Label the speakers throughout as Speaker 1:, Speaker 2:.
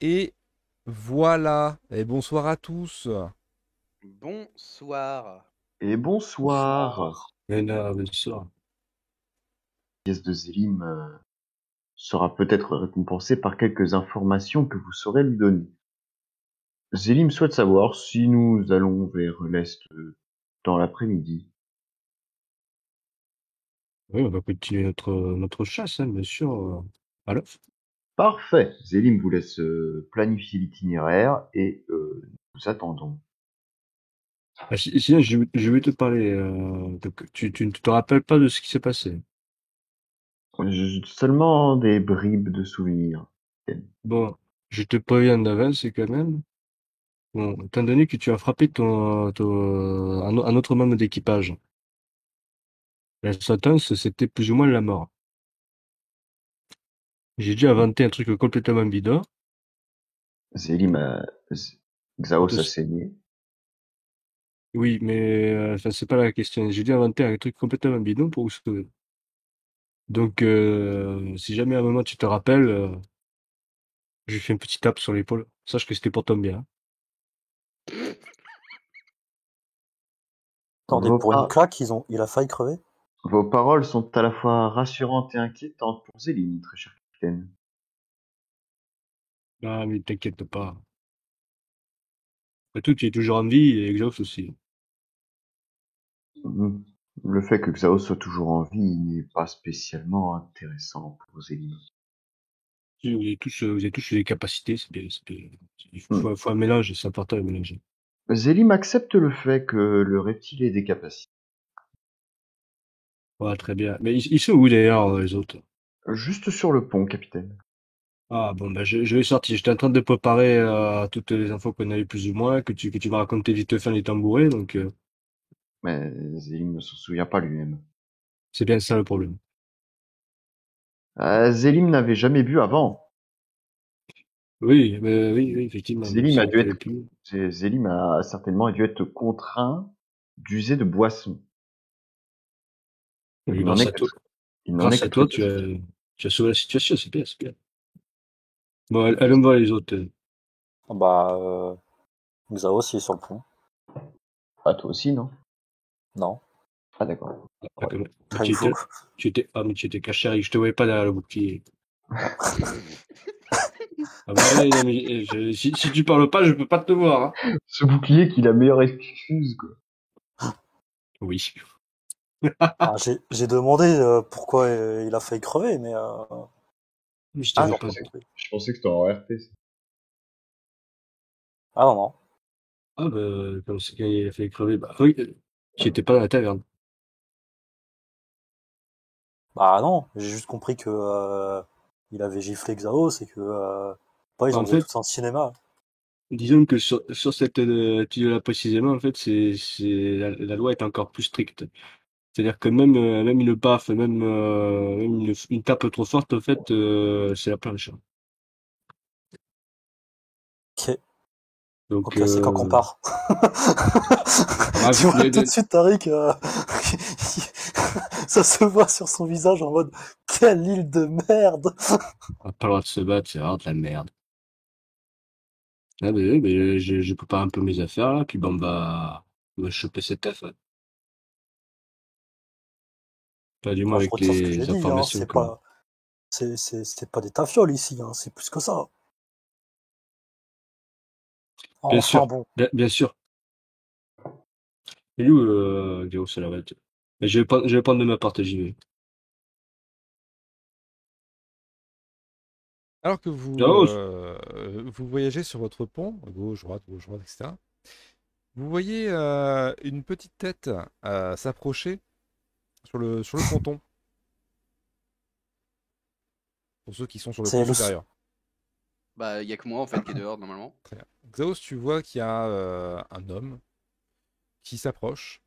Speaker 1: Et voilà. Et bonsoir à tous.
Speaker 2: Bonsoir.
Speaker 3: Et bonsoir.
Speaker 4: Mais là, bonsoir.
Speaker 3: La pièce de Zélim euh, sera peut-être récompensée par quelques informations que vous saurez lui donner. Zélim souhaite savoir si nous allons vers l'est euh, dans l'après-midi.
Speaker 4: Oui, on va continuer notre, notre chasse, hein, bien sûr. euh, à l'œuf.
Speaker 3: Parfait. Zélim vous laisse euh, planifier l'itinéraire et euh, nous attendons.
Speaker 4: Ah, si- sinon, je, je vais te parler. euh, de- tu, tu ne te rappelles pas de ce qui s'est passé.
Speaker 3: J'ai Seulement des bribes de souvenirs.
Speaker 4: Bon, je te préviens d'avance, c'est quand même. Bon, étant donné que tu as frappé ton, ton- un, au- un autre membre d'équipage, la sentence, c'était plus ou moins la mort. J'ai dû inventer un truc complètement bidon.
Speaker 3: Zélim a... Z- Xaos a
Speaker 4: Tous.
Speaker 3: saigné.
Speaker 4: Oui, mais euh, enfin, c'est pas la question. J'ai dû inventer un truc complètement bidon pour vous sauver. Donc, euh, si jamais à un moment tu te rappelles, euh, je lui fais un petit tape sur l'épaule. Sache que c'était pour ton bien.
Speaker 5: Attendez,
Speaker 3: Vos,
Speaker 5: pour une
Speaker 3: par-
Speaker 5: claque, ils ont... il a failli crever.
Speaker 3: vos paroles sont à la fois rassurantes et inquiétantes pour Zélim, très cher capitaine.
Speaker 4: Ah, mais t'inquiète pas. Après tout, tu es toujours en vie et Exhaust aussi.
Speaker 3: Mm. Le fait que Xaos soit toujours en vie n'est pas spécialement intéressant pour Zélim.
Speaker 4: Si, Vous avez tous, euh, vous avez tous des capacités, c'est bien, c'est bien. Il faut,
Speaker 3: Hmm.
Speaker 4: faut- faut un mélange, c'est important le mélange.
Speaker 3: Zélim accepte le fait que le reptile ait des capacités.
Speaker 4: Voilà, très bien. Mais ils, ils sont où d'ailleurs les autres?
Speaker 3: Juste sur le pont, capitaine.
Speaker 4: Ah bon, ben je, je vais sortir. J'étais en train de préparer euh, toutes les infos qu'on a eues plus ou moins, que tu, que tu vas raconter vite fin les tambourets, donc euh,
Speaker 3: Mais Zélim ne s'en souvient pas lui-même.
Speaker 4: c'est bien ça le problème.
Speaker 3: Euh, Zélim n'avait jamais bu avant.
Speaker 4: Oui, mais oui, oui, effectivement.
Speaker 3: Zélim
Speaker 4: si
Speaker 3: a
Speaker 4: on
Speaker 3: dû être-
Speaker 4: fallait plus-
Speaker 3: C'est- Zélim a certainement dû être contraint d'user de boissons.
Speaker 4: Oui,
Speaker 3: Il n'en
Speaker 4: grâce
Speaker 3: est
Speaker 4: à
Speaker 3: que-
Speaker 4: toi,
Speaker 3: Il n'en est
Speaker 4: grâce à
Speaker 3: que
Speaker 4: toi,
Speaker 3: très
Speaker 4: tu
Speaker 3: peu.
Speaker 4: as, tu as sauvé la situation, c'est bien, c'est bien. Bon, allez- allons voir les autres. euh,
Speaker 5: Ah Bah, euh... Xaos, il est sur le pont.
Speaker 3: Ah, toi aussi, non
Speaker 5: Non.
Speaker 3: Ah, d'accord.
Speaker 4: Ah, comme-
Speaker 5: Ah,
Speaker 4: tu,
Speaker 5: il faut-
Speaker 4: étais, tu étais- ah, mais tu étais caché, Harry, je te voyais pas derrière le bouclier. Ah bah, ouais, non, mais, euh, je- si, si tu parles pas, je peux pas te voir. hein.
Speaker 3: Ce bouclier qui est la meilleure excuse, quoi.
Speaker 4: Oui.
Speaker 5: Ah, j'ai j'ai demandé euh, pourquoi euh, il a failli crever, mais euh,
Speaker 4: Mais je
Speaker 5: ah,
Speaker 4: t'avais
Speaker 5: j'ai
Speaker 4: pas.
Speaker 5: pas compris.
Speaker 3: Je pensais que c'était en RT.
Speaker 5: Ah non, non.
Speaker 4: Ah bah, comme c'est quand il a fait crever, bah oui, euh, tu étais pas dans la taverne.
Speaker 5: Bah non, j'ai juste compris que euh, il avait giflé Xaos et que euh, bah, ils
Speaker 4: En
Speaker 5: ont fait
Speaker 4: fait-
Speaker 5: tout un cinéma.
Speaker 4: Disons que sur, sur cette euh, là précisément, en fait, c'est, c'est, la, la loi est encore plus stricte. C'est-à-dire que même, euh, même une baffe, même, euh, même une, une tape trop forte, en fait, euh, c'est la planche.
Speaker 5: Ok,
Speaker 4: Donc,
Speaker 5: ok, c'est quand qu'on
Speaker 4: euh,
Speaker 5: part.
Speaker 4: bref,
Speaker 5: tu vois
Speaker 4: les-
Speaker 5: tout de
Speaker 4: les-
Speaker 5: suite Tariq, euh, ça se voit sur son visage en mode quelle île de merde.
Speaker 4: On n'a pas le droit de se battre, c'est vraiment de la merde. Ah ben oui, ben, je, je prépare un peu mes affaires là, puis bon bah on va choper cet œuf. ouais. Enfin, du moins
Speaker 5: Enfin, je
Speaker 4: Bah, avec
Speaker 5: retire ce que
Speaker 4: les
Speaker 5: j'ai dit, hein,
Speaker 4: informations
Speaker 5: c'est
Speaker 4: que-
Speaker 5: pas, c'est c'est c'est pas des tafioles ici, hein, c'est plus que ça.
Speaker 4: Bien
Speaker 5: Enfin
Speaker 4: sûr.
Speaker 5: bon,
Speaker 4: Bien, bien sûr. Et où euh, Guillaume, c'est la bête. Mais je vais prendre, je vais prendre de ma part, j'y vais.
Speaker 1: Alors que vous,
Speaker 4: Ciao.
Speaker 1: euh, vous voyagez sur votre pont, gauche, droite, gauche, droite, etc., vous voyez euh, une petite tête euh, s'approcher sur le, sur le ponton. Pour ceux qui sont sur le
Speaker 5: C'est
Speaker 1: pont
Speaker 5: le-
Speaker 1: supérieur.
Speaker 2: Bah, y a que moi en fait qui est dehors normalement.
Speaker 1: Xaos, tu vois qu'il y a euh, un homme qui s'approche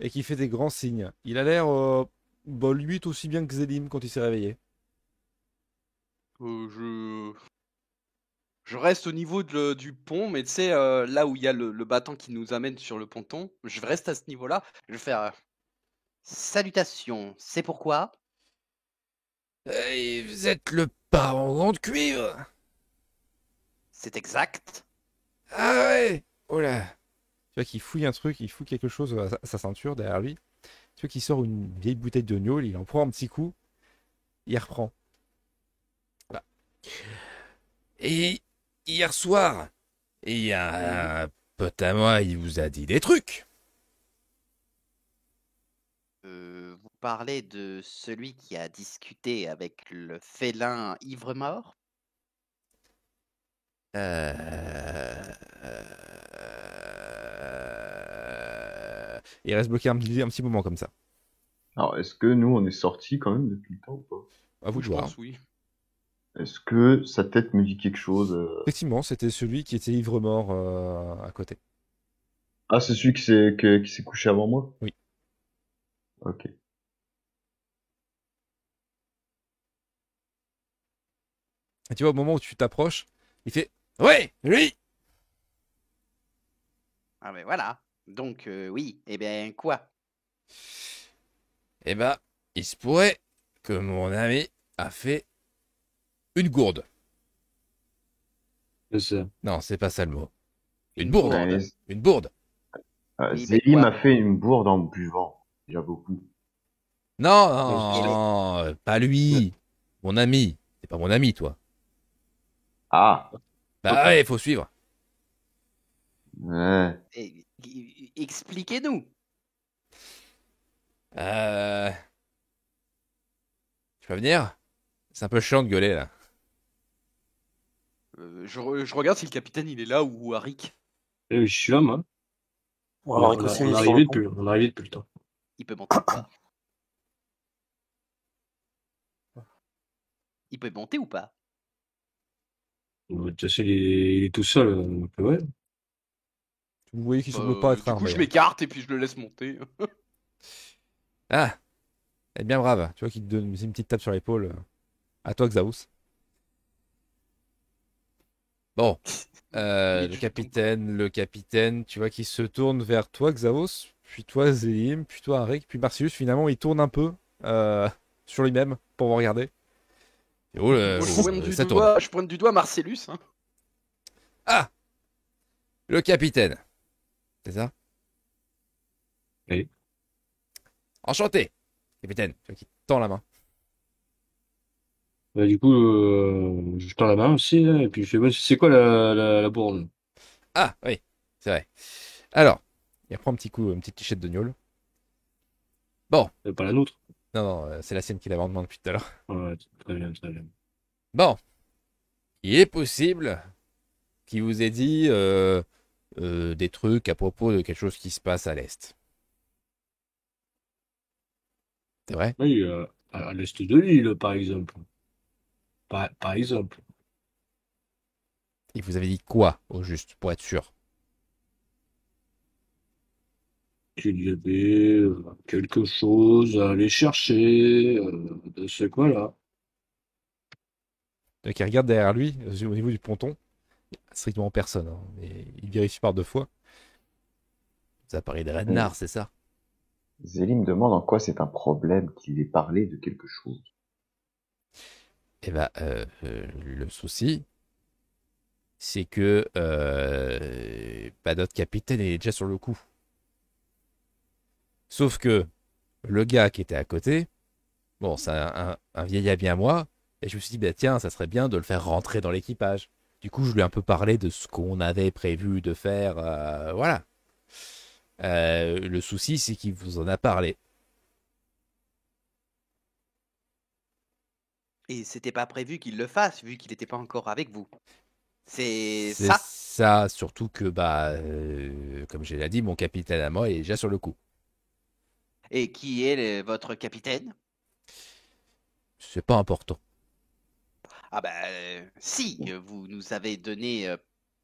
Speaker 1: et qui fait des grands signes. Il a l'air, euh, bon, lui, est aussi bien que Zélim quand il s'est réveillé.
Speaker 2: Euh, je... je reste au niveau de le- du pont, mais tu sais, euh, là où il y a le, le battant qui nous amène sur le ponton, je reste à ce niveau-là. Je vais faire. euh, Salutations, c'est pourquoi
Speaker 6: Et vous êtes le parent en de cuivre
Speaker 2: C'est exact.
Speaker 1: Ah ouais Oh là Tu vois qu'il fouille un truc, il fouille quelque chose à sa- sa ceinture derrière lui. Tu vois qu'il sort une vieille bouteille de gnôle, il en prend un petit coup, il reprend. Voilà. Bah. Et hier soir, il y a un pote à moi, il vous a dit des trucs.
Speaker 2: Euh, vous parlez de celui qui a discuté avec le félin ivre-mort
Speaker 1: Euh... Il reste bloqué un petit, un petit moment comme ça.
Speaker 3: Alors, est-ce que nous, on est sortis quand même depuis le temps ou pas
Speaker 1: À vous de
Speaker 2: Je
Speaker 1: voir.
Speaker 2: pense, oui.
Speaker 3: Est-ce que sa tête me dit quelque chose euh
Speaker 1: Effectivement, c'était celui qui était ivre-mort euh, à côté.
Speaker 3: Ah, c'est celui qui s'est que- qui s'est couché avant moi
Speaker 1: Oui.
Speaker 3: Ok.
Speaker 1: Et tu vois, au moment où tu t'approches, il fait Ouais, lui
Speaker 2: Ah ben voilà. Donc euh, oui, eh bien quoi
Speaker 1: Eh ben, il se pourrait que mon ami a fait une gourde.
Speaker 4: C'est ça.
Speaker 1: Non, c'est pas ça le mot. Une
Speaker 2: bourde.
Speaker 1: bourde
Speaker 3: Ouais,
Speaker 1: Une bourde
Speaker 3: euh,
Speaker 2: Oui, mais
Speaker 3: Zélie
Speaker 2: quoi
Speaker 3: m'a fait une bourde en buvant. Déjà beaucoup.
Speaker 1: Non, non, non, pas lui Mon ami C'est pas mon ami, toi
Speaker 3: Ah
Speaker 1: Bah ouais, faut suivre
Speaker 3: ouais.
Speaker 2: Eh, i- i- Expliquez-nous.
Speaker 1: Euh... Tu peux venir C'est un peu chiant de gueuler, là.
Speaker 2: Euh, je, re- je regarde si le capitaine il est là ou Arik.
Speaker 4: Eh, je suis là, moi.
Speaker 5: On
Speaker 4: On,
Speaker 5: a
Speaker 4: on,
Speaker 5: réconcilié
Speaker 4: on
Speaker 5: sur
Speaker 4: arrivait
Speaker 5: le
Speaker 4: depuis, on arrivait depuis le temps.
Speaker 2: Il peut monter ou pas Il peut monter ou pas
Speaker 4: De toute façon, il est, il est tout seul. euh, Donc, ouais.
Speaker 1: Vous voyez qu'il
Speaker 2: Bah,
Speaker 1: semble pas être Bah,
Speaker 2: Du coup,
Speaker 1: armé.
Speaker 2: je m'écarte et puis je le laisse monter.
Speaker 1: Ah Elle est bien brave. Tu vois qu'il te donne une petite tape sur l'épaule. À toi, Xaos. Bon. Euh,
Speaker 2: Il est
Speaker 1: le
Speaker 2: tout
Speaker 1: capitaine, le capitaine, tu vois qu'il se tourne vers toi, Xaos, puis toi, Zélim, puis toi, Arik, puis Marcius. Finalement, il tourne un peu euh, sur lui-même pour vous regarder. Et oh, là,
Speaker 2: Moi, je,
Speaker 1: oh,
Speaker 2: pointe du
Speaker 1: ça tourne.
Speaker 2: doigt, je pointe du doigt Marcellus. hein.
Speaker 1: Le capitaine. C'est ça
Speaker 4: Oui.
Speaker 1: Enchanté, capitaine. Tu vois qu'il tend la main.
Speaker 4: Bah, du coup, euh, je tends la main aussi, là, et puis je fais, ouais, c'est quoi la, la, la bourne?
Speaker 1: Ah, oui, c'est vrai. Alors, il reprend un petit coup, une petite tichette de gnôle.
Speaker 4: Euh, Pas la nôtre.
Speaker 1: Non, non, euh, c'est la sienne qu'il avait en main depuis tout à l'heure.
Speaker 4: Ouais, très bien, très bien.
Speaker 1: Bon. Il est possible qu'il vous ait dit euh, euh, des trucs à propos de quelque chose qui se passe à l'Est. C'est vrai
Speaker 4: Oui, euh, à l'est de l'île, par exemple. Par, par exemple.
Speaker 1: Il vous avait dit quoi, au juste, pour être sûr
Speaker 4: Qu'il y avait euh, quelque chose à aller chercher euh, de ce coin-là.
Speaker 1: Donc il regarde derrière lui, euh, au niveau du ponton. Il y a strictement personne. hein, mais il vérifie par deux fois. Ça paraît des renards, c'est ça
Speaker 3: Zélie me demande en quoi c'est un problème qu'il ait parlé de quelque chose.
Speaker 1: Eh ben, euh, euh, le souci, c'est que euh, bah, notre capitaine est déjà sur le coup. Sauf que le gars qui était à côté, bon, c'est un, un- un vieil ami à moi, et je me suis dit, bah, tiens, ça serait bien de le faire rentrer dans l'équipage. Du coup, je lui ai un peu parlé de ce qu'on avait prévu de faire, euh, voilà. Euh, le souci, c'est qu'il vous en a parlé.
Speaker 2: Et c'était pas prévu qu'il le fasse vu qu'il n'était pas encore avec vous. C'est
Speaker 1: C'est
Speaker 2: ça.
Speaker 1: ça, surtout que, bah, euh, comme j'ai déjà dit, mon capitaine à moi est déjà sur le coup.
Speaker 2: Et qui est le- votre capitaine
Speaker 1: C'est pas important.
Speaker 2: Ah ben euh, si, euh, vous nous avez donné euh,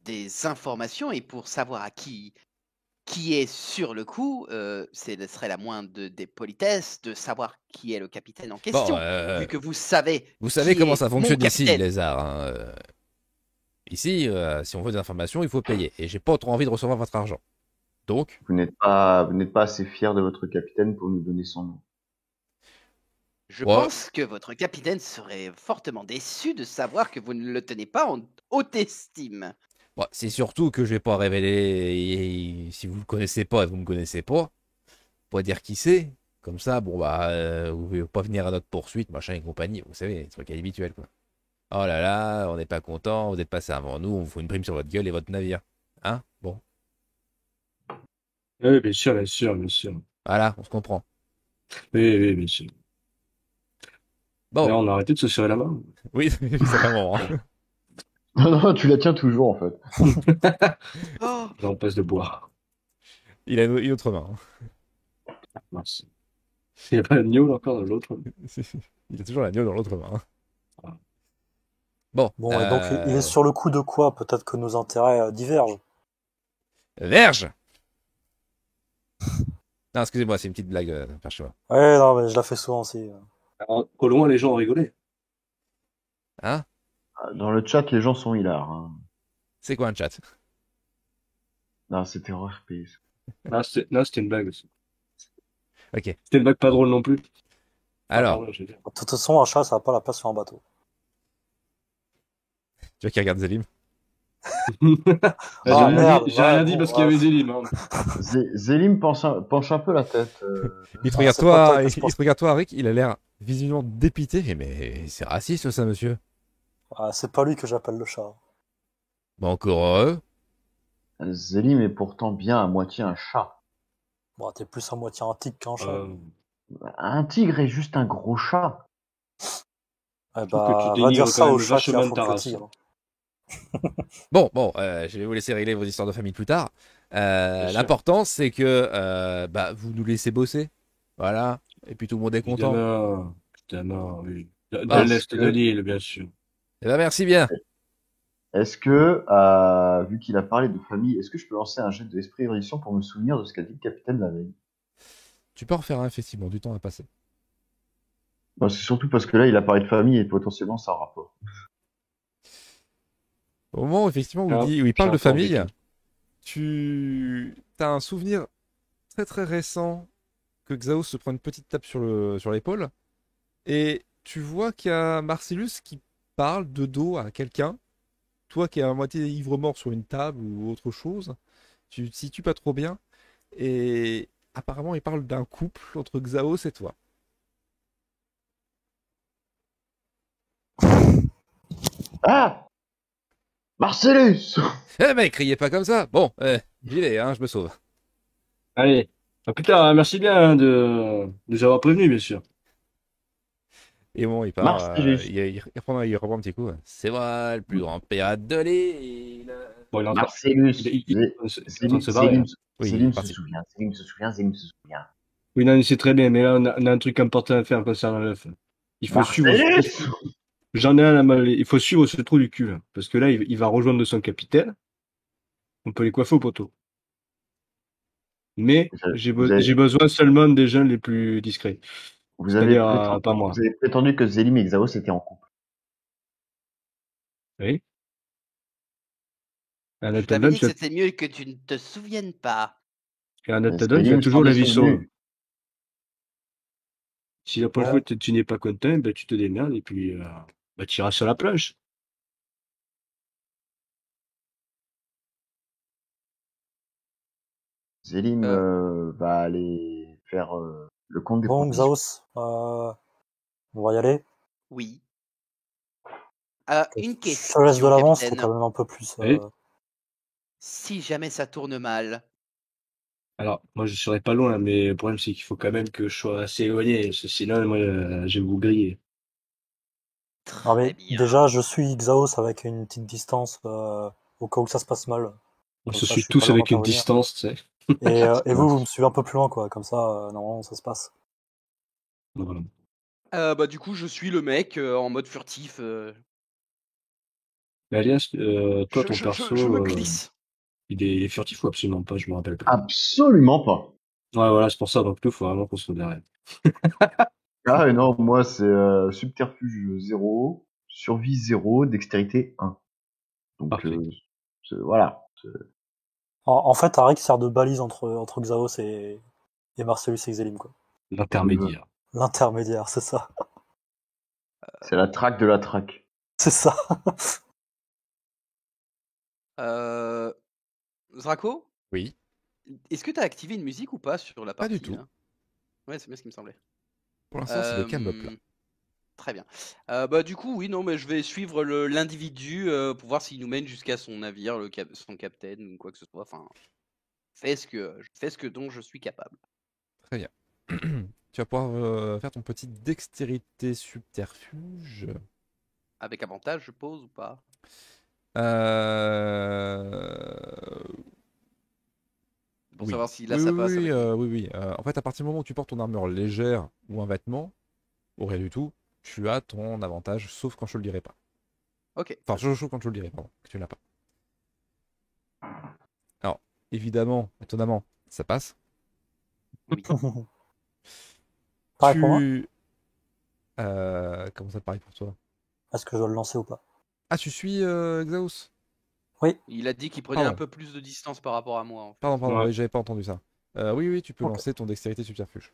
Speaker 2: des informations et pour savoir à qui qui est sur le coup, euh, c'est- ce serait la moindre des politesses de savoir qui est le capitaine en
Speaker 1: Bon,
Speaker 2: question.
Speaker 1: euh,
Speaker 2: Vu que vous savez.
Speaker 1: vous savez
Speaker 2: qui
Speaker 1: comment
Speaker 2: est
Speaker 1: ça
Speaker 2: mon
Speaker 1: fonctionne ici,
Speaker 2: capitaine.
Speaker 1: les arts. hein, euh. Ici, euh, si on veut des informations, il faut payer. Et j'ai pas trop envie de recevoir votre argent. Donc,
Speaker 3: Vous n'êtes pas, vous n'êtes pas assez fier de votre capitaine pour nous donner son nom.
Speaker 2: Je
Speaker 1: Ouais.
Speaker 2: pense que votre capitaine serait fortement déçu de savoir que vous ne le tenez pas en haute estime.
Speaker 1: Bah, c'est surtout que je vais pas révéler. et- et- si vous le connaissez pas et vous me connaissez pas, pas dire qui c'est. Comme ça, bon bah, euh, vous pouvez pas venir à notre poursuite, machin et compagnie. Vous savez, les trucs habituels quoi. Oh là là, on n'est pas content, vous êtes passé avant nous, on vous fout une prime sur votre gueule et votre navire. Hein Bon,
Speaker 4: Oui, bien sûr, bien sûr, bien sûr.
Speaker 1: voilà, on se comprend.
Speaker 4: Oui, oui, bien sûr.
Speaker 1: Bon,
Speaker 4: Là, on a arrêté de se serrer la main.
Speaker 1: oui, ça fait un moment. hein.
Speaker 3: Non, non, tu la tiens toujours, en fait.
Speaker 2: Oh,
Speaker 4: Là, on passe de boire.
Speaker 1: Il a une une autre main.
Speaker 4: Mince. Il n'y a pas de gnôle encore dans l'autre.
Speaker 1: hein. Il a toujours l'agneau dans l'autre main. hein. Bon,
Speaker 5: Bon, et donc il- il
Speaker 1: euh,
Speaker 5: est sur le coup de quoi Peut-être que nos intérêts euh, divergent.
Speaker 1: Verge Non, excusez-moi, c'est une petite blague, euh, par chez moi.
Speaker 5: Ouais, non, mais je la fais souvent aussi.
Speaker 4: Alors, au loin, les gens ont rigolé.
Speaker 1: Hein
Speaker 3: Dans le chat, les gens sont hilars. hein.
Speaker 1: C'est quoi un chat
Speaker 3: Non, c'était en RP. ça.
Speaker 4: Non, c'était non, c'était une blague aussi.
Speaker 1: Ok.
Speaker 4: C'était une blague pas drôle non plus. Enfin,
Speaker 1: Alors,
Speaker 4: Ah, pardon, je veux dire.
Speaker 5: De toute façon, un chat, ça n'a pas la place sur un bateau.
Speaker 1: tu vois qu'il regarde Zélim
Speaker 3: Ah,
Speaker 5: Ah,
Speaker 4: J'ai
Speaker 3: Zélim-
Speaker 4: rien
Speaker 5: merde,
Speaker 4: dit- j'ai rien
Speaker 5: ouais,
Speaker 4: dit
Speaker 5: bon,
Speaker 4: parce qu'il y avait
Speaker 5: ouais.
Speaker 4: des limes. hein.
Speaker 3: Zé- Zélim penche un, penche un peu la tête. euh.
Speaker 4: Ah,
Speaker 1: Il te regarde
Speaker 5: c'est pas
Speaker 1: toi,
Speaker 5: toi,
Speaker 1: il,
Speaker 5: je pense.
Speaker 1: il te regarde toi, Rick, il a l'air visiblement dépité. Et Mais c'est raciste ça, monsieur.
Speaker 5: Ah, c'est pas lui que j'appelle le chat.
Speaker 1: Bah encore heureux.
Speaker 3: Zélim est pourtant bien à moitié un chat.
Speaker 5: Bon, t'es plus à moitié un tigre qu'un chat.
Speaker 4: Euh,
Speaker 3: Un tigre est juste un gros chat.
Speaker 4: trouve que
Speaker 5: eh
Speaker 4: tu
Speaker 5: bah, va
Speaker 4: dénigres
Speaker 5: dire
Speaker 4: quand
Speaker 5: ça
Speaker 4: même
Speaker 5: au chat qui
Speaker 4: vachement
Speaker 5: affronte
Speaker 4: ta
Speaker 5: le
Speaker 4: race.
Speaker 5: tigre.
Speaker 1: Bon, bon, euh, je vais vous laisser régler vos histoires de famille plus tard. Euh,
Speaker 4: Bien sûr.
Speaker 1: L'important, c'est que euh, bah, vous nous laissez bosser. Voilà. Et puis tout le monde est content.
Speaker 4: Évidemment, évidemment, oui. De, de
Speaker 1: Parce
Speaker 4: l'Est
Speaker 3: que-
Speaker 4: de l'île, bien sûr.
Speaker 1: Eh ben, merci bien.
Speaker 3: Est-ce que, euh, vu qu'il a parlé de famille, est-ce que je peux lancer un jet d'esprit érudition pour me souvenir de ce qu'a dit le capitaine la veille
Speaker 1: Tu peux en refaire un, effectivement, du temps à passer.
Speaker 3: Non, C'est surtout parce que là, il a parlé de famille et potentiellement ça a un rapport.
Speaker 1: Au moment où, effectivement, où,
Speaker 4: Ah,
Speaker 1: il, dit- où il parle de
Speaker 4: j'entends
Speaker 1: famille,
Speaker 4: Vicky.
Speaker 1: tu as un souvenir très très récent que Xaos se prend une petite tape sur le- sur l'épaule. et tu vois qu'il y a Marcellus qui parle de dos à quelqu'un. Toi qui es à moitié ivre-mort sur une table ou autre chose. Tu te situes pas trop bien. Et apparemment, il parle d'un couple entre Xaos et toi.
Speaker 3: Ah Marcellus
Speaker 1: Eh mais criez pas comme ça Bon, euh, j'y vais, hein, je me sauve.
Speaker 4: Allez, à plus tard, hein. merci bien hein, de nous avoir prévenus, bien sûr.
Speaker 1: Et bon, il part.
Speaker 3: Marcellus.
Speaker 1: euh, il, il reprend, il reprend un petit coup. C'est moi, le plus grand pirate de l'île.
Speaker 4: Bon, il est en train-
Speaker 3: Marcellus
Speaker 4: il- il- il est en train de se- il est
Speaker 3: Zélim
Speaker 4: en train de se barrer, hein.
Speaker 1: Oui,
Speaker 3: Zélim se
Speaker 1: parti.
Speaker 3: souvient, Zélim se souvient, Zélim se souvient.
Speaker 4: Oui, non, mais c'est très bien, mais là, on a, on a un truc important à faire concernant l'œuf. Il faut suivre.
Speaker 3: Marcellus
Speaker 4: J'en ai un à mal. Il faut suivre ce trou du cul, là, parce que là, il, il va rejoindre son capitaine. On peut les coiffer au poteau. Mais
Speaker 3: Vous avez-
Speaker 4: j'ai
Speaker 3: vous
Speaker 4: be-
Speaker 3: avez-
Speaker 4: j'ai besoin seulement des gens les plus discrets.
Speaker 3: Vous avez,
Speaker 4: C'est-à-dire, euh,
Speaker 3: prétendu,
Speaker 4: pas moi.
Speaker 3: vous avez prétendu que Zélim et Xaos étaient en couple.
Speaker 4: Oui. Un
Speaker 2: je t'avais
Speaker 4: attendant,
Speaker 2: dit que
Speaker 4: tu as-
Speaker 2: c'était mieux que tu ne te souviennes pas.
Speaker 4: un
Speaker 3: Mais
Speaker 4: attendant, tu as
Speaker 3: Zélim
Speaker 4: toujours
Speaker 3: s'en
Speaker 4: la
Speaker 3: est
Speaker 4: vie
Speaker 3: souvenu.
Speaker 4: sauve. Si la prochaine fois
Speaker 5: Ouais.
Speaker 4: tu tu n'es pas content, ben, tu te démerdes et puis euh, ben, tu iras sur la plage.
Speaker 3: Zélim
Speaker 2: Euh.
Speaker 3: euh, va aller faire euh, le compte des
Speaker 5: Bon,
Speaker 3: propositions.
Speaker 5: Xaos, euh, on va y aller.
Speaker 2: Oui. Euh, une
Speaker 5: Je
Speaker 2: question.
Speaker 5: te laisse de l'avance, faut
Speaker 2: capitaine.
Speaker 5: quand même un peu plus. euh,
Speaker 4: Oui.
Speaker 2: Si jamais ça tourne mal,
Speaker 4: Alors, moi je serai pas loin, mais le problème c'est qu'il faut quand même que je sois assez éloigné, parce que sinon moi euh, je vais vous griller.
Speaker 2: très
Speaker 5: Non, Ah mais
Speaker 2: bien.
Speaker 5: déjà, je suis Xaos avec une petite distance euh, au cas où ça se passe mal.
Speaker 4: On
Speaker 5: Comme
Speaker 4: se
Speaker 5: ça,
Speaker 4: suit
Speaker 5: je suis pas
Speaker 4: tous
Speaker 5: là
Speaker 4: avec une
Speaker 5: d'intervenir.
Speaker 4: distance, tu sais.
Speaker 5: Et, euh, et vous, vous me suivez un peu plus loin, quoi. Comme ça, euh, normalement, ça se passe.
Speaker 4: Voilà.
Speaker 2: Euh, bah du coup, je suis le mec euh, en mode furtif. euh,
Speaker 4: Mais alias, euh, toi
Speaker 2: je,
Speaker 4: ton
Speaker 2: je- je-
Speaker 4: perso,
Speaker 2: je me
Speaker 4: euh,
Speaker 2: glisse. Ah.
Speaker 4: il, est, il est furtif ou absolument pas, je me rappelle pas.
Speaker 3: Absolument pas.
Speaker 4: Ouais, voilà, c'est pour ça, donc il faut vraiment qu'on se derrière.
Speaker 3: Ah et non, moi c'est euh, subterfuge 0, survie 0, dextérité 1. Donc
Speaker 4: Parfait.
Speaker 3: euh, c'est- voilà.
Speaker 5: En, en fait, Arik sert de balise entre, entre Xaos et, et Marcellus et Xelim, quoi.
Speaker 4: L'intermédiaire.
Speaker 5: L'intermédiaire, c'est ça.
Speaker 3: C'est la traque de la traque.
Speaker 5: C'est ça.
Speaker 2: Euh... Zraco,
Speaker 1: Oui.
Speaker 2: est-ce que t'as activé une musique ou pas sur la
Speaker 1: Pas
Speaker 2: partie
Speaker 1: du tout.
Speaker 2: là Ouais, c'est bien ce qui me semblait.
Speaker 1: Pour l'instant, c'est le
Speaker 2: Euh,
Speaker 1: cam-up là.
Speaker 2: Très bien. Euh, bah, du coup, oui, non, mais je vais suivre le- l'individu euh, pour voir s'il nous mène jusqu'à son navire, le cap- son capitaine ou quoi que ce soit. Enfin, fais ce que, je fais ce que dont je suis capable.
Speaker 1: tu vas pouvoir euh, faire ton petit dextérité subterfuge.
Speaker 2: Avec avantage, je pose ou pas
Speaker 1: Euh...
Speaker 2: Pour
Speaker 1: Oui.
Speaker 2: savoir si là
Speaker 1: oui,
Speaker 2: ça
Speaker 1: oui,
Speaker 2: passe.
Speaker 1: oui,
Speaker 2: avec-
Speaker 1: euh, oui, oui. Euh, en fait, à partir du moment où tu portes ton armure légère ou un vêtement, ou rien du tout, tu as ton avantage, sauf quand je te le dirai pas.
Speaker 2: Ok.
Speaker 1: Enfin, je joue quand je le dirai, pardon, que tu l'as pas. Alors, évidemment, étonnamment, ça passe.
Speaker 5: Pareil
Speaker 1: tu...
Speaker 5: pour moi
Speaker 1: Euh, comment ça te paraît pour toi
Speaker 5: Est-ce que je dois le lancer ou pas
Speaker 1: Ah, tu suis euh, Xaos
Speaker 2: Il a dit qu'il prenait
Speaker 1: Ah
Speaker 2: un
Speaker 1: ouais.
Speaker 2: peu plus de distance par rapport à moi. en fait.
Speaker 1: Pardon, pardon,
Speaker 4: Ouais.
Speaker 1: oui, j'avais pas entendu ça. Euh, oui, oui, tu peux
Speaker 5: Ok.
Speaker 1: lancer ton dextérité subterfuge.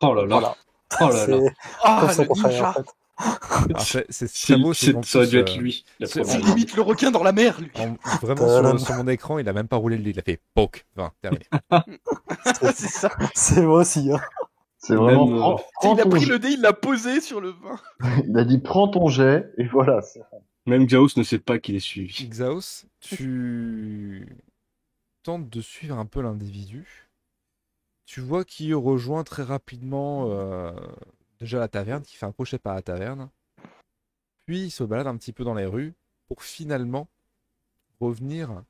Speaker 4: Oh là là.
Speaker 5: Voilà.
Speaker 4: Oh là là.
Speaker 5: C'est
Speaker 2: Ah,
Speaker 5: comme ça
Speaker 2: le
Speaker 5: qu'on fait en
Speaker 2: ninja
Speaker 5: fait.
Speaker 1: Ah, c'est- c'est
Speaker 4: C'est-
Speaker 1: très beau, c'est
Speaker 4: c'est-
Speaker 1: qu'en
Speaker 4: ça aurait
Speaker 1: plus,
Speaker 4: dû être
Speaker 1: euh,
Speaker 4: lui. la
Speaker 1: c'est-
Speaker 2: C'est
Speaker 4: première.
Speaker 2: limite le requin dans la mer, lui.
Speaker 1: en- vraiment, sur,
Speaker 5: Tadam.
Speaker 1: sur mon écran, il a même pas roulé le lit, il a fait poke. Enfin, terminé.
Speaker 2: c'est ça.
Speaker 5: C'est moi aussi. Hein.
Speaker 3: C'est vraiment.
Speaker 4: Même, euh,
Speaker 3: prends- prends
Speaker 2: il a
Speaker 3: ton
Speaker 2: pris
Speaker 3: jet.
Speaker 2: le dé, il l'a posé sur le vin.
Speaker 3: Il a dit prends ton jet, et voilà. c'est-
Speaker 4: Même Gauss ne sait pas qu'il est suivi.
Speaker 1: Xaos, tu tentes de suivre un peu l'individu. Tu vois qu'il rejoint très rapidement euh, déjà la taverne, qui fait un crochet par la taverne. Puis il se balade un petit peu dans les rues pour finalement revenir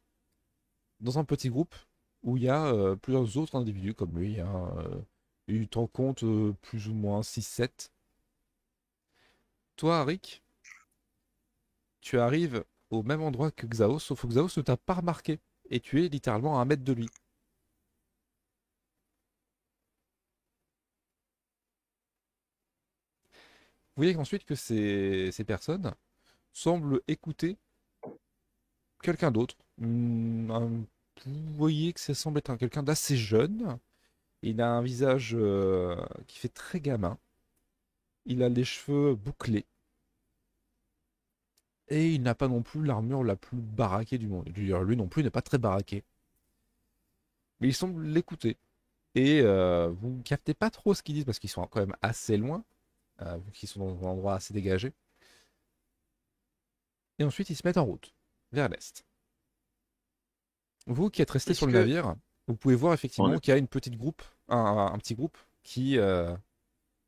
Speaker 1: dans un petit groupe où il y a euh, plusieurs autres individus comme lui. hein, euh, et il t'en compte euh, plus ou moins 6-7. Toi, Rick, tu arrives au même endroit que Xaos, sauf que Xaos ne t'a pas remarqué. Et tu es littéralement à un mètre de lui. Vous voyez ensuite que ces, ces personnes semblent écouter quelqu'un d'autre. Hmm, un- Vous voyez que ça semble être un- quelqu'un d'assez jeune. Il a un visage euh, qui fait très gamin. Il a les cheveux bouclés. Et il n'a pas non plus l'armure la plus baraquée du monde. Je veux dire, lui non plus n'est pas très baraqué. Mais il semble l'écouter. Et euh, vous ne captez pas trop ce qu'ils disent parce qu'ils sont quand même assez loin, euh, vu qu'ils sont dans un endroit assez dégagé. Et ensuite, ils se mettent en route vers l'est. Vous qui êtes resté
Speaker 2: Est-ce
Speaker 1: sur le
Speaker 2: que-
Speaker 1: navire, vous pouvez voir effectivement
Speaker 3: On est-
Speaker 1: qu'il y a une petite groupe, un, un- un petit groupe qui, euh,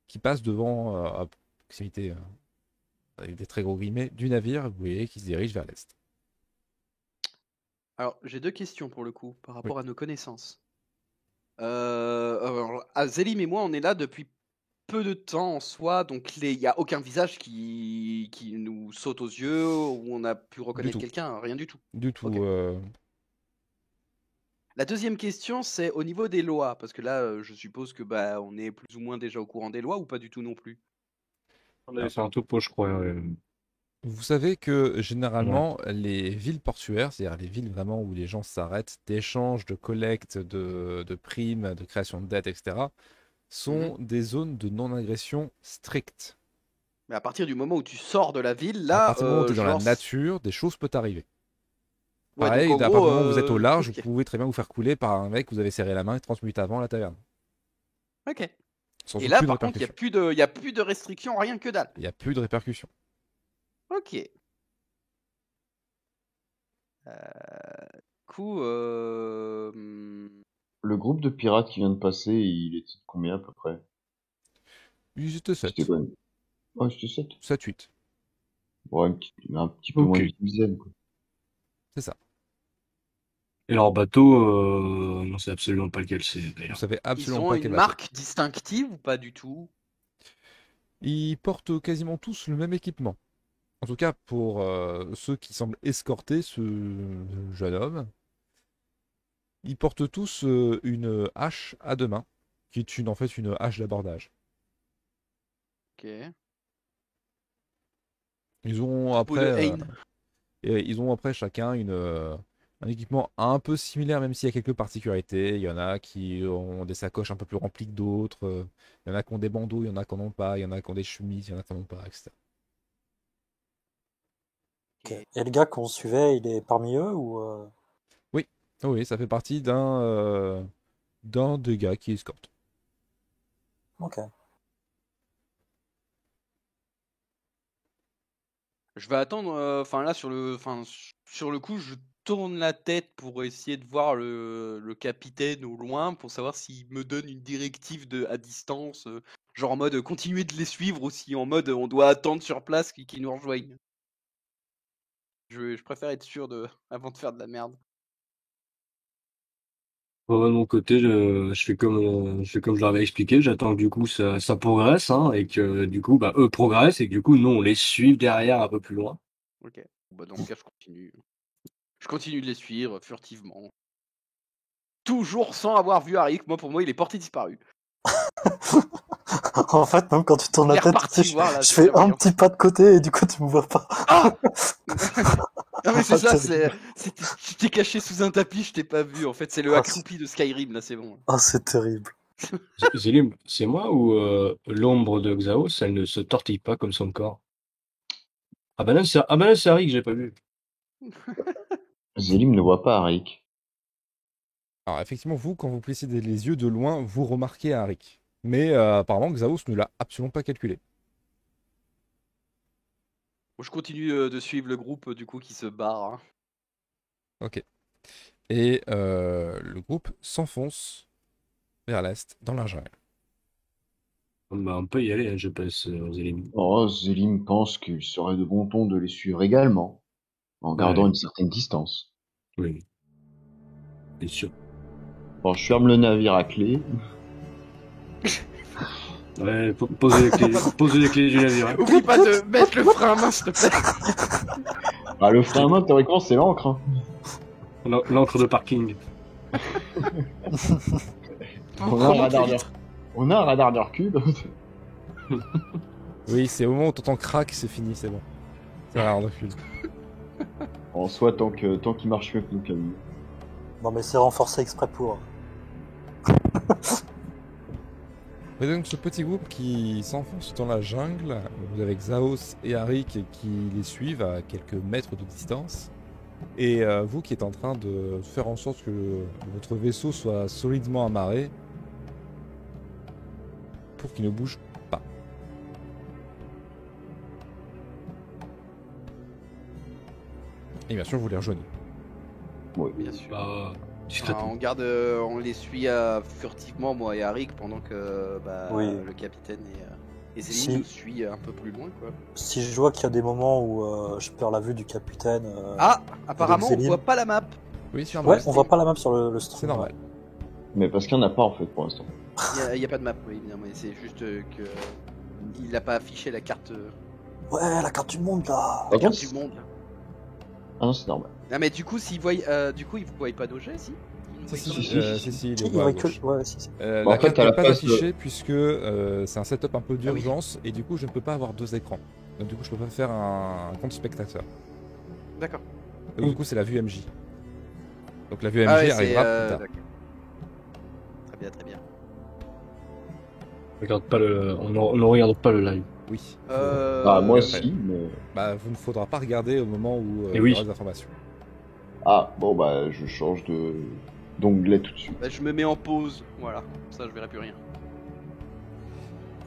Speaker 1: qui passe devant, euh, à proximité, euh, avec des très gros guillemets, du navire, vous voyez, qui se dirige vers l'est.
Speaker 2: Alors, j'ai deux questions pour le coup, par rapport à nos connaissances. Euh, alors, ah, Zélim et moi, on est là depuis peu de temps en soi, donc les- il n'y a aucun visage qui, qui nous saute aux yeux, où on a pu reconnaître
Speaker 1: tout.
Speaker 2: quelqu'un, rien du tout.
Speaker 1: Du tout.
Speaker 2: Ok.
Speaker 1: euh,
Speaker 2: La deuxième question, c'est au niveau des lois, parce que là, euh, je suppose que bah, on est plus ou moins déjà au courant des lois, ou pas du tout non plus.
Speaker 4: C'est un topo, je crois. ouais.
Speaker 1: Vous savez que généralement, les villes portuaires, c'est-à-dire les villes vraiment où les gens s'arrêtent, d'échanges, de collectes, de, de primes, de création de dettes, etc., sont
Speaker 2: Mhm.
Speaker 1: des zones de non-agression strictes.
Speaker 2: Mais à partir du moment où tu sors de la ville,
Speaker 1: à
Speaker 2: là,
Speaker 1: partir du moment où
Speaker 2: euh,
Speaker 1: tu es dans
Speaker 2: genre,
Speaker 1: la nature, des choses peuvent arriver.
Speaker 2: ouais, donc,
Speaker 1: Pareil,
Speaker 2: en
Speaker 1: à partir
Speaker 2: gros,
Speaker 1: du moment où vous êtes au
Speaker 2: euh,
Speaker 1: large,
Speaker 2: ok.
Speaker 1: vous pouvez très bien vous faire couler par un mec que vous avez serré la main 30 minutes avant à la taverne.
Speaker 2: Ok.
Speaker 1: Sans
Speaker 2: Et là,
Speaker 1: aucune
Speaker 2: par contre, il n'y a,
Speaker 1: répercussion.
Speaker 2: plus de- y a plus de restrictions, rien que dalle.
Speaker 1: Il n'y a plus de répercussions.
Speaker 2: Ok. Euh, du coup, euh, hmm,
Speaker 3: Le groupe de pirates qui vient de passer, il était de combien à peu près
Speaker 1: Ils étaient
Speaker 3: C'était
Speaker 1: 7,
Speaker 3: quoi Oh, c'était 7.
Speaker 1: 7, 8.
Speaker 3: Ouais, un petit, un petit peu
Speaker 4: Ok.
Speaker 3: moins d'une dizaine. quoi.
Speaker 4: Et leur bateau, euh, non, c'est absolument pas lequel c'est
Speaker 1: Vous
Speaker 4: d'ailleurs.
Speaker 1: savez
Speaker 2: ils
Speaker 1: absolument
Speaker 2: ont
Speaker 1: pas
Speaker 2: une
Speaker 1: quel bateau.
Speaker 2: marque distinctive ou pas du tout
Speaker 1: Ils portent quasiment tous le même équipement. En tout cas, pour euh, ceux qui semblent escorter ce jeune homme, ils portent tous euh, une hache à deux mains, qui est une, en fait une hache d'abordage.
Speaker 2: Ok.
Speaker 1: Ils ont
Speaker 2: Ou de
Speaker 1: après, euh,
Speaker 2: Hein.
Speaker 1: et ils ont après chacun une, euh, un équipement un peu similaire, même s'il y a quelques particularités. Il y en a qui ont des sacoches un peu plus remplies que d'autres. euh, Il y en a qui ont des bandeaux, il y en a qui n'en ont pas. Il y en a qui ont des chemises, il y en a qui n'en ont pas, etc.
Speaker 5: Ok. Et le gars qu'on suivait, il est parmi eux ou euh,
Speaker 1: Oui, ça fait partie d'un euh, d'un des gars qui escorte.
Speaker 5: Ok.
Speaker 2: Je vais attendre. euh, Enfin, là, sur le, enfin, s- sur le coup, je tourne la tête pour essayer de voir le, le capitaine au loin pour savoir s'il me donne une directive de, à distance, euh, genre en mode euh, continuez de les suivre ou si en mode euh, on doit attendre sur place qu'ils qu'ils nous rejoignent. Je, je préfère être sûr de, avant de faire de la merde.
Speaker 4: Moi, de mon côté, je, je fais comme, euh, je fais comme je leur avais expliqué, j'attends que du coup ça, ça progresse, hein, et que du coup, bah, eux progressent, et que du coup, nous, on les suit derrière un peu plus loin.
Speaker 2: Ok. Bah, dans le cas, je continue. Je continue de les suivre furtivement. Toujours sans avoir vu Arik. Moi, pour moi, il est porté disparu.
Speaker 5: en fait, même quand tu tournes
Speaker 2: Il
Speaker 5: la
Speaker 2: est
Speaker 5: tête,
Speaker 2: reparti
Speaker 5: tu sais, je,
Speaker 2: voir, là,
Speaker 5: je
Speaker 2: c'est
Speaker 5: fais un
Speaker 2: merveilleux.
Speaker 5: petit pas de côté et du coup, tu me vois pas.
Speaker 2: Ah Non mais c'est ça,
Speaker 5: Ah,
Speaker 2: c'est, c'est- tu t'es caché sous un tapis, je t'ai pas vu. En fait, c'est le
Speaker 5: Ah,
Speaker 2: accroupi de Skyrim, là, c'est bon.
Speaker 5: Ah, c'est terrible.
Speaker 4: Z- Zélim, c'est moi ou euh, l'ombre de Xaos, elle ne se tortille pas comme son corps? Ah bah non, c'est ah bah non, c'est Harry que j'ai pas vu.
Speaker 3: Zélim ne voit pas Arik.
Speaker 1: Alors effectivement, vous, quand vous plissez des- les yeux de loin, vous remarquez Arik. Mais euh, apparemment, Xaos ne l'a absolument pas calculé.
Speaker 2: Bon, je continue euh, de suivre le groupe, euh, du coup, qui se barre. hein.
Speaker 1: Ok. Et euh, le groupe s'enfonce vers l'est, dans la jungle.
Speaker 4: Bah, on peut y aller, hein, je pense, euh, Zélim.
Speaker 3: Oh, Zélim pense qu'il serait de bon ton de les suivre également, en gardant
Speaker 4: Ouais,
Speaker 3: une certaine distance.
Speaker 4: oui, bien sûr.
Speaker 3: Bon, je ferme le navire à clé.
Speaker 4: Ouais, po- posez les clés, posez les clés du navire. hein.
Speaker 2: Oublie pas de mettre le frein à main, s'il te plaît.
Speaker 3: Ah, le frein à main, théoriquement, c'est l'encre. hein.
Speaker 4: L'en- L'encre de parking.
Speaker 3: On a un radar de... On a un radar de recul.
Speaker 1: Oui, c'est au moment où t'entends crack, c'est fini, c'est bon. C'est un recul.
Speaker 3: En soi, tant que tant qu'il marche mieux que nous, camions.
Speaker 5: Non, mais c'est renforcé exprès pour.
Speaker 1: Et donc ce petit groupe qui s'enfonce dans la jungle, vous avez Xaos et Arik qui les suivent à quelques mètres de distance, et euh, vous qui êtes en train de faire en sorte que votre vaisseau soit solidement amarré pour qu'il ne bouge pas. Et bien sûr, vous les rejoignez.
Speaker 3: Oui.
Speaker 2: Bien sûr.
Speaker 4: Bah,
Speaker 2: Enfin,
Speaker 4: discrètement.
Speaker 2: on garde, euh, on les suit euh, furtivement, moi et Arik, pendant que euh, bah,
Speaker 5: Oui.
Speaker 2: le capitaine et, euh, et Céline
Speaker 5: Si.
Speaker 2: nous suit un peu plus loin, quoi.
Speaker 5: Si je vois qu'il y a des moments où euh, je perds la vue du capitaine. euh,
Speaker 2: Ah, apparemment, on
Speaker 5: Céline.
Speaker 2: voit pas la map.
Speaker 1: Oui, c'est normal.
Speaker 5: ouais, on voit pas la map sur le, le stream.
Speaker 1: C'est normal.
Speaker 3: Mais parce qu'il n'y en a pas, en fait, pour l'instant.
Speaker 2: Il n'y a, pas de map, oui, évidemment, mais c'est juste euh, que. Il n'a pas affiché la carte, euh,
Speaker 5: Ouais, la carte du monde là.
Speaker 3: Ah
Speaker 2: la
Speaker 3: bon
Speaker 2: carte du monde. là.
Speaker 3: Ah non, c'est normal.
Speaker 2: Ah mais du coup, s'il voit, euh, du coup, il voit pas nos jets, si Il nous
Speaker 1: Si,
Speaker 2: voit
Speaker 1: si,
Speaker 2: pas nos
Speaker 3: si,
Speaker 2: jets.
Speaker 1: euh, si, si, il est
Speaker 5: Il
Speaker 1: voit à
Speaker 5: aurait que-
Speaker 1: gauche.
Speaker 5: ouais, si, si.
Speaker 1: Euh,
Speaker 3: Bah, en
Speaker 1: la
Speaker 3: fait,
Speaker 1: carte
Speaker 3: à
Speaker 1: n'est
Speaker 3: la
Speaker 1: pas
Speaker 3: place de-
Speaker 1: affichée puisque euh, c'est un setup
Speaker 2: Ah
Speaker 1: un peu d'urgence et du coup je ne peux pas avoir deux écrans. Donc du coup je peux pas faire un, un compte spectateur.
Speaker 2: D'accord.
Speaker 1: Donc du coup c'est la vue MJ. Donc la vue MJ
Speaker 2: Ah ouais, c'est.
Speaker 1: arrivera
Speaker 2: euh,
Speaker 1: plus tard.
Speaker 2: d'accord. Très bien, très bien.
Speaker 4: Regarde pas le, on ne on ne regarde pas le live.
Speaker 1: Oui.
Speaker 5: Bah,
Speaker 2: Euh,
Speaker 3: ah, moi
Speaker 1: ouais.
Speaker 3: si, mais...
Speaker 1: Bah vous ne faudra pas regarder au moment où euh,
Speaker 4: Et oui.
Speaker 1: il y aura des informations.
Speaker 3: Ah, bon, bah, je change de... d'onglet tout de suite.
Speaker 2: bah, je me mets en pause, voilà. Ça, je verrai plus rien.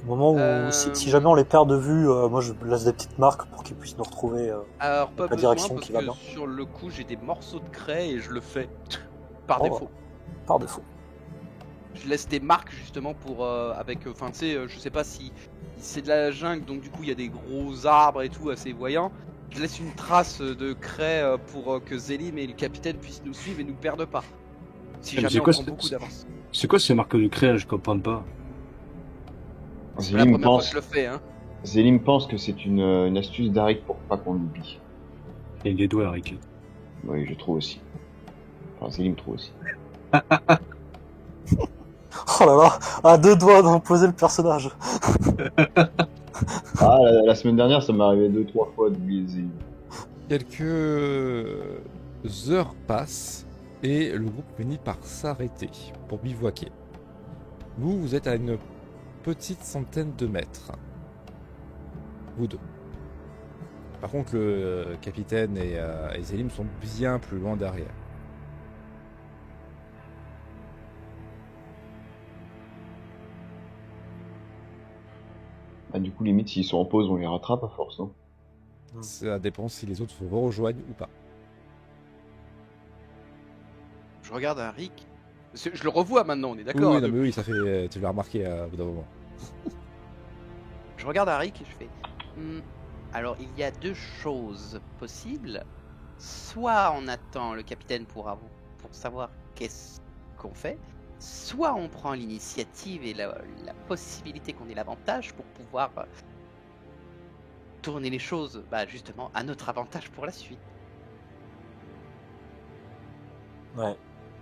Speaker 5: Au moment où,
Speaker 2: Euh,
Speaker 5: si, si jamais on les perd de vue, euh, moi je laisse des petites marques pour qu'ils puissent nous retrouver. euh.
Speaker 2: Alors pas
Speaker 5: La
Speaker 2: besoin
Speaker 5: direction
Speaker 2: parce
Speaker 5: qui va
Speaker 2: que
Speaker 5: bien.
Speaker 2: sur le coup, j'ai des morceaux de craie et je le fais par
Speaker 5: Oh.
Speaker 2: défaut.
Speaker 5: par défaut.
Speaker 2: Je laisse des marques justement pour euh, avec. Enfin, tu sais, euh, je sais pas si c'est de la jungle, donc du coup, il y a des gros arbres et tout assez voyants. Je laisse une trace de craie euh, pour euh, que Zélim et le capitaine puissent nous suivre et nous perdent pas. Si
Speaker 4: Ah, mais
Speaker 2: jamais
Speaker 4: c'est
Speaker 2: on
Speaker 4: quoi
Speaker 2: prend
Speaker 4: ce-
Speaker 2: beaucoup
Speaker 4: ce-
Speaker 2: d'avance.
Speaker 4: C'est quoi ces marques de créa? Je comprends pas.
Speaker 2: C'est la
Speaker 3: Zélim
Speaker 2: première fois que
Speaker 3: pense...
Speaker 2: je le fais, hein.
Speaker 3: Zélim pense que c'est une, euh, une astuce d'Arik pour pas qu'on l'oublie.
Speaker 4: Et les doigts, Eric.
Speaker 3: Oui, je trouve aussi. Enfin, Zélim trouve aussi.
Speaker 5: Oh là là, à deux doigts d'imposer le personnage.
Speaker 3: Ah, la, la semaine dernière, ça m'est arrivé deux, trois fois d'oublier Zélim.
Speaker 1: Quelques heures passent et le groupe finit par s'arrêter pour bivouaquer. Vous, vous êtes à une petite centaine de mètres. Vous deux. Par contre, le euh, capitaine et, euh, et Zélim sont bien plus loin derrière.
Speaker 3: Ah, du coup, limite, s'ils sont en pause, on les rattrape à force, non
Speaker 1: Ça dépend si les autres vous rejoignent ou pas.
Speaker 2: Je regarde un Rick. Je le revois maintenant, on est
Speaker 1: Oui,
Speaker 2: d'accord
Speaker 1: oui,
Speaker 2: hein,
Speaker 1: non,
Speaker 2: de-
Speaker 1: mais oui, ça fait. Tu l'as remarqué euh, au bout d'un moment.
Speaker 2: Je regarde Arik et je fais. Hmm, alors il y a deux choses possibles. Soit on attend le capitaine pour, avou- pour savoir qu'est-ce qu'on fait, soit on prend l'initiative et la, la possibilité qu'on ait l'avantage pour pouvoir euh, tourner les choses bah, justement à notre avantage pour la suite.
Speaker 5: Ouais,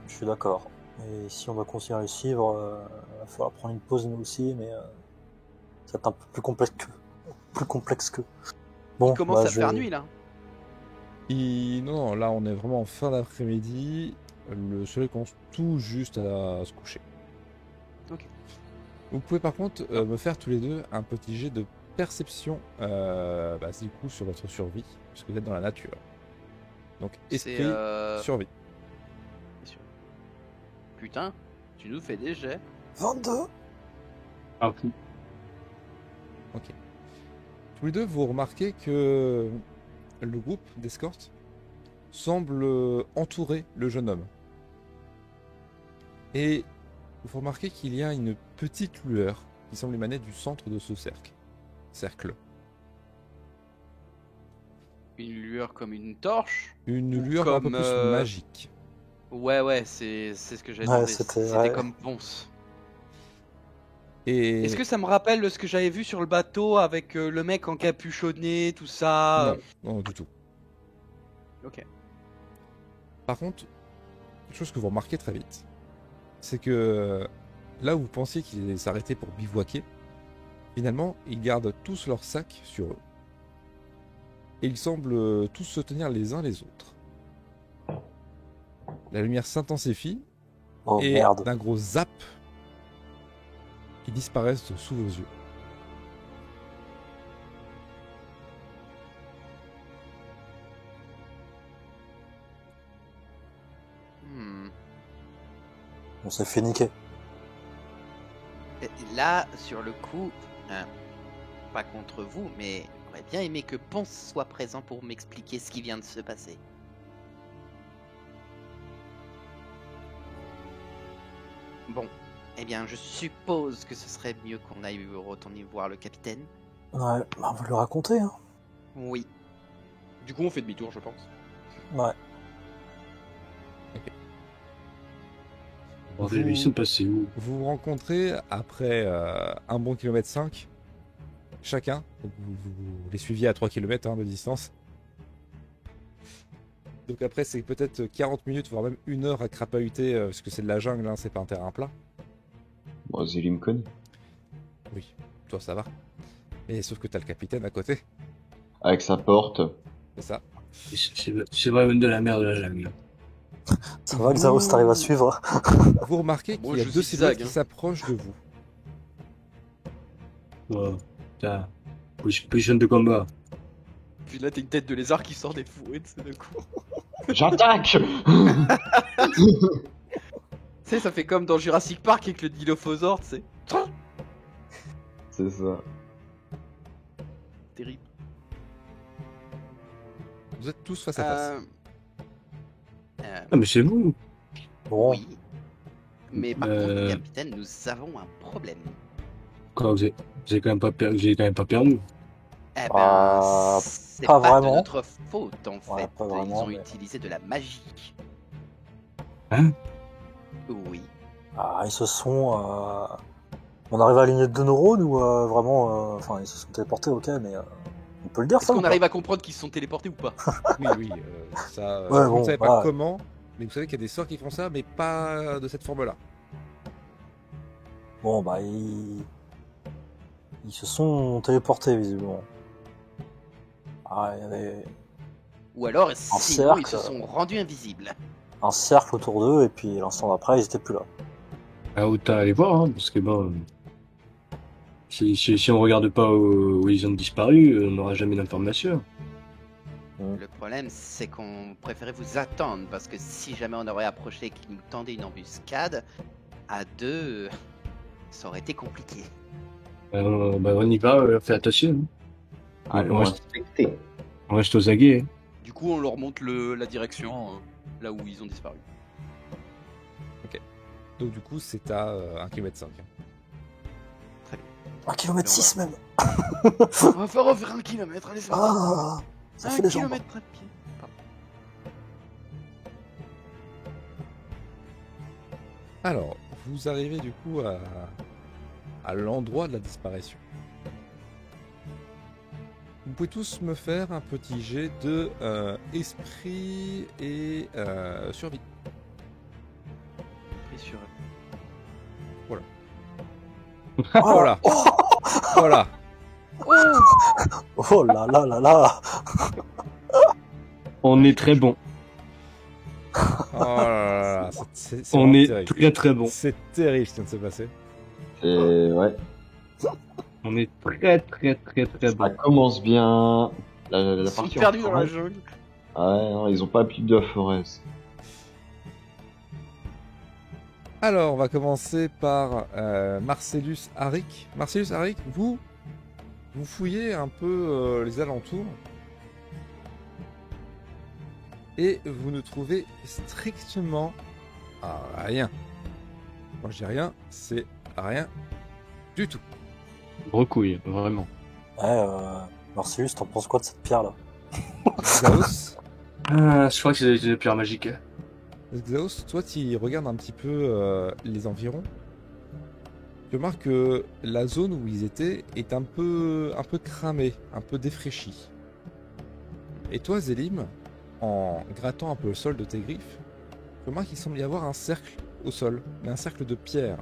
Speaker 5: je suis d'accord. Et si on doit continuer à le suivre, euh, il va falloir prendre une pause nous aussi, mais euh, ça va être un peu plus complexe que. Plus complexe que. Bon,
Speaker 2: Il commence
Speaker 5: bah,
Speaker 2: à
Speaker 5: je-
Speaker 2: faire nuit là.
Speaker 1: Il- Non, non, là on est vraiment en fin d'après-midi. Le soleil commence tout juste à se coucher.
Speaker 2: Ok.
Speaker 1: Vous pouvez par contre euh, me faire tous les deux un petit jet de perception, euh, bah, c'est du coup sur votre survie, puisque vous êtes dans la nature. Donc esprit,
Speaker 2: C'est. euh,
Speaker 1: survie.
Speaker 2: Putain, tu nous fais des jets.
Speaker 5: 22
Speaker 4: Ah, fou.
Speaker 1: Tous les deux, vous remarquez que le groupe d'escorte semble euh, entourer le jeune homme. Et vous remarquez qu'il y a une petite lueur qui semble émaner du centre de ce cercle. Cercle.
Speaker 2: Une lueur comme une torche.
Speaker 1: Une
Speaker 2: Ou
Speaker 1: lueur un peu
Speaker 2: comme,
Speaker 1: plus
Speaker 2: euh,
Speaker 1: magique.
Speaker 2: Ouais, ouais, c'est c'est ce que j'avais
Speaker 5: Ouais,
Speaker 2: demandé.
Speaker 5: c'était-
Speaker 2: C'était
Speaker 5: ouais.
Speaker 2: comme Ponce.
Speaker 1: Et
Speaker 2: Est-ce que ça me rappelle ce que j'avais vu sur le bateau avec euh, le mec en capuchonné, tout ça
Speaker 1: non, non, du tout.
Speaker 2: Ok.
Speaker 1: Par contre, quelque chose que vous remarquez très vite, c'est que euh, là où vous pensiez qu'ils allaient s'arrêter pour bivouaquer, finalement, ils gardent tous leurs sacs sur eux. Et ils semblent euh, tous se tenir les uns les autres. La lumière s'intensifie
Speaker 5: Oh
Speaker 1: et bah-
Speaker 5: merde.
Speaker 1: d'un gros zap, ils disparaissent sous vos yeux.
Speaker 2: Hmm.
Speaker 5: On s'est fait niquer.
Speaker 2: Et Là, sur le coup, euh, pas contre vous, mais j'aurais bien aimé que Ponce soit présent pour m'expliquer ce qui vient de se passer. Bon, eh bien, je suppose que ce serait mieux qu'on aille retourner voir le capitaine.
Speaker 5: Ouais, bah, on va le raconter, hein.
Speaker 2: Oui. Du coup, on fait demi-tour, je pense.
Speaker 5: Ouais.
Speaker 4: On a
Speaker 1: Vous-
Speaker 4: réussi à passer où
Speaker 1: Vous vous rencontrez après euh, un bon kilomètre 5, chacun. Donc, Vous, vous- vous les suiviez à 3 km de distance. Donc après, c'est peut-être 40 minutes, voire même une heure à crapahuter, euh, parce que c'est de la jungle, hein, c'est pas un terrain plat.
Speaker 3: Bon, Zélim connaît.
Speaker 1: Oui, toi ça va. Mais sauf que t'as le capitaine à côté,
Speaker 3: Avec sa porte.
Speaker 1: c'est ça.
Speaker 4: C'est- C'est c'est vraiment de la merde, la jungle.
Speaker 5: Ça va, Xaos, t'arrives à suivre
Speaker 1: Vous remarquez
Speaker 2: Moi,
Speaker 1: qu'il y a
Speaker 2: je
Speaker 1: deux
Speaker 2: zigzague,
Speaker 1: silhouettes
Speaker 2: hein.
Speaker 1: qui s'approchent de vous.
Speaker 4: Oh, putain. Posi- Position de combat.
Speaker 2: Puis là, t'as une tête de lézard qui sort des fourrés de ce coup.
Speaker 3: J'attaque
Speaker 2: Tu sais, ça fait comme dans Jurassic Park avec le dilophosaure, tu sais.
Speaker 3: C'est ça.
Speaker 2: Terrible.
Speaker 1: Vous êtes tous face à face.
Speaker 2: Euh,
Speaker 4: Ah, mais c'est vous
Speaker 5: Bon,
Speaker 2: oui. Mais par
Speaker 4: Euh.
Speaker 2: contre, capitaine, nous avons un problème.
Speaker 4: Quoi, vous avez, vous avez quand même pas perdu, vous avez quand même pas perdu.
Speaker 2: Eh ben,
Speaker 5: Ah,
Speaker 2: c'est
Speaker 5: pas
Speaker 2: pas,
Speaker 5: vraiment.
Speaker 2: de notre faute en
Speaker 5: Ouais,
Speaker 2: fait.
Speaker 5: pas vraiment,
Speaker 2: Ils ont
Speaker 5: mais-
Speaker 2: utilisé de la magie.
Speaker 4: Hein
Speaker 2: Oui.
Speaker 5: ah, ils se sont. euh, On arrive à aligner deux neurones ou euh, vraiment. euh, Enfin, ils se sont téléportés, ok, mais. euh, On peut le dire,
Speaker 2: Est-ce
Speaker 5: ça ou
Speaker 2: qu'on
Speaker 5: pas
Speaker 2: arrive à comprendre qu'ils se sont téléportés ou pas
Speaker 1: Oui, oui, euh, ça. euh,
Speaker 5: Ouais,
Speaker 1: vous ne
Speaker 5: bon,
Speaker 1: savez pas
Speaker 5: voilà.
Speaker 1: comment, mais vous savez qu'il y a des sorts qui font ça, mais pas de cette forme-là.
Speaker 5: Bon, bah, ils... ils se sont téléportés, visiblement. Ah, il y avait...
Speaker 2: Ou alors, sinon, ils se
Speaker 5: cercle.
Speaker 2: sont rendus invisibles.
Speaker 5: Un cercle autour d'eux, et puis l'instant d'après, ils étaient plus là.
Speaker 4: Ah, autant aller voir, hein, parce que bon. euh, Si, si, si on regarde pas où, où ils ont disparu, euh, on n'aura jamais d'informations.
Speaker 2: Le problème, c'est qu'on préférait vous attendre, parce que si jamais on aurait approché et qu'ils nous tendaient une embuscade, à deux, euh, ça aurait été compliqué.
Speaker 4: Euh, bah, on y va, euh, fais attention. hein.
Speaker 3: Ah, le
Speaker 4: on,
Speaker 3: moins
Speaker 4: reste, on reste aux aguets. hein.
Speaker 2: Du coup, on leur montre le- la direction, hein, là où ils ont disparu.
Speaker 1: Donc, du coup, c'est à euh, 1 km 5.
Speaker 5: Un kilomètre
Speaker 2: Mais on
Speaker 5: 6 même
Speaker 2: on va faire refaire un kilomètre, allez, ça va.
Speaker 5: Ah Ça
Speaker 2: Un
Speaker 5: fait les jambes.
Speaker 2: kilomètre à pied.
Speaker 1: Alors, vous arrivez du coup à, à l'endroit de la disparition. Vous pouvez tous me faire un petit jet de euh, esprit et euh, survie.
Speaker 2: Pris sur eux.
Speaker 5: Oh,
Speaker 1: Voilà. Voilà.
Speaker 5: oh là là là là
Speaker 4: On est très bon.
Speaker 1: Oh là là là, c'est- c'est- c'est
Speaker 4: On
Speaker 1: vraiment
Speaker 4: est
Speaker 1: terrible.
Speaker 4: très très bon.
Speaker 1: C'est terrible ce qui vient de se passer.
Speaker 3: Et ouais,
Speaker 4: On est très très très très
Speaker 3: ça
Speaker 4: bon.
Speaker 3: commence bien. La, la- la
Speaker 2: Ils sont
Speaker 3: partie
Speaker 2: perdus
Speaker 3: en
Speaker 2: dans la
Speaker 3: forêt.
Speaker 2: jungle.
Speaker 3: Ah ouais, non, ils ont pas piqué de la forêt.
Speaker 1: Alors, on va commencer par euh, Marcellus Harrick. Marcellus Harrick, vous, vous fouillez un peu euh, les alentours et vous ne trouvez strictement ah, rien. Quand je dis rien, c'est rien du tout.
Speaker 4: Gros couille, vraiment.
Speaker 5: Eh, euh, Marcellus, t'en penses quoi de cette pierre là
Speaker 1: Xaos,
Speaker 4: Ah, je crois que c'est des pierres magiques.
Speaker 1: Xaos, toi, tu regardes un petit peu euh, les environs. Tu remarques que la zone où ils étaient est un peu, un peu cramée, un peu défraîchie. Et toi, Zélim, en grattant un peu le sol de tes griffes, tu remarques qu'il semble y avoir un cercle au sol, mais un cercle de pierre.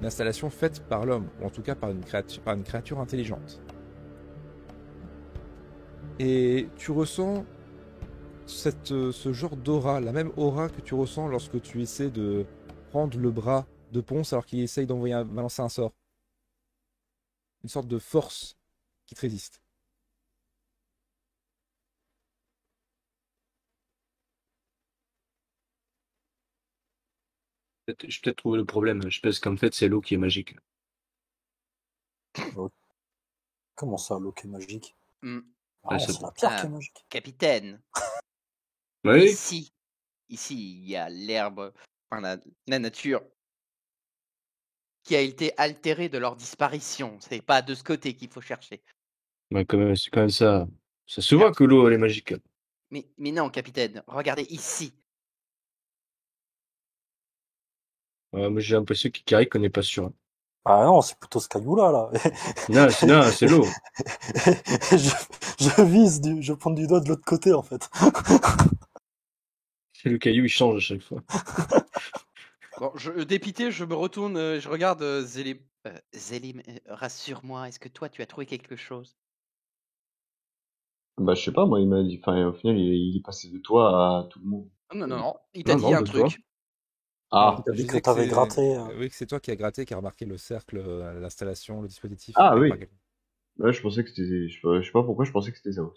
Speaker 1: Une installation faite par l'homme, ou en tout cas par une créature, par une créature intelligente. Et tu ressens cette, euh, ce genre d'aura, la même aura que tu ressens lorsque tu essaies de prendre le bras de Ponce alors qu'il essaye d'envoyer un, balancer un sort. Une sorte de force qui te résiste.
Speaker 4: Peut-être- J'ai peut-être trouvé le problème. Je pense qu'en fait, c'est l'eau qui est magique.
Speaker 5: Comment ça, l'eau qui est magique
Speaker 2: Hmm.
Speaker 5: Ah,
Speaker 4: Ouais, ça-
Speaker 5: C'est la pierre qui
Speaker 2: Ah.
Speaker 5: est magique.
Speaker 2: Capitaine,
Speaker 4: Oui
Speaker 2: ici, ici, il y a l'herbe, enfin la, la nature qui a été altérée de leur disparition. C'est pas de ce côté qu'il faut chercher.
Speaker 4: Ouais, Bah, quand même, c'est quand même ça. Ça se voit que l'eau, elle est magique.
Speaker 2: Mais, mais non, capitaine, regardez ici.
Speaker 4: Ouais, moi, j'ai l'impression qu'Ikari connaît pas sûr.
Speaker 5: Ah non, c'est plutôt ce caillou là là
Speaker 4: Non, c'est, non, c'est l'eau.
Speaker 5: je, je vise, du, je prends du doigt de l'autre côté en fait.
Speaker 4: C'est le caillou, il change à chaque fois.
Speaker 2: Bon, je, euh, dépité, je me retourne, euh, je regarde euh, Zélim. Euh, Zélim, euh, rassure-moi, est-ce que toi tu as trouvé quelque chose
Speaker 3: Bah, je sais pas, moi, il m'a dit. Enfin, au final, il, il est passé de toi à tout le monde.
Speaker 2: Non, non,
Speaker 3: Euh,
Speaker 2: non, il t'a
Speaker 4: non, non,
Speaker 2: dit un
Speaker 4: de toi.
Speaker 2: truc.
Speaker 3: Ah,
Speaker 5: T'as
Speaker 1: Je
Speaker 5: dit
Speaker 1: disais
Speaker 5: que
Speaker 1: que
Speaker 5: t'avais
Speaker 1: c'est-
Speaker 5: gratté. euh,
Speaker 1: Euh, Oui, que c'est toi qui as gratté, qui a remarqué le cercle, euh, l'installation, le dispositif.
Speaker 3: Ah,
Speaker 1: Par
Speaker 3: oui.
Speaker 1: quelqu'un.
Speaker 3: ouais, je pensais que c'était. Je, sais pas- je sais pas pourquoi, je pensais que c'était Zaos.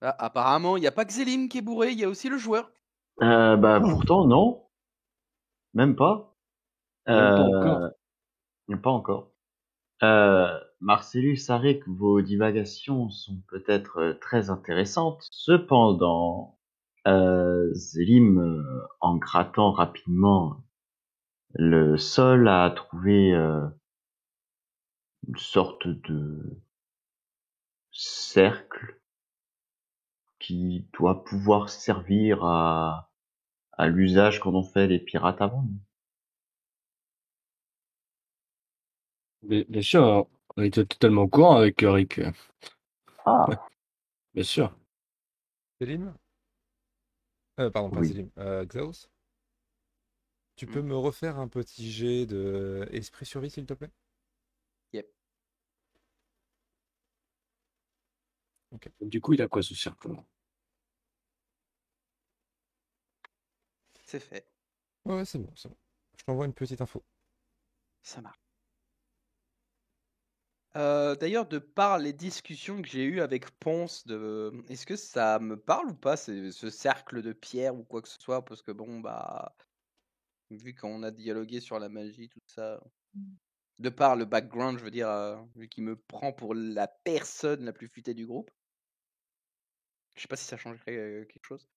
Speaker 2: Ah, apparemment, il n'y a pas que Zélim qui est bourré, il y a aussi le joueur.
Speaker 3: Euh, bah,
Speaker 5: Oh.
Speaker 3: pourtant, non. Même pas.
Speaker 4: Même pas
Speaker 3: Euh, Pas encore. Euh, Marcellus Sarek, vos divagations sont peut-être euh, très intéressantes. Cependant, euh, Zélim, euh, en grattant rapidement le sol, a trouvé euh, une sorte de cercle qui doit pouvoir servir à, à l'usage qu'en ont fait les pirates avant. nous.
Speaker 4: Bien, bien sûr, hein. on était totalement au courant avec Rick.
Speaker 3: Ah,
Speaker 4: Bien sûr.
Speaker 1: Zélim Euh, Pardon, pas
Speaker 3: Oui. Mm.
Speaker 1: Zélim. euh, Xaos Tu
Speaker 2: Hmm.
Speaker 1: peux me refaire un petit jet de esprit survie, s'il te plaît
Speaker 2: Yep.
Speaker 4: Du coup, il a quoi ce cercle
Speaker 2: C'est fait.
Speaker 1: Ouais, c'est bon, c'est bon. Je t'envoie une petite info.
Speaker 2: Ça marche. Euh, D'ailleurs, de par les discussions que j'ai eues avec Ponce, de... est-ce que ça me parle ou pas, ce, ce cercle de pierre ou quoi que ce soit Parce que bon, bah, vu qu'on a dialogué sur la magie, tout ça, de par le background, je veux dire, euh, vu qu'il me prend pour la personne la plus futée du groupe, je sais pas si ça changerait euh, quelque chose.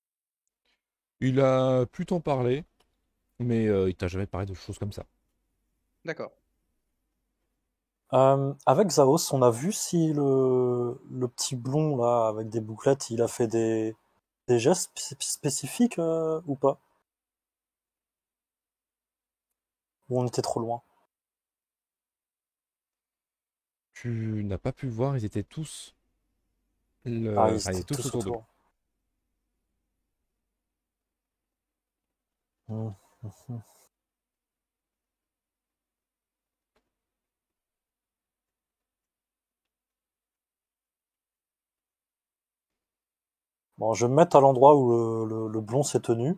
Speaker 1: Il a plus tant parlé, mais euh, il t'a jamais parlé de choses comme ça.
Speaker 2: D'accord.
Speaker 5: Euh, avec Zaos, on a vu si le, le petit blond là avec des bouclettes, il a fait des, des gestes spé- spécifiques euh, ou pas Ou on était trop loin
Speaker 1: Tu n'as pas pu voir, ils étaient tous. le-
Speaker 5: Ah, ils
Speaker 1: euh, enfin, ils
Speaker 5: étaient
Speaker 1: étaient tous autour d'eux.
Speaker 5: Mmh, mmh. Bon, je vais me mettre à l'endroit où le, le- le blond s'est tenu.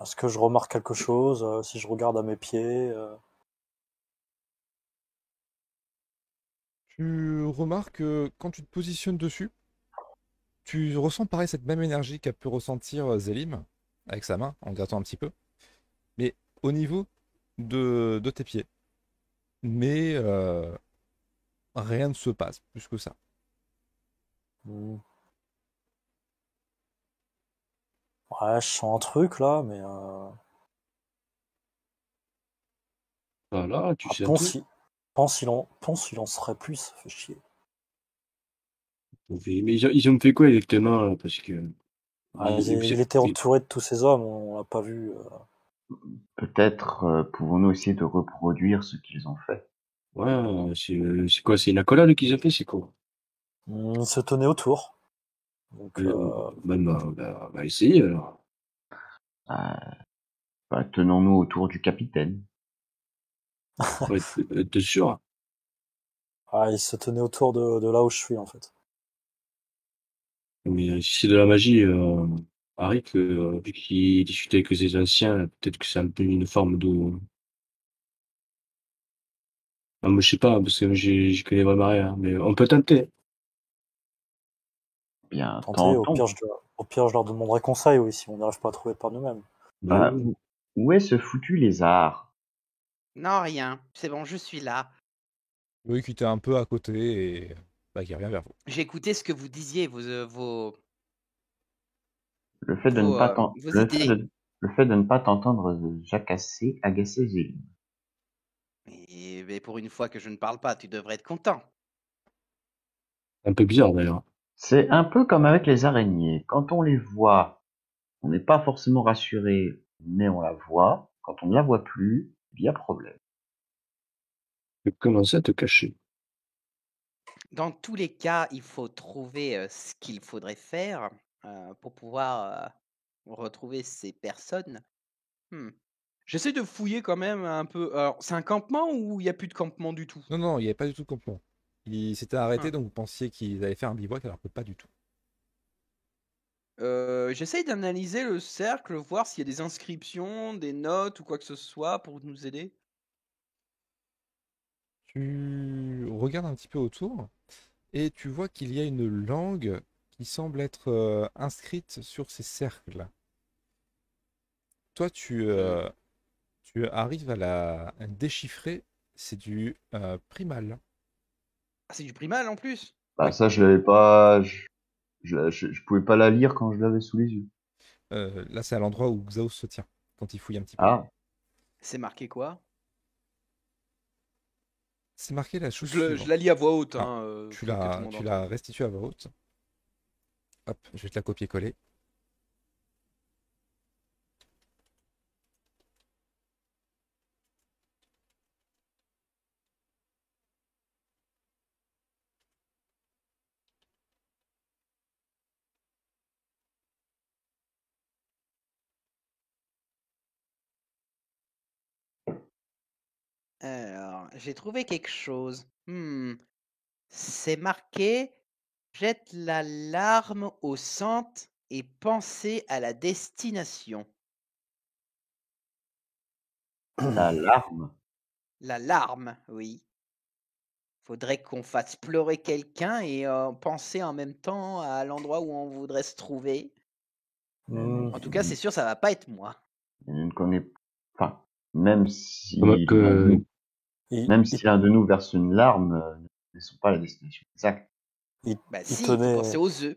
Speaker 5: Est-ce que je remarque quelque chose euh, si je regarde à mes pieds euh,
Speaker 1: Tu remarques que quand tu te positionnes dessus, tu ressens pareil cette même énergie qu'a pu ressentir euh, Zélim avec sa main en grattant un petit peu, mais au niveau de, de tes pieds. Mais euh, rien ne se passe plus que ça.
Speaker 5: hmm. Ouais, je sens un truc là, mais euh,
Speaker 4: Voilà, tu
Speaker 5: ah,
Speaker 4: sais un
Speaker 5: pense,
Speaker 4: truc.
Speaker 5: il... pense, il en... pense il en serait plus, ça fait chier.
Speaker 4: On fait- Mais ils ont, ils ont fait quoi exactement là, Parce que.
Speaker 5: Ah,
Speaker 4: ils-
Speaker 5: il, est- il
Speaker 4: ils-
Speaker 5: était entouré de tous ces hommes, on l'a pas vu. euh.
Speaker 3: Peut-être euh, pouvons-nous essayer de reproduire ce qu'ils ont fait.
Speaker 4: Ouais, c'est euh, c'est quoi C'est une accolade qu'ils ont fait C'est quoi
Speaker 5: Hmm, Il se tenait autour. Donc, euh,
Speaker 4: Bah, bah, bah, on va essayer alors.
Speaker 3: Euh, bah, Tenons-nous autour du capitaine.
Speaker 4: Ouais, t'es t'es sûr
Speaker 5: ah, il se tenait autour de, de là où je suis en fait.
Speaker 4: Mais euh, si c'est de la magie, euh, Harry, que, euh, vu qu'il discutait avec les anciens, peut-être que c'est un peu une forme de. Ah, moi, je sais pas, parce que j'ai- j'y connais vraiment rien, hein, mais on peut tenter.
Speaker 3: Bien,
Speaker 5: Tenter, au
Speaker 3: tentons.
Speaker 5: pire, je, au pire, je leur demanderai conseil, oui, si on n'arrive pas à trouver par nous-mêmes.
Speaker 3: Bah,
Speaker 4: Ouais.
Speaker 3: où- où est ce foutu lézard
Speaker 2: Non, rien. C'est bon, je suis là.
Speaker 1: Oui, qui était un peu à côté et bah, qui revient vers vous.
Speaker 2: J'ai écouté ce que vous disiez, vos, euh, vos,
Speaker 3: Le fait de
Speaker 2: vos,
Speaker 3: ne pas
Speaker 2: euh,
Speaker 3: t'en-
Speaker 2: vos
Speaker 3: le fait
Speaker 2: idées.
Speaker 3: de- le fait de ne pas t'entendre euh, jacasser agacer Zélie.
Speaker 2: Et, mais pour une fois que je ne parle pas, tu devrais être content.
Speaker 4: Un peu bizarre d'ailleurs.
Speaker 3: C'est un peu comme avec les araignées. Quand on les voit, on n'est pas forcément rassuré, mais on la voit. Quand on ne la voit plus, il y a problème.
Speaker 4: Tu commences à te cacher.
Speaker 2: Dans tous les cas, il faut trouver euh, ce qu'il faudrait faire euh, pour pouvoir euh, retrouver ces personnes. Hmm. J'essaie de fouiller quand même un peu. Alors, c'est un campement ou il n'y a plus de campement du tout
Speaker 1: Non, non, il n'y avait pas du tout de complot. Il s'était arrêté,
Speaker 2: Ah.
Speaker 1: donc vous pensiez qu'ils allaient faire un bivouac, alors que pas du tout.
Speaker 2: Euh, J'essaie d'analyser le cercle, voir s'il y a des inscriptions, des notes ou quoi que ce soit pour nous aider.
Speaker 1: Tu regardes un petit peu autour et tu vois qu'il y a une langue qui semble être euh, inscrite sur ces cercles. Toi, tu, euh, tu arrives à la déchiffrer, c'est du euh, primal.
Speaker 2: Ah, c'est du primal en plus
Speaker 3: Bah ça, je l'avais pas, je, je, je- je pouvais pas la lire quand je l'avais sous les yeux.
Speaker 1: Euh, là, c'est à l'endroit où Xaos se tient, quand il fouille un petit peu.
Speaker 3: Ah,
Speaker 2: C'est marqué quoi
Speaker 1: C'est marqué la chose
Speaker 2: je, le- je
Speaker 1: suivante.
Speaker 2: la lis à voix haute.
Speaker 1: Ah,
Speaker 2: hein, euh,
Speaker 1: Tu
Speaker 2: pour que tout
Speaker 1: la,
Speaker 2: le monde
Speaker 1: tu
Speaker 2: entende.
Speaker 1: la restitues à voix haute. Hop, je vais te la copier-coller.
Speaker 2: Alors, j'ai trouvé quelque chose. Hmm. C'est marqué Jette la larme au centre et pensez à la destination.
Speaker 3: La larme.
Speaker 2: La larme, oui. Faudrait qu'on fasse pleurer quelqu'un et euh, penser en même temps à l'endroit où on voudrait se trouver.
Speaker 4: Mmh.
Speaker 5: Mmh.
Speaker 2: En tout cas, c'est sûr, ça va pas être moi.
Speaker 3: Il ne connaît Enfin, même si.
Speaker 4: Remarque que-
Speaker 5: Il,
Speaker 3: Même si l'un de nous verse une larme, euh, ne sont pas la destination exacte.
Speaker 2: Bah
Speaker 5: Il
Speaker 2: si,
Speaker 5: tenait- hein.
Speaker 2: pensez aux œufs.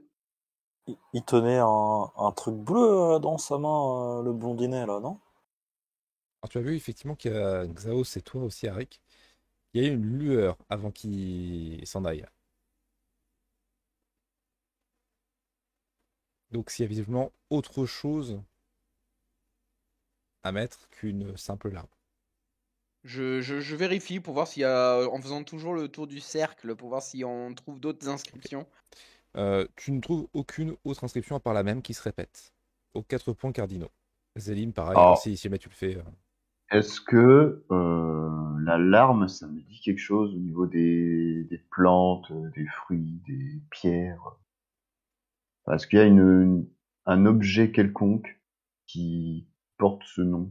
Speaker 5: il- il tenait un, un truc bleu euh, dans sa main, euh, le blondinet, là, non
Speaker 1: Alors, tu as vu effectivement que euh, Xaos et toi aussi, Arik, il y a eu une lueur avant qu'il s'en aille. Donc, s'il y a visiblement autre chose à mettre qu'une simple larme.
Speaker 2: Je, je- je vérifie pour voir s'il y a, en faisant toujours le tour du cercle, pour voir si on trouve d'autres inscriptions.
Speaker 1: Euh, tu ne trouves aucune autre inscription à part la même qui se répète aux quatre points cardinaux. Zélim, pareil,
Speaker 3: Oh.
Speaker 1: si, si jamais tu le fais. euh,
Speaker 3: Est-ce que euh, la larme, ça me dit quelque chose au niveau des, des plantes, euh, des fruits, des pierres Est-ce qu'il y a une, une- un objet quelconque qui porte ce nom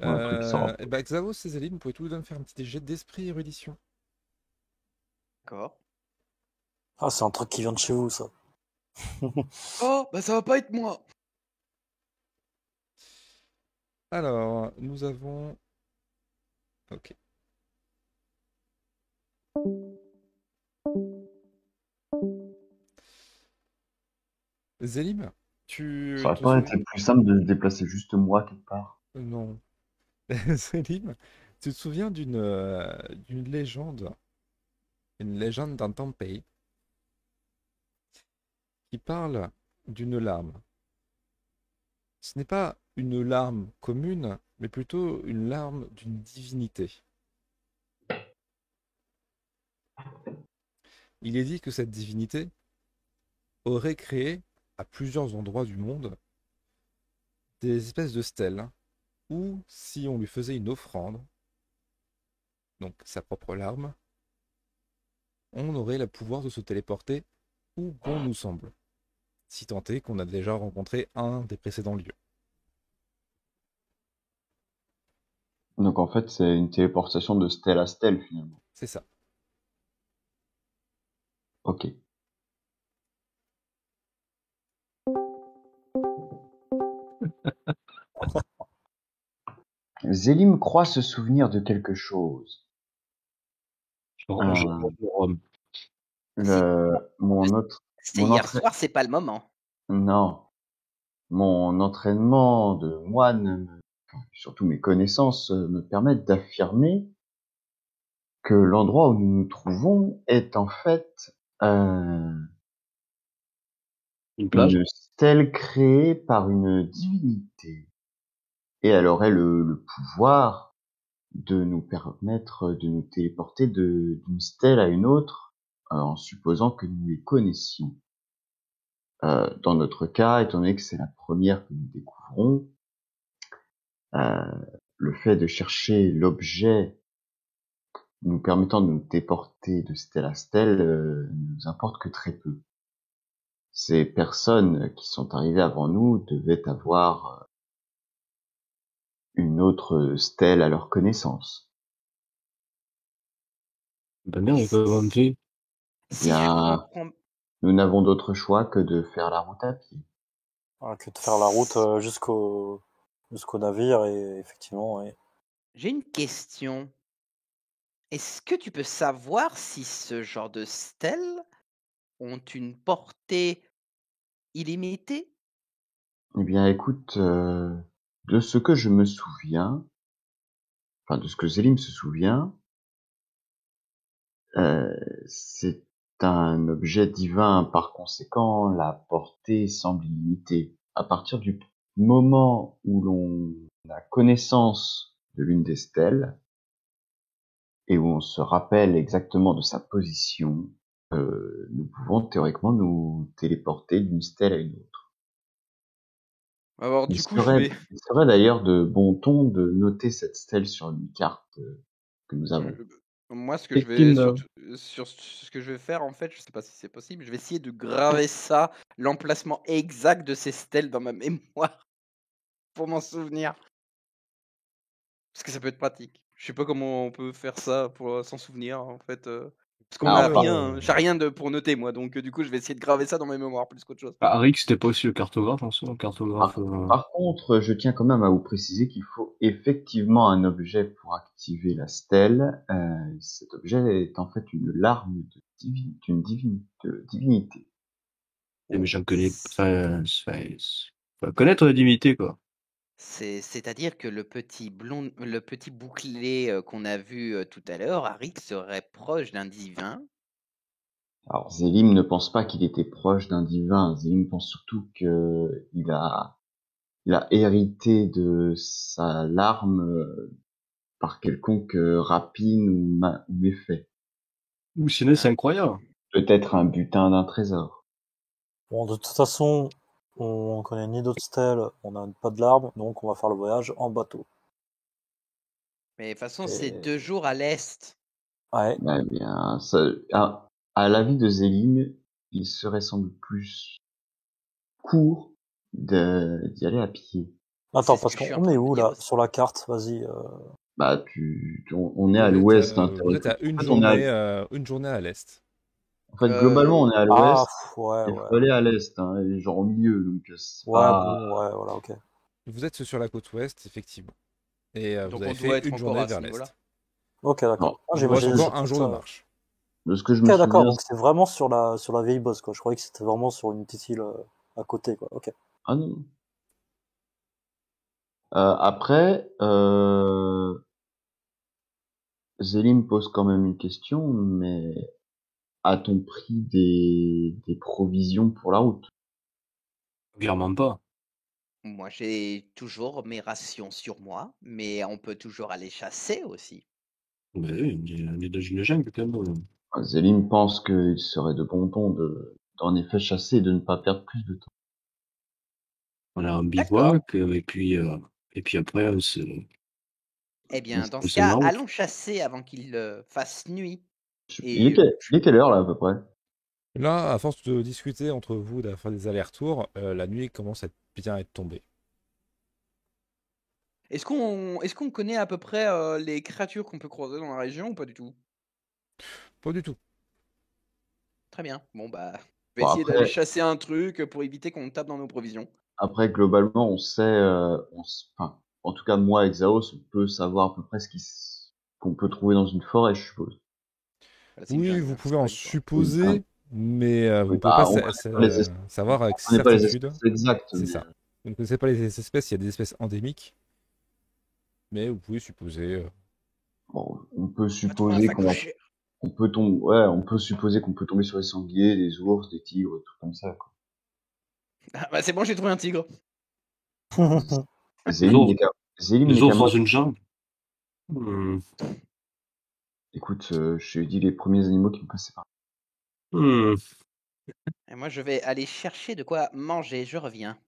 Speaker 3: Ou un truc sans
Speaker 1: Euh,
Speaker 3: rapport.
Speaker 1: eh ben, Xavos et Zélim, vous pouvez tous les deux me faire un petit jet d'esprit et érudition.
Speaker 2: D'accord.
Speaker 5: Ah, c'est un truc qui vient de chez vous, ça.
Speaker 2: Oh, bah ça va pas être moi.
Speaker 1: Alors, nous avons. Ok. Zélim, tu.
Speaker 3: Ça aurait
Speaker 1: te
Speaker 3: pas
Speaker 1: souviens-
Speaker 3: été plus simple de déplacer juste moi quelque part
Speaker 1: Euh, Non. Zélim, tu te souviens d'une euh, d'une légende, une légende d'un temps pays qui parle d'une larme. Ce n'est pas une larme commune, mais plutôt une larme d'une divinité. Il est dit que cette divinité aurait créé à plusieurs endroits du monde des espèces de stèles ou si on lui faisait une offrande, donc sa propre larme, on aurait le pouvoir de se téléporter où bon nous semble, si tant est qu'on a déjà rencontré un des précédents lieux.
Speaker 3: Donc en fait, c'est une téléportation de stèle à stèle finalement.
Speaker 1: C'est ça.
Speaker 3: Ok. Zélim croit se souvenir de quelque chose.
Speaker 4: Genre,
Speaker 3: Ah.
Speaker 4: genre, Rome.
Speaker 3: Le, mon autre,
Speaker 2: C'est
Speaker 3: Mon
Speaker 2: hier
Speaker 3: entrée-
Speaker 2: soir, c'est pas le moment.
Speaker 3: non, mon entraînement de moine, me- enfin, surtout mes connaissances, euh, me permettent d'affirmer que l'endroit où nous nous trouvons est en fait euh,
Speaker 4: Une plage.
Speaker 3: une stèle créée par une divinité. Et elle aurait le, le pouvoir de nous permettre de nous téléporter de- d'une stèle à une autre euh, en supposant que nous les connaissions. Euh, dans notre cas, étant donné que c'est la première que nous découvrons, euh, le fait de chercher l'objet nous permettant de nous téléporter de stèle à stèle euh, ne nous importe que très peu ces personnes qui sont arrivées avant nous devaient avoir euh, une autre stèle à leur connaissance.
Speaker 4: Bah merde, il faut même fait.
Speaker 2: Si
Speaker 3: Bien.
Speaker 2: je comprends
Speaker 3: Nous n'avons d'autre choix que de faire la route à pied.
Speaker 5: Ah, que de faire la route euh, jusqu'au jusqu'au navire, et effectivement, et-
Speaker 2: J'ai une question. Est-ce que tu peux savoir si ce genre de stèles ont une portée illimitée
Speaker 3: Eh bien, écoute, euh, de ce que je me souviens, enfin de ce que Zélim se souvient, euh, c'est un objet divin. Par conséquent, la portée semble illimitée. À partir du moment où l'on a connaissance de l'une des stèles et où on se rappelle exactement de sa position, euh, nous pouvons théoriquement nous téléporter d'une stèle à une autre.
Speaker 2: Alors,
Speaker 3: Il serait, il
Speaker 2: Mmh.
Speaker 3: serait d'ailleurs de bon ton de noter cette stèle sur une carte euh, que nous avons.
Speaker 2: Moi, ce que je vais
Speaker 6: Pekine, euh.
Speaker 2: surtout- sur, ce que je vais faire, en fait, je sais pas si c'est possible, je vais essayer de graver ça, l'emplacement exact de ces stèles dans ma mémoire pour m'en souvenir. Parce que ça peut être pratique. Je sais pas comment on peut faire ça pour euh, s'en souvenir, en fait. euh, Parce qu'on
Speaker 3: Ah,
Speaker 2: a
Speaker 3: pardon.
Speaker 2: rien, j'ai rien de, pour noter, moi. Donc, euh, du coup, je vais essayer de graver ça dans mes mémoires plus qu'autre chose.
Speaker 4: Bah, Rick, c'était pas aussi le cartographe en soi, le cartographe.
Speaker 3: Ah.
Speaker 4: euh,
Speaker 3: Par contre, je tiens quand même à vous préciser qu'il faut effectivement un objet pour activer la stèle. Euh, cet objet est en fait une larme de divi- d'une divin- de divinité. Ah.
Speaker 4: ah, Mais j'en connais. Enfin, c'est- c'est- faut connaître la divinité, quoi.
Speaker 2: C'est- C'est-à-dire que le petit, blond, le petit bouclé euh, qu'on a vu euh, tout à l'heure, Arik serait proche d'un divin.
Speaker 3: Alors Zélim ne pense pas qu'il était proche d'un divin. Zélim pense surtout que il a, il a hérité de sa larme euh, par quelconque euh, rapine ou, ma- ou méfait.
Speaker 4: Ou sinon, c'est incroyable.
Speaker 3: Peut-être un butin d'un trésor.
Speaker 5: Bon, de toute façon, on connaît ni d'autres stèles, on n'a pas de larmes, donc on va faire le voyage en bateau.
Speaker 2: Mais de toute façon, c'est
Speaker 3: Euh.
Speaker 2: deux jours à l'est.
Speaker 5: Ah Ouais,
Speaker 3: Eh bien, ça- à, à l'avis de Zélim, il serait sans doute plus court de- d'y aller à pied.
Speaker 5: Attends,
Speaker 2: ce
Speaker 5: parce
Speaker 2: que je suis
Speaker 5: qu'on
Speaker 2: en
Speaker 5: est
Speaker 2: train de
Speaker 5: où
Speaker 2: dire
Speaker 5: là
Speaker 2: aussi.
Speaker 5: Sur la carte, vas-y. euh,
Speaker 3: Bah, tu, tu- on, on est à
Speaker 1: Vous êtes
Speaker 3: l'ouest.
Speaker 1: à-
Speaker 3: hein,
Speaker 1: Vous êtes à
Speaker 3: théoriquement.
Speaker 1: une
Speaker 3: On est à-
Speaker 1: journée, euh, une journée à l'est.
Speaker 3: En fait,
Speaker 2: Euh,
Speaker 3: globalement, on est à
Speaker 5: Ah,
Speaker 3: l'ouest.
Speaker 5: pff, ouais,
Speaker 3: Il
Speaker 5: ouais.
Speaker 3: faut aller à l'est, hein, et genre au milieu, donc euh, c'est
Speaker 5: Ouais,
Speaker 3: pas-
Speaker 1: bah,
Speaker 5: bon, ouais, voilà, ok.
Speaker 1: Vous êtes sur la côte ouest, effectivement. Et euh, vous
Speaker 2: Donc on
Speaker 1: avez
Speaker 2: doit
Speaker 1: fait
Speaker 2: être
Speaker 1: une
Speaker 2: encore
Speaker 1: journée
Speaker 2: à ce
Speaker 1: vers l'est.
Speaker 2: niveau-là.
Speaker 5: Ok, d'accord.
Speaker 3: Non,
Speaker 5: Ah,
Speaker 1: Il
Speaker 5: j'ai
Speaker 1: vous reste
Speaker 5: imaginé
Speaker 1: encore
Speaker 5: ce
Speaker 1: un
Speaker 5: truc,
Speaker 1: jour de
Speaker 5: euh,
Speaker 1: marche.
Speaker 3: De ce que je me
Speaker 5: Ok,
Speaker 3: souviens,
Speaker 5: d'accord, donc c'est vraiment sur la, sur la vieille bosse, quoi. Je croyais que c'était vraiment sur une petite île euh, à côté, quoi. Ok.
Speaker 3: ah non. non. Euh, après, euh... Zélim pose quand même une question, mais a-t-on pris des... des provisions pour la route
Speaker 4: Clairement pas.
Speaker 2: Moi, j'ai toujours mes rations sur moi, mais on peut toujours aller chasser aussi.
Speaker 4: Mais Bah oui, on est- on est dans une jungle, quand même.
Speaker 3: Zélim pense qu'il serait de bon ton de d'en effet chasser et de ne pas perdre plus de temps.
Speaker 4: On a un bivouac, euh, et puis, euh, et puis après, euh, on se.
Speaker 2: Eh bien, dans
Speaker 4: c'est
Speaker 2: ce cas,
Speaker 4: marrant.
Speaker 2: allons chasser avant qu'il euh, fasse nuit.
Speaker 3: Je-
Speaker 2: Et-
Speaker 3: Il est, quelle... il est quelle heure là à peu près
Speaker 1: Là, à force de discuter entre vous, de faire des allers-retours, euh, la nuit commence à être bien à être tombée.
Speaker 2: Est-ce qu'on est qu'on connaît à peu près euh, les créatures qu'on peut croiser dans la région ou pas du tout
Speaker 1: Pas du tout.
Speaker 2: Très bien. Bon, bah, je vais
Speaker 3: Bon,
Speaker 2: essayer
Speaker 3: après-
Speaker 2: d'aller chasser un truc pour éviter qu'on tape dans nos provisions.
Speaker 3: Après, globalement, on sait, euh, on s- enfin, en tout cas, moi, Exaos, on peut savoir à peu près ce qui s- qu'on peut trouver dans une forêt, je suppose.
Speaker 2: Voilà, c'est une
Speaker 1: Oui,
Speaker 2: jungle,
Speaker 1: vous
Speaker 2: hein,
Speaker 1: pouvez
Speaker 2: c'est pas
Speaker 1: en
Speaker 2: une forêt.
Speaker 1: supposer, mais euh, vous ne
Speaker 3: Oui,
Speaker 1: pouvez
Speaker 3: bah,
Speaker 1: pas
Speaker 3: on
Speaker 1: sa-
Speaker 3: connaît
Speaker 1: sa-
Speaker 3: pas les espèces.
Speaker 1: savoir avec
Speaker 3: On n'est pas les
Speaker 1: certitude.
Speaker 3: espèces euh, exactes,
Speaker 1: hein. C'est
Speaker 3: mais
Speaker 1: ça. Vous ne connaissez pas les espèces, il y a des espèces endémiques, mais vous pouvez supposer. euh,
Speaker 3: bon, on peut
Speaker 2: On va trouver un
Speaker 3: supposer
Speaker 2: sac
Speaker 3: qu'on va-
Speaker 2: couché.
Speaker 3: on peut tomber, ouais, on peut supposer qu'on peut tomber sur des sangliers, des ours, des tigres, des trucs comme ça. quoi.
Speaker 2: Ah, bah, c'est bon, j'ai trouvé un tigre.
Speaker 3: Zélim
Speaker 4: ours.
Speaker 3: n'est qu'à- Zélim
Speaker 4: Les
Speaker 3: n'est qu'à
Speaker 4: autres dans
Speaker 3: moitié-
Speaker 4: une jungle. Hmm.
Speaker 3: Écoute, euh, je t'ai dit les premiers animaux qui me passaient par.
Speaker 4: Hmm.
Speaker 2: Et moi, je vais aller chercher de quoi manger. Je reviens.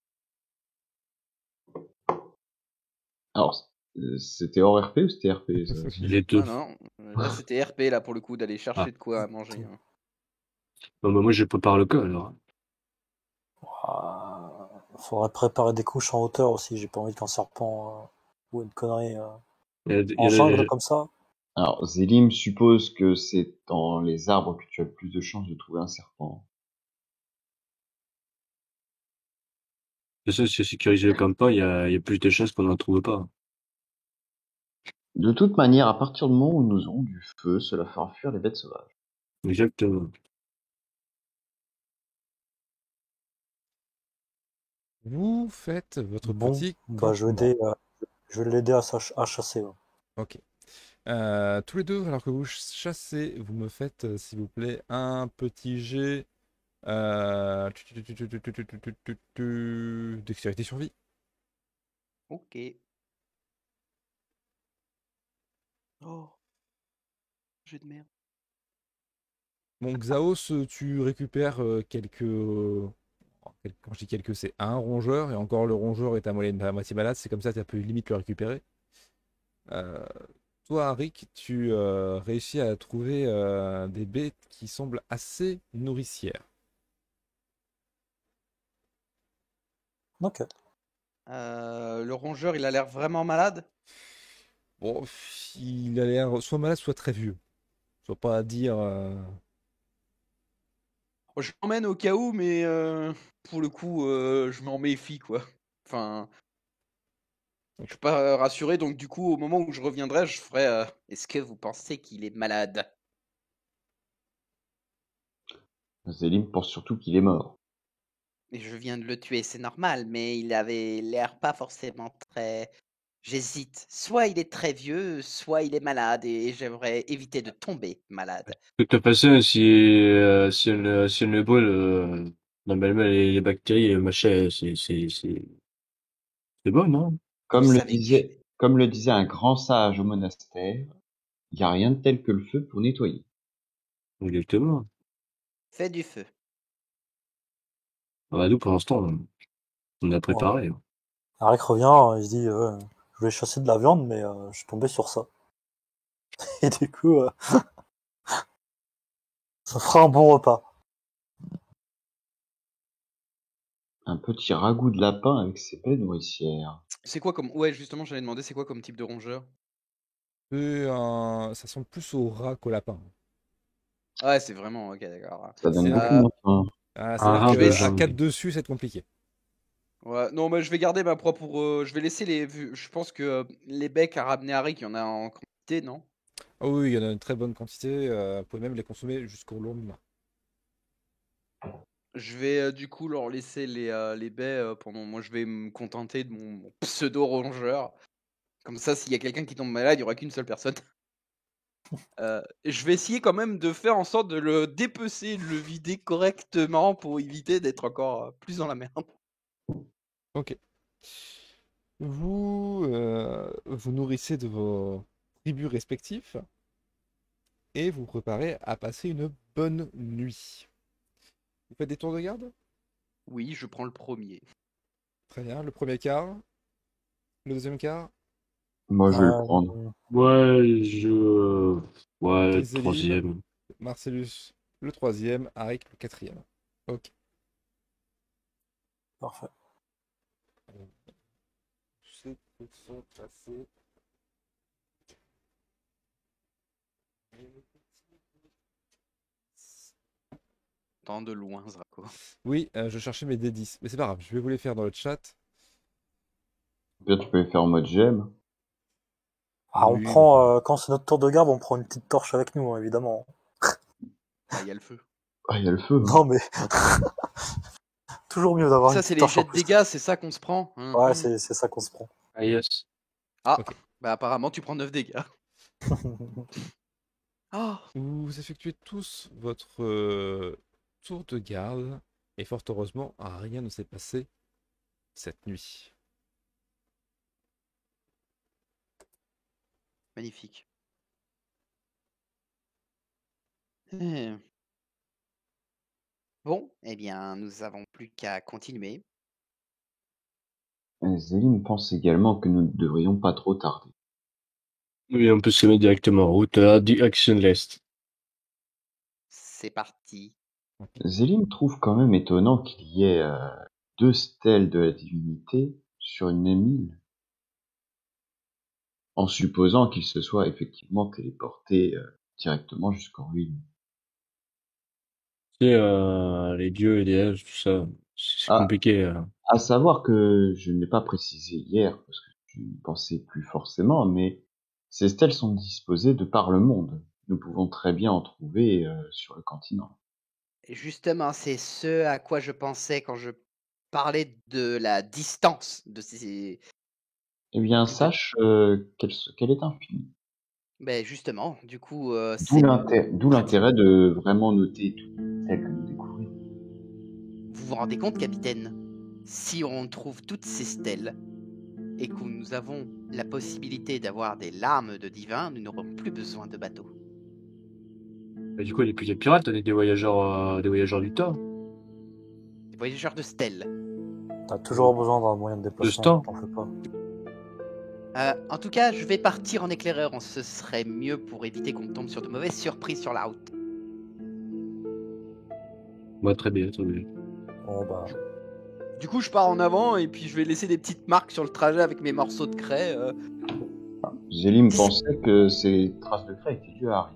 Speaker 3: Alors, euh, c'était hors RP ou c'était euh? RP ça
Speaker 4: Les deux.
Speaker 2: Non, non. euh, Là, c'était RP, là, pour le coup, d'aller chercher
Speaker 4: Ah.
Speaker 2: de quoi manger. hein.
Speaker 4: Bon, bah, moi, je prépare le cas, alors.
Speaker 5: Ah, faudrait préparer des couches en hauteur aussi, j'ai pas envie qu'un serpent euh, ou une connerie euh,
Speaker 4: Il y a- il y a
Speaker 5: en
Speaker 4: des-
Speaker 5: jungle comme ça.
Speaker 3: Alors, Zélim suppose que c'est dans les arbres que tu as le plus de chances de trouver un serpent.
Speaker 4: C'est ça, si sécuriser le campagne, il y a, il y a plus de chances qu'on n'en trouve pas.
Speaker 3: De toute manière, à partir du moment où nous aurons du feu, cela fera fuir les bêtes sauvages.
Speaker 4: Exactement.
Speaker 1: Vous faites votre
Speaker 5: Bon,
Speaker 1: petit
Speaker 5: Bah, je vais
Speaker 1: campement.
Speaker 5: aider, euh, je vais l'aider à, s'ach- à chasser. ouais.
Speaker 1: Ok. Euh, tous les deux, alors que vous ch- chassez, vous me faites, euh, s'il vous plaît, un petit jet. euh, tu- tu- tu- tu- tu- tu- tu- tu- tu- tu- tu- Dextérité survie.
Speaker 2: Ok. Oh. J'ai de merde.
Speaker 1: Bon, Xaos, euh, tu récupères euh, quelques. euh, quel- Quand je dis quelques, c'est un rongeur, et encore le rongeur est à moitié, à moitié malade, c'est comme ça, tu as pu limite le récupérer. Euh, Toi, Rick, tu euh, réussis à trouver euh, des baies qui semblent assez nourricières.
Speaker 5: Ok.
Speaker 2: Euh, le rongeur, il a l'air vraiment malade.
Speaker 1: Bon, pff, il a l'air soit malade, soit très vieux. Soit pas à dire. euh,
Speaker 2: Oh, Je l'emmène au cas où, mais euh, pour le coup, euh, je m'en méfie, quoi. Enfin. Je suis pas euh, rassuré, donc du coup, au moment où je reviendrai, je ferai. euh, Est-ce que vous pensez qu'il est malade
Speaker 3: Zélim pense surtout qu'il est mort.
Speaker 2: Et je viens de le tuer, c'est normal, mais il avait l'air pas forcément très. J'hésite. Soit il est très vieux, soit il est malade, et j'aimerais éviter de tomber malade.
Speaker 4: De toute façon, si, euh, si elle, euh, si elle le brûle, euh, normalement, les, les bactéries, les machins, c'est, c'est, c'est, c'est bon, non?
Speaker 3: Comme
Speaker 2: Vous
Speaker 3: le,
Speaker 2: savez que
Speaker 3: disait,
Speaker 2: je-
Speaker 3: comme le disait un grand sage au monastère, il n'y a rien de tel que le feu pour nettoyer.
Speaker 4: Exactement.
Speaker 2: Fais du feu.
Speaker 4: Ah bah, nous, pour l'instant, on- on a préparé.
Speaker 5: Arik revient, euh, il se dit euh, Je voulais chasser de la viande, mais euh, je suis tombé sur ça. Et du coup, euh, ça fera un bon repas.
Speaker 3: Un petit ragoût de lapin avec ses baies nourricières.
Speaker 2: C'est quoi comme. Ouais, justement, j'allais demander, c'est quoi comme type de rongeur
Speaker 1: C'est un- Ça semble plus au rat qu'au lapin.
Speaker 2: Ah Ouais, c'est vraiment. Ok, d'accord. hein.
Speaker 3: Ça donne
Speaker 1: C'est
Speaker 3: beaucoup
Speaker 2: la-
Speaker 3: moins faim.
Speaker 1: Ah,
Speaker 4: rat
Speaker 1: c'est-à-dire que,
Speaker 2: de
Speaker 1: euh, à
Speaker 4: jungle.
Speaker 1: 4 dessus, c'est compliqué.
Speaker 2: Ouais, non, mais je vais garder ma propre. euh, je vais laisser les. vu- Je pense que euh, les becs à ramener à Rick, il y en a en quantité, non
Speaker 1: Ah oui, il y en a une très bonne quantité. euh, vous pouvez même les consommer jusqu'au lendemain.
Speaker 2: Je vais euh, du coup leur laisser les, euh, les baies euh, pendant. Moi, je vais me contenter de mon, mon pseudo-rongeur. Comme ça, s'il y a quelqu'un qui tombe malade, il n'y aura qu'une seule personne. Euh, je vais essayer quand même de faire en sorte de le dépecer, de le vider correctement pour éviter d'être encore euh, plus dans la merde.
Speaker 1: Vous euh, vous nourrissez de vos tribus respectifs et vous préparez à passer une bonne nuit. Vous faites des tours de garde
Speaker 2: Oui, je prends le premier.
Speaker 1: Très bien. Le premier quart, le deuxième quart,
Speaker 3: Moi, je vais
Speaker 5: Euh,
Speaker 3: le prendre.
Speaker 4: Ouais, je, euh, ouais,
Speaker 1: Des élimes.
Speaker 4: troisième.
Speaker 1: Marcellus le troisième, Arik le quatrième. Ok.
Speaker 5: Parfait.
Speaker 2: Tant de loin, Zrako.
Speaker 1: Oui, euh, je cherchais mes D10, mais c'est pas grave, je vais vous les faire dans le chat.
Speaker 3: Bien, tu peux le faire en mode gemme.
Speaker 5: Ah, on
Speaker 1: Oui,
Speaker 5: prend, euh, quand c'est notre tour de garde, on prend une petite torche avec nous, hein, évidemment.
Speaker 2: Ah, Il y a le feu.
Speaker 3: Ah, il y a le feu. hein.
Speaker 5: Non, mais. Toujours mieux d'avoir une
Speaker 2: Ça, c'est
Speaker 5: petite
Speaker 2: les
Speaker 5: torche en
Speaker 2: jets de
Speaker 5: plus.
Speaker 2: dégâts, c'est ça qu'on se prend. hein.
Speaker 5: Ouais, c'est c'est ça qu'on se prend.
Speaker 4: Ah, yes.
Speaker 2: Ah,
Speaker 1: Ok.
Speaker 2: bah apparemment, tu prends 9 dégâts. Ah
Speaker 1: Vous effectuez tous votre euh, tour de garde, et fort heureusement, rien ne s'est passé cette nuit.
Speaker 2: Magnifique. Euh. Bon, eh bien, nous avons plus qu'à continuer.
Speaker 3: Euh, Zélim pense également que nous ne devrions pas trop tarder.
Speaker 4: Oui, on peut se mettre directement en route à Action Lest.
Speaker 2: C'est parti.
Speaker 3: Zélim trouve quand même étonnant qu'il y ait euh, deux stèles de la divinité sur une même île, en supposant qu'il se soit effectivement téléporté euh, directement jusqu'en ruine.
Speaker 4: Tu sais, euh, les dieux, les déesses, tout ça, c'est c'est
Speaker 3: Ah.
Speaker 4: compliqué. euh.
Speaker 3: À savoir que je ne l'ai pas précisé hier, parce que tu n'y pensais plus forcément, mais ces stèles sont disposées de par le monde. Nous pouvons très bien en trouver euh, sur le continent.
Speaker 2: Justement, c'est ce à quoi je pensais quand je parlais de la distance de ces...
Speaker 3: Eh bien, sache euh, qu'elle se- qu'elle est infinie.
Speaker 2: Ben justement, du coup, euh,
Speaker 3: D'où
Speaker 2: c'est...
Speaker 3: l'inté- d'où l'intérêt de vraiment noter toutes les stèles que nous découvrons.
Speaker 2: Vous vous rendez compte, capitaine Si on trouve toutes ces stèles et que nous avons la possibilité d'avoir des larmes de divin, nous n'aurons plus besoin de bateaux.
Speaker 4: Bah, du coup, les plus des pirates, on est des voyageurs, euh, des voyageurs du temps.
Speaker 2: Des voyageurs de stèles.
Speaker 5: T'as toujours besoin d'un moyen de déplacement.
Speaker 4: temps.
Speaker 5: t'en fais pas.
Speaker 2: Euh, en tout cas, je vais partir en éclaireur. On se serait mieux pour éviter qu'on tombe sur de mauvaises surprises sur la route.
Speaker 4: Bah, très bien, très bien.
Speaker 5: Bon, bah,
Speaker 2: Du coup, je pars en avant et puis je vais laisser des petites marques sur le trajet avec mes morceaux de craie. euh.
Speaker 3: Zélim pensait que ces traces de craie étaient dues à Harry.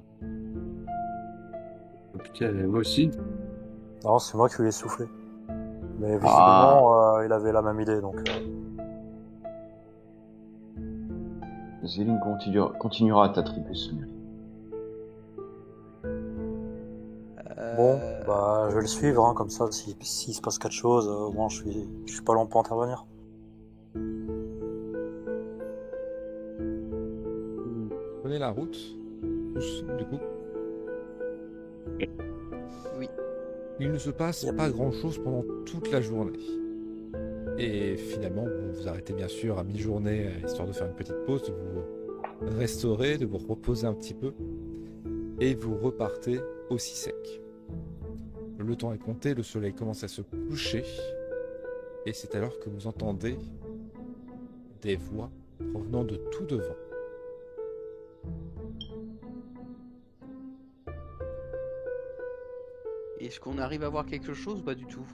Speaker 4: Oh, putain, moi aussi.
Speaker 5: non, c'est moi qui lui ai soufflé.
Speaker 1: Ah.
Speaker 5: Mais visiblement, euh, il avait la même idée, donc. euh,
Speaker 3: Zélim continuera, continuera à t'attribuer ce mérite.
Speaker 5: Bon,
Speaker 2: Euh,
Speaker 5: bah, je vais le suivre, hein, comme ça, si- s'il se passe quelque chose, euh, au moins je suis, je suis pas long pour intervenir.
Speaker 1: Vous prenez la route, tous, du coup.
Speaker 2: Oui.
Speaker 1: Il ne se passe
Speaker 5: Yep.
Speaker 1: pas grand-chose pendant toute la journée. Et finalement, vous vous arrêtez bien sûr à mi-journée, euh, histoire de faire une petite pause, de vous restaurer, de vous reposer un petit peu. Et vous repartez aussi sec. Le temps est compté, le soleil commence à se coucher. Et c'est alors que vous entendez des voix provenant de tout devant.
Speaker 2: Est-ce qu'on arrive à voir quelque chose Pas du tout.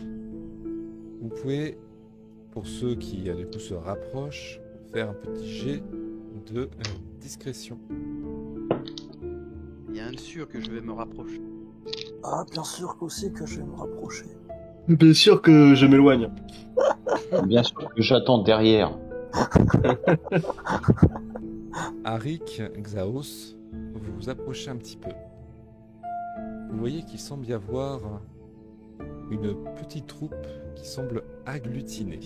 Speaker 1: Vous pouvez, pour ceux qui euh, du coup se rapprochent, faire un petit jet de euh, discrétion.
Speaker 2: Bien sûr que je vais me rapprocher.
Speaker 5: Ah, bien sûr aussi que je vais me rapprocher.
Speaker 4: Bien sûr que je m'éloigne.
Speaker 3: Bien sûr que j'attends derrière.
Speaker 1: Arik, Xaos, vous vous approchez un petit peu. Vous voyez qu'il semble y avoir une petite troupe qui semble agglutinée.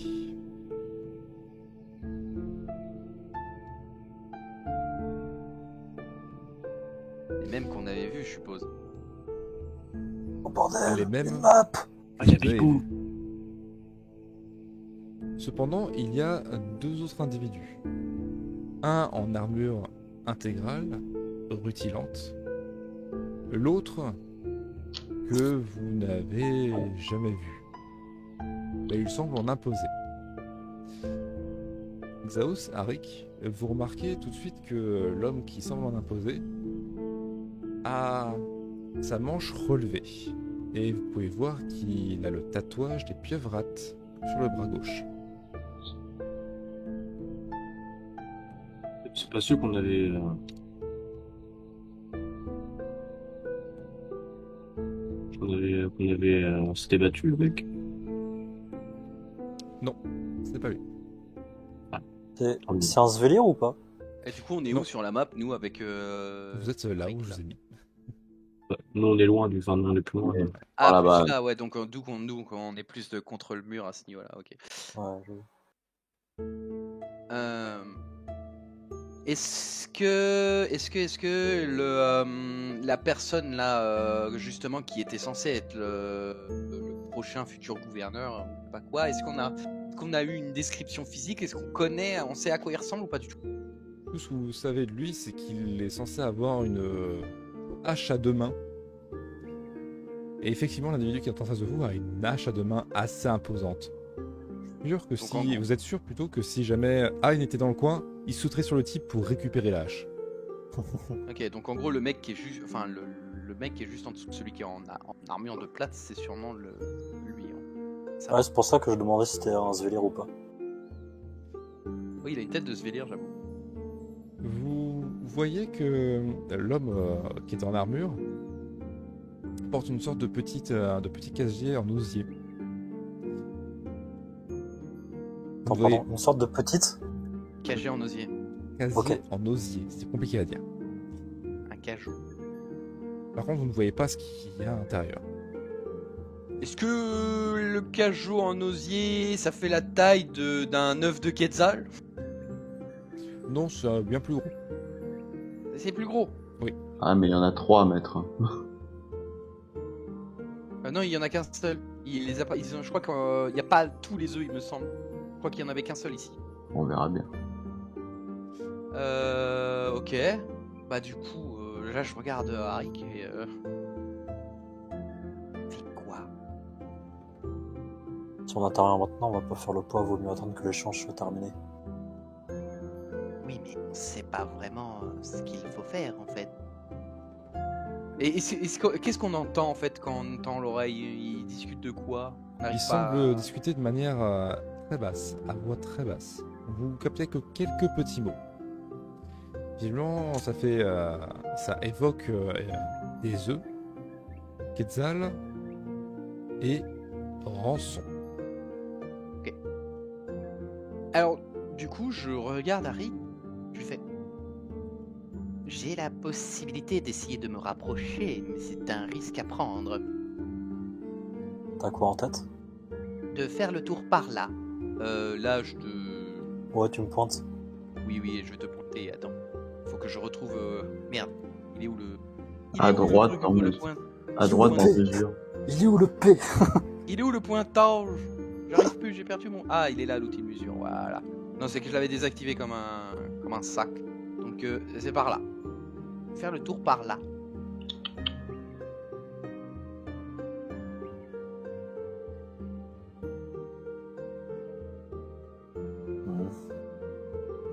Speaker 2: Les mêmes qu'on avait vus, je suppose.
Speaker 5: Oh bordel
Speaker 1: Les mêmes.
Speaker 5: Une map
Speaker 4: Ah, y'a
Speaker 1: Vous avez-
Speaker 4: Picou.
Speaker 1: Cependant, il y a deux autres individus. Un en armure intégrale, rutilante. L'autre que vous n'avez jamais vu. Mais il semble en imposer. Xaos, Arik, vous remarquez tout de suite que l'homme qui semble en imposer a sa manche relevée. Et vous pouvez voir qu'il a le tatouage des pieuvrates sur le bras gauche.
Speaker 4: C'est pas sûr qu'on avait. euh, Qu'on avait. Qu'on avait euh, On s'était battu, le mec.
Speaker 1: C'est pas lui.
Speaker 5: C'est
Speaker 4: Ah oui.
Speaker 5: c'est un svelir ou pas
Speaker 2: Et du coup, on est
Speaker 1: Non.
Speaker 2: où sur la map, nous, avec. euh,
Speaker 1: vous êtes euh, là
Speaker 2: Arik,
Speaker 1: où je
Speaker 2: là.
Speaker 1: vous ai mis.
Speaker 4: Ouais. Bah, Nous, on est loin du. Enfin, nous, on est plus loin.
Speaker 3: Ouais.
Speaker 2: Ah,
Speaker 3: Voilà,
Speaker 2: plus
Speaker 3: bah.
Speaker 2: là, ouais, donc euh, d'où qu'on nous, on est plus de contre le mur à ce niveau-là, ok.
Speaker 5: Ouais, je-
Speaker 2: Euh, Est-ce que, est-ce que, est-ce que le, euh, la personne là, euh, justement, qui était censée être le, le prochain futur gouverneur, je sais pas quoi, est-ce qu'on a, est-ce qu'on a eu une description physique Est-ce qu'on connaît, on sait à quoi il ressemble ou pas du tout
Speaker 1: Tout ce que vous savez de lui, c'est qu'il est censé avoir une euh, hache à deux mains. Et effectivement, l'individu qui est en face de vous a une hache à deux mains assez imposante. Je suis sûr que
Speaker 2: Donc, en
Speaker 1: si
Speaker 2: gros-
Speaker 1: vous êtes sûr plutôt que si jamais Ayn était dans le coin, il sauterait sur le type pour récupérer la hache.
Speaker 2: Ok, donc en gros, le mec qui est juste, enfin, le, le mec qui est juste en dessous de celui qui est en, a- en armure de plate, c'est sûrement le, lui. hein. Ça-
Speaker 1: Ah.
Speaker 5: Ouais, c'est pour ça que je demandais si c'était un svelir ou pas.
Speaker 2: Oui, il a une tête de Svelir, j'avoue.
Speaker 1: Vous voyez que l'homme euh, qui est en armure porte une sorte de petite euh, de petit casier en osier. Oui.
Speaker 5: Attends, Oh, pardon, une sorte de petite
Speaker 2: Cagé en osier,
Speaker 1: Casier
Speaker 5: Ok.
Speaker 1: en osier, c'est compliqué à dire.
Speaker 2: un cajou.
Speaker 1: Par contre, vous ne voyez pas ce qu'il y a à l'intérieur.
Speaker 2: Est-ce que le cajot en osier, ça fait la taille de- d'un œuf de quetzal
Speaker 1: Non, c'est euh, bien plus gros.
Speaker 2: C'est plus gros.
Speaker 3: Ah, mais il y en a trois à mettre. hein.
Speaker 2: Ah non, il y en a qu'un seul. Il les a pas. ils ont- je crois qu'il n'y a pas tous les œufs, il me semble. Je crois qu'il y en avait qu'un seul ici.
Speaker 3: On verra bien.
Speaker 2: Euh, ok. Bah du coup, euh, là je regarde euh, Arik et. euh, C'est quoi
Speaker 5: Si on intervient maintenant, on va pas faire le poids, vaut mieux attendre que l'échange soit terminé.
Speaker 2: mais c'est pas vraiment euh, ce qu'il faut faire en fait. Et est-ce- est-ce que- qu'est-ce qu'on entend en fait quand on entend l'oreille Ils discutent de quoi On n'arrive
Speaker 1: Ils
Speaker 2: pas à-
Speaker 1: semblent discuter de manière euh, très basse, à voix très basse. Vous captez que quelques petits mots. Visiblement, ça fait, euh, ça évoque euh, euh, des œufs, Quetzal et rançon.
Speaker 2: Alors, du coup, je regarde Harry. Je fais. J'ai la possibilité d'essayer de me rapprocher, mais c'est un risque à prendre.
Speaker 5: T'as quoi en tête
Speaker 2: De faire le tour par là. Euh, là, je te.
Speaker 5: Ouais, tu me pointes.
Speaker 2: Oui, oui, je vais te pointer. Attends. Faut que je retrouve. euh, Merde. Il est où le. Il
Speaker 3: À
Speaker 2: est où le
Speaker 3: droite,
Speaker 2: truc
Speaker 3: en
Speaker 2: où le
Speaker 3: haut.
Speaker 2: point-
Speaker 3: À droite, en
Speaker 5: Ouais.
Speaker 3: mesure.
Speaker 5: Il est où le P
Speaker 2: Il est où le pointage J'arrive plus, j'ai perdu mon. Ah, il est là l'outil de mesure, voilà. Non, c'est que je l'avais désactivé comme un, comme un sac. Donc euh, c'est par là. Faire le tour par là.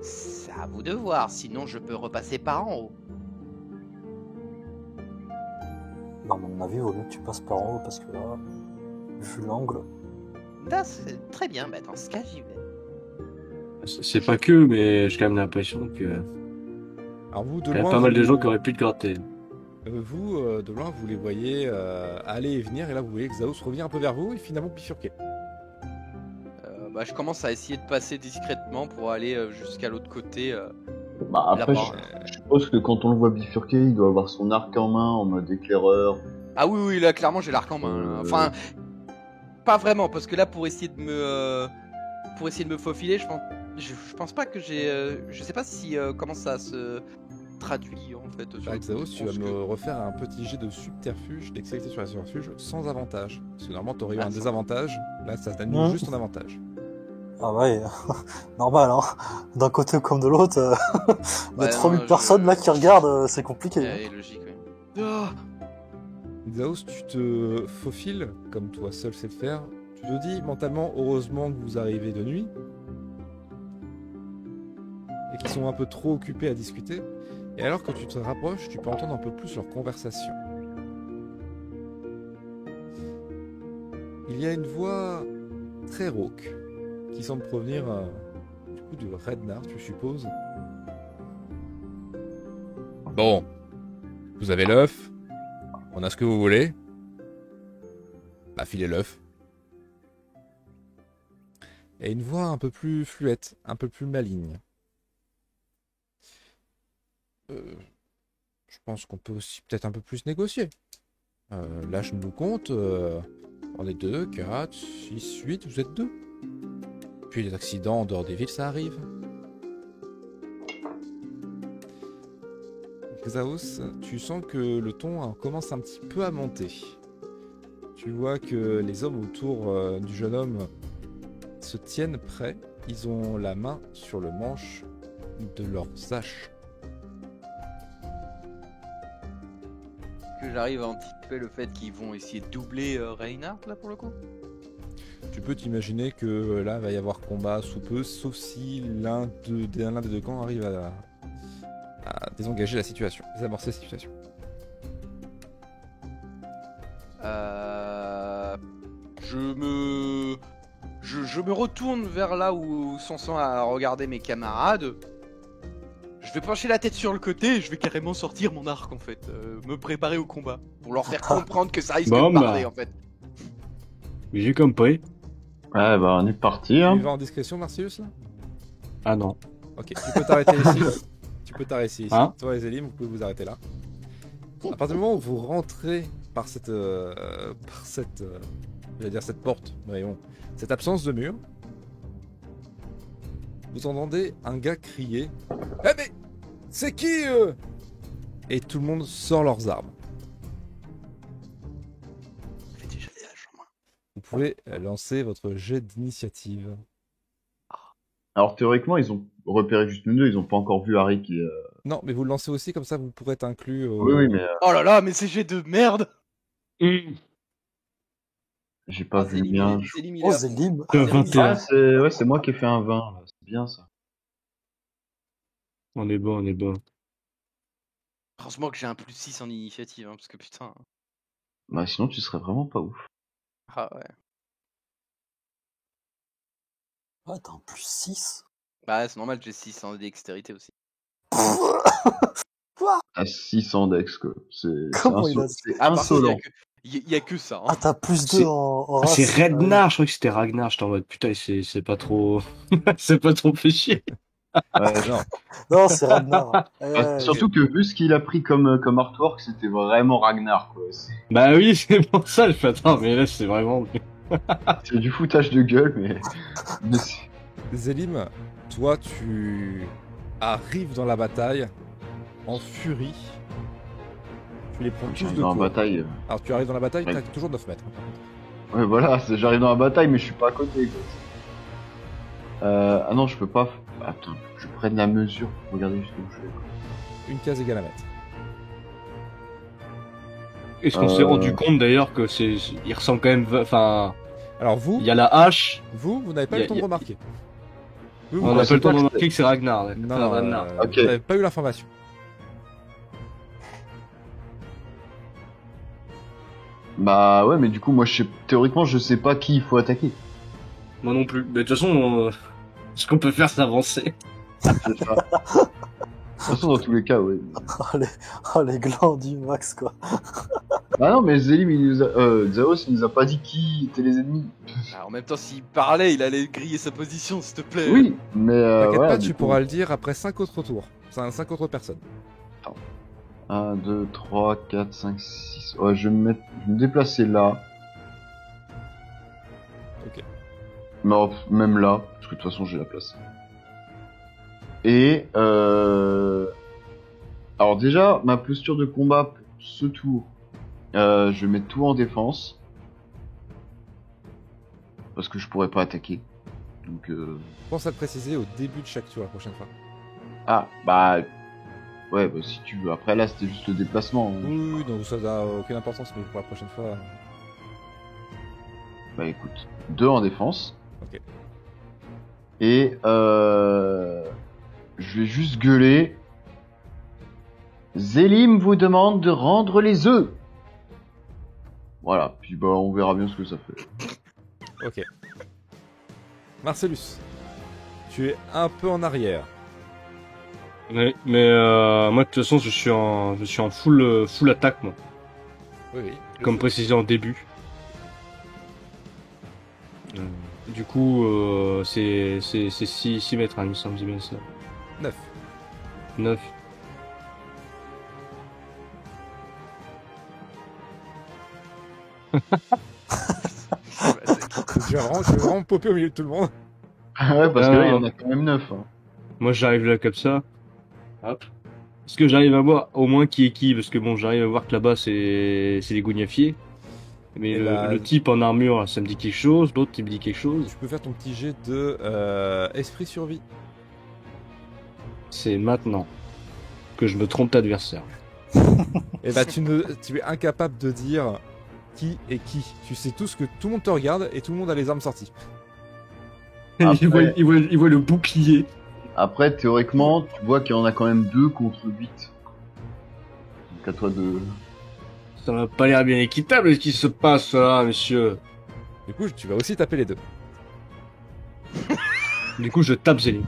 Speaker 2: C'est à vous de voir, sinon je peux repasser par en haut.
Speaker 5: Bah, à mon avis, il vaut mieux que tu passes par en haut parce que là, vu l'angle,
Speaker 2: Là, c'est très bien, bah, dans ce cas j'y vais.
Speaker 4: C'est c'est pas que, mais j'ai quand même l'impression que
Speaker 1: Alors vous, de
Speaker 4: il y a
Speaker 1: loin,
Speaker 4: pas mal de
Speaker 1: vous-
Speaker 4: gens qui auraient pu te gratter.
Speaker 1: euh, vous, euh, de loin, vous les voyez euh, aller et venir, et là vous voyez Xaos revient un peu vers vous et finalement bifurquer.
Speaker 2: Euh, bah, je commence à essayer de passer discrètement pour aller euh, jusqu'à l'autre côté. euh.
Speaker 3: Bah, après,
Speaker 2: part,
Speaker 3: je, je suppose que quand on le voit bifurquer, il doit avoir son arc en main en mode éclaireur.
Speaker 2: Ah oui, oui, là clairement j'ai l'arc en main. là.
Speaker 3: Euh.
Speaker 2: Enfin, pas vraiment, parce que là pour essayer de me, euh, pour essayer de me faufiler, je pense, je, je pense pas que j'ai, euh, je sais pas si euh, comment ça se traduit en fait. sur
Speaker 1: Bah,
Speaker 2: le
Speaker 1: Xaos,
Speaker 2: coup.
Speaker 1: tu
Speaker 2: Je
Speaker 1: vas
Speaker 2: pense
Speaker 1: me
Speaker 2: que-
Speaker 1: refaire un petit jet de subterfuge, d'excellité sur la subterfuge, sans avantage. Parce que normalement, t'aurais eu
Speaker 2: Ah,
Speaker 1: un
Speaker 2: ça.
Speaker 1: désavantage. Là, ça t'annule
Speaker 5: Ouais.
Speaker 1: juste ton avantage.
Speaker 5: ah ouais, normal, hein. D'un côté comme de l'autre, euh, il y a
Speaker 2: Ouais,
Speaker 5: 3000
Speaker 2: non, je-
Speaker 5: personnes là qui regardent, euh, c'est compliqué. hein.
Speaker 2: Ouais, Eh, logique. ouais. Ah
Speaker 1: Xaos, tu te faufiles, comme toi seul sais le faire. Tu te dis mentalement, heureusement que vous arrivez de nuit. Et qu'ils sont un peu trop occupés à discuter. Et alors que tu te rapproches, tu peux entendre un peu plus leur conversation. Il y a une voix très rauque qui semble provenir euh, du coup du Rednar, tu supposes. Bon, vous avez l'œuf, on a ce que vous voulez. Bah, filez l'œuf. Et une voix un peu plus fluette, un peu plus maligne. Euh, je pense qu'on peut aussi peut-être un peu plus négocier. Euh, là, je nous compte. euh, on est 2, 4, 6, 8, vous êtes deux. Puis les accidents en dehors des villes, ça arrive. Xaos, tu sens que le ton hein, commence un petit peu à monter. Tu vois que les hommes autour euh, du jeune homme se tiennent prêts. Ils ont la main sur le manche de leur hache.
Speaker 2: Que j'arrive à anticiper le fait qu'ils vont essayer de doubler euh, Reinhardt là pour le coup.
Speaker 1: Tu peux t'imaginer que euh, là va y avoir combat sous peu, sauf si l'un de- des- l'un des deux camps arrive à, à désengager la situation, désamorcer la situation.
Speaker 2: Euh, je me. Je, je me retourne vers là où Sanson a regardé mes camarades. Je vais pencher la tête sur le côté et je vais carrément sortir mon arc en fait. euh, me préparer au combat. Pour leur faire comprendre que ça risque
Speaker 4: Bon,
Speaker 2: de
Speaker 4: bah.
Speaker 2: parler en fait.
Speaker 4: Mais J'ai compris.
Speaker 3: Ouais, bah, on est parti, hein.
Speaker 1: Tu vas en discrétion, Marcius là
Speaker 4: Ah non.
Speaker 1: Ok, tu peux t'arrêter ici. Tu peux t'arrêter ici.
Speaker 4: Hein
Speaker 1: Toi et Zélim, vous pouvez vous arrêter là. À partir du moment où vous rentrez par cette. euh, par cette. euh, je vais dire cette porte, mais bon, cette absence de mur, vous entendez un gars crier Eh mais C'est qui eux Et tout le monde sort leurs armes.
Speaker 2: J'ai déjà des haches en main.
Speaker 1: Vous pouvez euh, lancer votre jet d'initiative.
Speaker 3: Alors, théoriquement, ils ont repéré juste nous deux, ils ont pas encore vu Harry qui est. euh,
Speaker 1: Non, mais vous le lancez aussi, comme ça vous pourrez être inclus. au-
Speaker 3: Oui, oui, mais euh,
Speaker 2: Oh là là, mais c'est jet de merde
Speaker 4: Hmm.
Speaker 3: j'ai pas
Speaker 4: Oh,
Speaker 2: Ah,
Speaker 3: vu le
Speaker 2: Zélim,
Speaker 3: mien.
Speaker 2: il est- Zélim, il est
Speaker 5: Oh,
Speaker 2: à fond.
Speaker 5: Zélim
Speaker 4: T'as
Speaker 2: Zélim, il est à
Speaker 3: Ah,
Speaker 4: 21.
Speaker 2: fond.
Speaker 3: c'est ouais, c'est moi qui ai fait un 20, là. c'est bien ça.
Speaker 4: On est bon, on est bon.
Speaker 2: Heureusement que j'ai un plus 6 en initiative, hein, parce que putain.
Speaker 3: Bah sinon tu serais vraiment pas ouf.
Speaker 2: Ah ouais.
Speaker 5: Ah, t'as un plus 6
Speaker 2: Bah c'est normal, j'ai 6 en dextérité aussi.
Speaker 3: À 600 dex que c'est c'est
Speaker 5: Comment il
Speaker 3: inso-
Speaker 5: a-
Speaker 3: c'est
Speaker 2: Ah, par contre,
Speaker 3: insolent.
Speaker 2: Il y, a que ça. hein.
Speaker 5: Ah, t'as plus
Speaker 4: C'est-
Speaker 5: 2 en, en
Speaker 4: Ah,
Speaker 5: race.
Speaker 4: c'est
Speaker 5: Ah
Speaker 4: Rednar, je croyais que c'était Ragnar. J'étais en mode putain, c'est c'est pas trop. c'est pas trop fait chier.
Speaker 1: Ouais, non.
Speaker 5: oui. Non, c'est Ragnar. Eh
Speaker 3: Bah,
Speaker 5: ouais.
Speaker 3: surtout que vu ce qu'il a pris comme, euh, comme artwork, c'était vraiment Ragnar quoi. C'est-
Speaker 4: Bah oui, c'est pour ça. Je fais attends, mais là c'est vraiment.
Speaker 3: C'est du foutage de gueule mais, mais c'est-
Speaker 1: Zélim, toi, tu arrives dans la bataille en furie. Tu les prends tous
Speaker 3: j'arrive
Speaker 1: de
Speaker 3: dans la
Speaker 1: toi.
Speaker 3: bataille. euh,
Speaker 1: Alors, tu arrives dans la bataille,
Speaker 3: Ouais.
Speaker 1: t'as toujours 9 mètres.
Speaker 3: Ouais voilà, c'est- j'arrive dans la bataille mais je suis pas à côté quoi. Euh, ah non je peux pas. Attends, je prenne la mesure pour regarder jusqu'où je vais.
Speaker 1: Une case égale à mètre.
Speaker 4: Est-ce qu'on s'est
Speaker 3: Euh.
Speaker 4: rendu compte d'ailleurs que c'est, il ressemble quand même, enfin,
Speaker 1: Alors, vous,
Speaker 4: il y a la hache.
Speaker 1: vous, vous n'avez pas
Speaker 4: Y
Speaker 1: eu
Speaker 4: a-
Speaker 1: le temps
Speaker 4: y
Speaker 1: de
Speaker 4: a-
Speaker 1: remarquer. Vous, vous
Speaker 4: On
Speaker 3: Ouais,
Speaker 4: n'a pas
Speaker 3: c'est
Speaker 4: le temps
Speaker 3: pas
Speaker 4: de
Speaker 3: que
Speaker 4: remarquer que c'est Ragnar. ouais.
Speaker 1: Non,
Speaker 4: Enfin, Ragnar.
Speaker 1: euh,
Speaker 3: Ok.
Speaker 1: vous n'avez pas eu l'information.
Speaker 3: Bah ouais mais du coup moi je sais... théoriquement je sais pas qui il faut attaquer.
Speaker 4: Moi non plus. Mais de toute façon, on- ce qu'on peut faire, c'est avancer.
Speaker 3: C'est ça. De toute façon dans tous les cas ouais.
Speaker 5: Ah, les... ah, les glands du max, quoi.
Speaker 3: Ah non, mais Zélim, il nous a... euh, Xaos, il nous a pas dit qui étaient les ennemis.
Speaker 2: Ah, en même temps, s'il parlait, il allait griller sa position, s'il te plaît.
Speaker 3: Oui, mais... Euh,
Speaker 1: T'inquiète
Speaker 3: voilà,
Speaker 1: pas,
Speaker 3: du
Speaker 1: tu
Speaker 3: coup,
Speaker 1: pourras le dire après 5 autres tours. 5 autres personnes.
Speaker 3: 1, 2, 3, 4, 5, 6... Ouais, je vais me, mettre... je vais me déplacer là.
Speaker 1: Ok.
Speaker 3: Non, pff, même là, parce que de toute façon, j'ai la place. Et... Euh... Alors déjà, ma posture de combat pour ce tour, euh, je vais mettre tout en défense. Parce que je pourrais pas attaquer. Donc... Euh...
Speaker 1: Pense à le préciser au début de chaque tour la prochaine fois.
Speaker 3: Ah, bah. Ouais, bah si tu veux. Après, là, c'était juste le déplacement. hein.
Speaker 1: Oui, oui, non, ça n'a aucune importance, mais pour la prochaine fois.
Speaker 3: Bah écoute, deux en défense.
Speaker 1: Ok.
Speaker 3: Et. Euh... Je vais juste gueuler. Zélim vous demande de rendre les œufs. Voilà, puis bah on verra bien ce que ça fait.
Speaker 1: Ok. Marcellus, tu es un peu en arrière.
Speaker 4: Mais, mais euh, moi de toute façon, je suis en, je suis en full, euh, full attaque, moi.
Speaker 1: Oui, oui.
Speaker 4: Comme précisé en début. Euh, Du coup, euh, c'est, c'est, c'est 6, mètres, hein, il me semble, c'est bien ça.
Speaker 1: 9.
Speaker 4: 9.
Speaker 2: bah,
Speaker 1: Tu vas vraiment, tu vas vraiment popper au milieu de tout le monde.
Speaker 3: ouais, parce que là, il y en
Speaker 4: Euh.
Speaker 3: a quand même neuf. hein.
Speaker 4: Moi, j'arrive là comme ça. Hop. Est-ce que j'arrive à voir au moins qui est qui Parce que bon, j'arrive à voir que là-bas, c'est, c'est les gougnafiers. Mais
Speaker 1: Eh
Speaker 4: le,
Speaker 1: ben,
Speaker 4: le type en armure, ça me dit quelque chose. L'autre, il me dit quelque chose.
Speaker 1: Tu peux faire ton petit jet de euh, esprit survie.
Speaker 4: C'est maintenant que je me trompe d'adversaire.
Speaker 1: Et bah, tu, ne, tu es incapable de dire qui est qui. Tu sais tous que tout le monde te regarde et tout le monde a les armes sorties.
Speaker 3: Après-
Speaker 4: il, voit, il voit- il voit le bouclier.
Speaker 3: Après, théoriquement, tu vois qu'il y en a quand même deux contre 8. Donc à toi de.
Speaker 4: Ça n'a pas l'air bien équitable ce qui se passe là, monsieur.
Speaker 1: Du coup, tu vas aussi taper les deux.
Speaker 4: Du coup, je tape Zélie.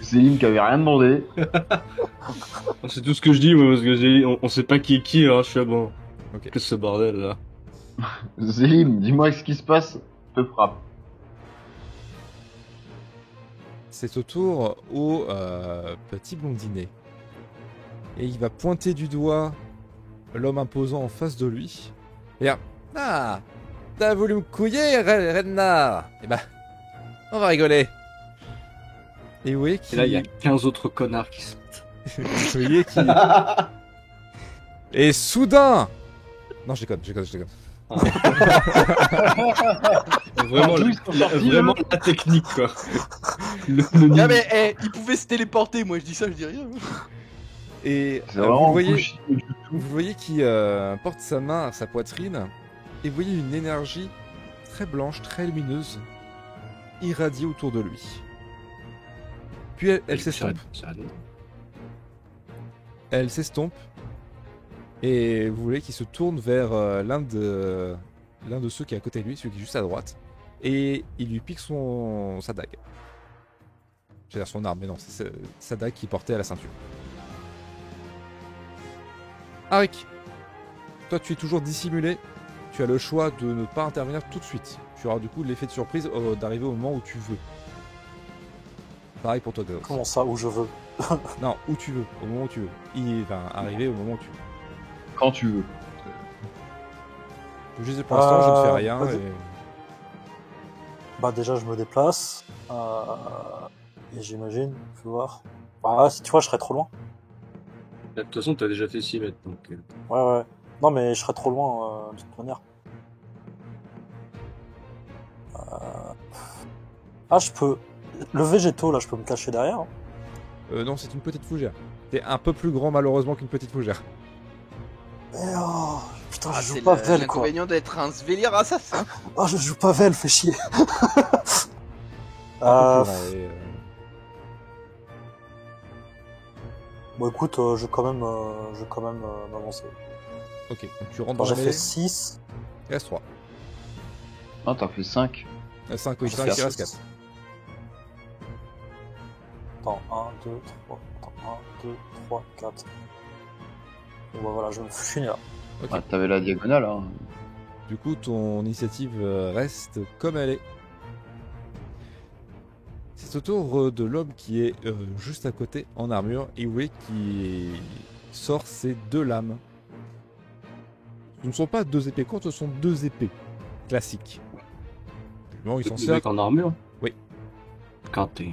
Speaker 3: Zélim qui avait rien demandé.
Speaker 4: C'est tout ce que je dis, moi, parce que Zélie, on, on sait pas qui est qui, hein, je suis là, bon.
Speaker 1: Ok.
Speaker 4: Qu'est-ce que ce bordel là
Speaker 3: Zélim, dis-moi ce qui se passe, je te frappe.
Speaker 1: C'est au tour au euh, petit blondinet. Et il va pointer du doigt l'homme imposant en face de lui. Et dire, Ah T'as voulu me couiller, Re- Redna Eh ben, on va rigoler. Et vous voyez
Speaker 4: Et
Speaker 1: qu'il
Speaker 4: là, il y a 15 autres connards qui se.
Speaker 1: vous voyez qu'il- Et soudain Non, je déconne, je déconne, je déconne.
Speaker 4: Vraiment,
Speaker 3: Ah,
Speaker 4: la,
Speaker 3: d'où ils sont sortis,
Speaker 4: vraiment la technique, quoi. Le, le
Speaker 2: Ah, mais eh, il pouvait se téléporter, moi je dis ça, je dis rien.
Speaker 1: Et
Speaker 3: C'est
Speaker 1: euh,
Speaker 3: vraiment
Speaker 1: vous voyez,
Speaker 3: bullshit du tout.
Speaker 1: Vous voyez qui euh, porte sa main à sa poitrine et vous voyez une énergie très blanche, très lumineuse, irradiée autour de lui. Puis elle, elle
Speaker 4: Ça-
Speaker 1: s'estompe.
Speaker 4: ça-
Speaker 1: Elle s'estompe. Et vous voulez qu'il se tourne vers euh, l'un de l'un de ceux qui est à côté de lui, celui qui est juste à droite, et il lui pique son sa dague. J'allais dire son arme, mais non, c'est sa- sa dague qui portait à la ceinture. Arik, toi tu es toujours dissimulé. Tu as le choix de ne pas intervenir tout de suite. Tu auras du coup l'effet de surprise euh, d'arriver au moment où tu veux. Pareil pour toi, Gauss.
Speaker 5: Comment ça, où je veux
Speaker 1: Non, où tu veux, au moment où tu veux. Il va arriver au moment où tu veux.
Speaker 3: Quand tu veux.
Speaker 1: Je disais pour l'instant, je ne fais
Speaker 5: Euh,
Speaker 1: rien.
Speaker 5: vas-y.
Speaker 1: et-
Speaker 5: Bah déjà je me déplace. euh, et j'imagine, je vais voir. Bah si tu vois je serais trop loin.
Speaker 4: De toute façon, t'as déjà fait 6 mètres, donc... euh,
Speaker 5: Ouais ouais. Non mais je serais trop loin euh, de toute manière. Euh, Ah je peux. Le végétaux là je peux me cacher derrière. hein.
Speaker 1: Euh, non, c'est une petite fougère. T'es un peu plus grand malheureusement qu'une petite fougère.
Speaker 5: Eh, oh, putain je
Speaker 2: Ah,
Speaker 5: joue
Speaker 2: c'est
Speaker 5: pas
Speaker 2: le-
Speaker 5: Vel quoi.
Speaker 2: l'inconvénient d'être un svelir assassin.
Speaker 5: Ah je joue pas Vel, fais chier.
Speaker 1: Un
Speaker 5: euh,
Speaker 1: peu plus grand, et, euh,
Speaker 5: bon écoute euh, je vais quand même, euh, je vais quand même euh, m'avancer.
Speaker 1: Ok, donc tu rentres
Speaker 5: Bon,
Speaker 1: dans la
Speaker 5: J'ai fait
Speaker 1: mêlée.
Speaker 5: 6.
Speaker 1: Il reste 3.
Speaker 3: Non, Hein, t'as fait 5.
Speaker 1: 5,
Speaker 5: J'ai
Speaker 1: 5,
Speaker 5: fait
Speaker 1: il reste 4.
Speaker 5: six. Attends, 1, 2, 3, attends, 1, 2, 3, 4. Bon bah voilà, je me suis là.
Speaker 1: Ok.
Speaker 3: Ah, t'avais la diagonale, hein.
Speaker 1: Du coup, ton initiative euh, reste comme elle est. C'est au tour euh, de l'homme qui est euh, juste à côté en armure et oui, qui sort ses deux lames. Ce ne sont pas deux épées courtes, ce sont deux épées classiques. Bon, ils sont
Speaker 4: Le
Speaker 1: servent
Speaker 4: mec en armure
Speaker 1: Oui.
Speaker 4: Quand t'es...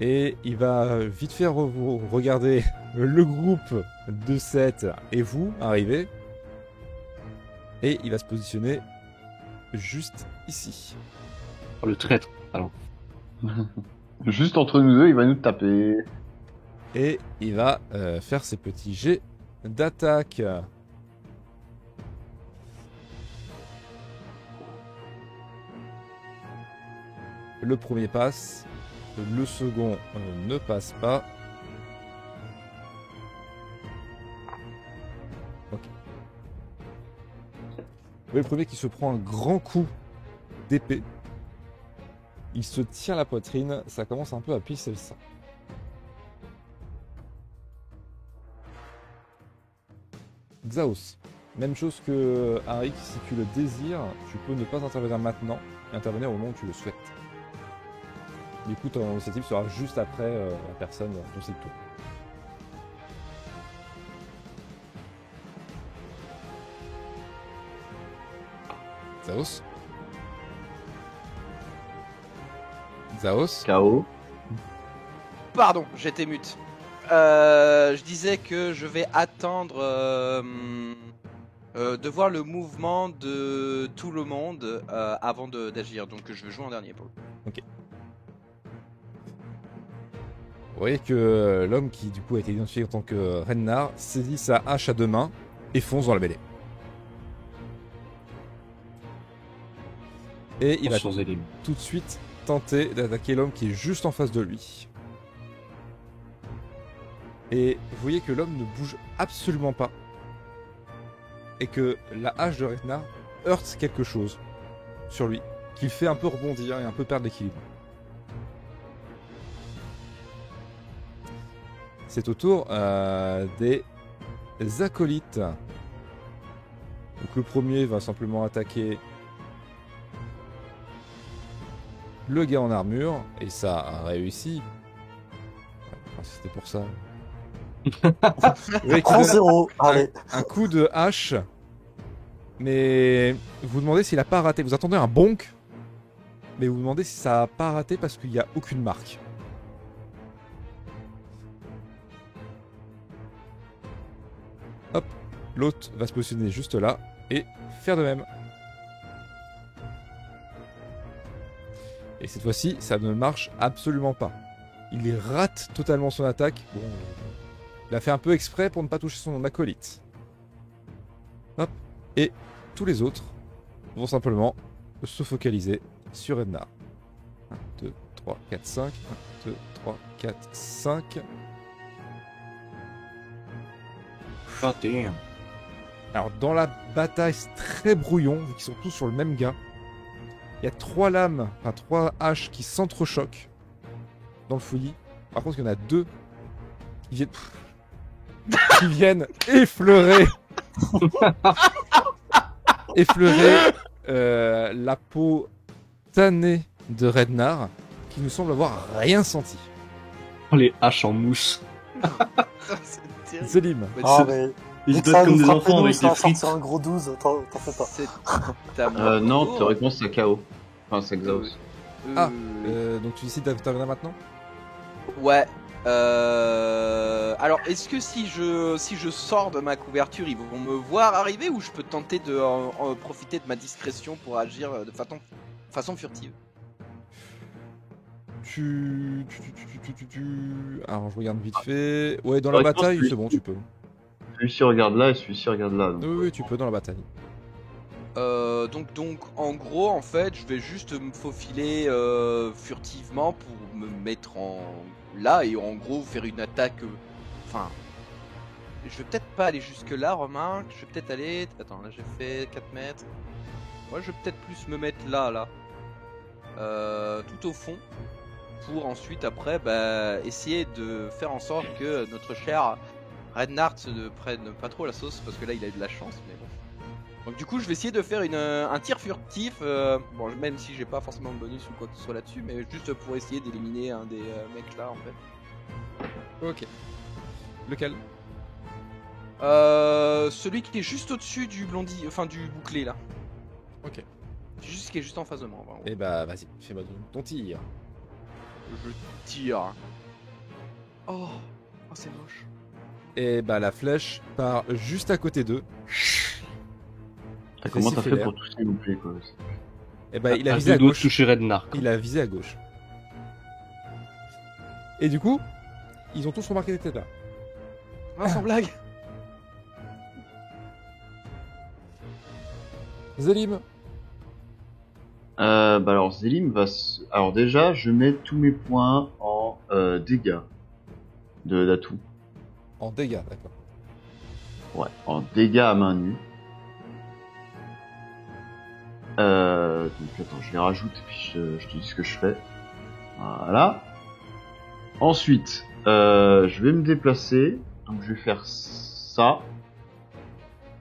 Speaker 1: et il va euh, vite faire re- vous regarder le groupe de 7 et vous arriver. Et il va se positionner juste ici.
Speaker 4: Oh, le traître.
Speaker 3: Juste entre nous deux, il va nous taper.
Speaker 1: et il va euh, faire ses petits jets d'attaque. Le premier passe, le second euh, ne passe pas. Ok. Oui, le premier qui se prend un grand coup d'épée. Il se tient la poitrine, ça commence un peu à pisser le sang. Xaos, même chose que Arik, si tu le désires, tu peux ne pas intervenir maintenant, et intervenir au moment où tu le souhaites. Du coup, ton initiative sera juste après euh, la personne dont c'est le tour. Xaos Xaos
Speaker 3: KO.
Speaker 2: Pardon, j'étais mute. Euh, je disais que je vais attendre euh, euh, de voir le mouvement de tout le monde euh, avant de- d'agir. Donc je vais jouer en dernier. Pour le coup.
Speaker 1: Vous voyez que euh, l'homme qui du coup a été identifié en tant que Rennar saisit sa hache à deux mains et fonce dans la mêlée. Et il va
Speaker 4: sur Zélim.
Speaker 1: tout de suite tenter d'attaquer l'homme qui est juste en face de lui. Et vous voyez que l'homme ne bouge absolument pas. Et que la hache de Retna heurte quelque chose sur lui, qui le fait un peu rebondir et un peu perdre l'équilibre. C'est au tour euh, des acolytes. Donc le premier va simplement attaquer le gars en armure, et ça a réussi. Enfin, C'était pour ça. Oui, qui
Speaker 5: Prends
Speaker 1: donne
Speaker 5: 0, allez.
Speaker 1: un coup de hache, mais vous vous demandez s'il a pas raté. Vous attendez un bonk, mais vous vous demandez si ça a pas raté parce qu'il n'y a aucune marque. Hop, l'autre va se positionner juste là et faire de même. Et cette fois-ci, ça ne marche absolument pas. Il rate totalement son attaque. Bon, il a fait un peu exprès pour ne pas toucher son acolyte. Hop. Et tous les autres vont simplement se focaliser sur Edna. 1, 2, 3, 4, 5. 1, 2, 3, 4, 5.
Speaker 4: 21.
Speaker 1: Alors dans la bataille, c'est très brouillon, vu qu'ils sont tous sur le même gars. Il y a trois lames, enfin trois haches qui s'entrechoquent dans le fouillis. Par contre, il y en a deux qui viennent, qui viennent effleurer, effleurer euh, la peau tannée de Rednar, qui nous semble avoir rien senti.
Speaker 4: Oh, les haches en mousse.
Speaker 2: C'est terrible.
Speaker 1: Zélim,
Speaker 2: Mais
Speaker 5: Ah,
Speaker 2: Bah, c'est-
Speaker 5: mais
Speaker 6: Ils
Speaker 5: dès
Speaker 6: se
Speaker 5: que ça va
Speaker 6: battent comme
Speaker 5: nous
Speaker 6: des
Speaker 5: frapper,
Speaker 6: enfants
Speaker 5: nous,
Speaker 6: avec
Speaker 5: ça
Speaker 6: des
Speaker 5: va
Speaker 6: frites.
Speaker 5: sortir un gros 12, t'en t'en fais pas.
Speaker 2: c'est ta
Speaker 3: Euh, non,
Speaker 2: mort.
Speaker 3: théoriquement, c'est KO. Enfin, c'est Xaos.
Speaker 1: Ah,
Speaker 2: Euh,
Speaker 1: euh, donc tu décides d'intervenir maintenant
Speaker 2: Ouais. Euh... Alors, est-ce que si je si je sors de ma couverture, ils vont me voir arriver ou je peux tenter de euh, en profiter de ma discrétion pour agir euh, de façon façon furtive
Speaker 1: tu... tu- tu- tu- tu- tu- tu- Alors je regarde vite fait. Ouais, dans la
Speaker 3: Ouais, je pense
Speaker 1: bataille,
Speaker 3: que-
Speaker 1: c'est bon, tu peux.
Speaker 3: Celui-ci regarde là et celui-ci regarde là. donc,
Speaker 1: Oui, oui, tu peux dans la bataille.
Speaker 2: euh, Donc donc en gros, en fait, je vais juste me faufiler euh, furtivement pour me mettre en là et en gros faire une attaque. euh, Enfin. Je vais peut-être pas aller jusque-là, remarque. Je vais peut-être aller. Attends, là j'ai fait 4 mètres. Moi, je vais peut-être plus me mettre là, là. Euh, tout au fond. Pour ensuite, après, bah, essayer de faire en sorte que notre cher Rednart ne prenne pas trop la sauce. Parce que là, il a eu de la chance, mais bon. Donc, du coup, je vais essayer de faire une, euh, un tir furtif. euh, bon, même si j'ai pas forcément de bonus ou quoi que ce soit là-dessus. Mais juste pour essayer d'éliminer un des euh, mecs là, en fait.
Speaker 1: Ok. Lequel
Speaker 2: Euh, celui qui est juste au-dessus du blondi, enfin du bouclé là.
Speaker 1: Ok.
Speaker 2: Juste qui est juste en face de moi. vraiment.
Speaker 1: Eh bah vas-y, fais-moi ton tir.
Speaker 2: Je tire. Oh, oh, c'est moche.
Speaker 1: Et bah la flèche part juste à côté d'eux.
Speaker 3: Ah, Comment
Speaker 1: Fais
Speaker 3: t'as fait
Speaker 1: siffler.
Speaker 3: pour toucher mon pied, quoi
Speaker 1: Et bah il a
Speaker 4: Ah, À
Speaker 1: visé
Speaker 4: deux
Speaker 1: à
Speaker 4: doigts de
Speaker 1: gauche.
Speaker 4: toucher Rednar.
Speaker 1: Il a visé à gauche. Et du coup, ils ont tous remarqué tes têtes là.
Speaker 2: Ah, sans blague.
Speaker 1: Zélim
Speaker 3: Euh, bah alors Zélim va se... Alors déjà, je mets tous mes points en euh, dégâts de d'atout.
Speaker 1: En dégâts, d'accord.
Speaker 3: Ouais, en dégâts à main nue. Euh, donc attends, je les rajoute et puis je, je te dis ce que je fais. Voilà. Ensuite, euh, je vais me déplacer. Donc je vais faire ça.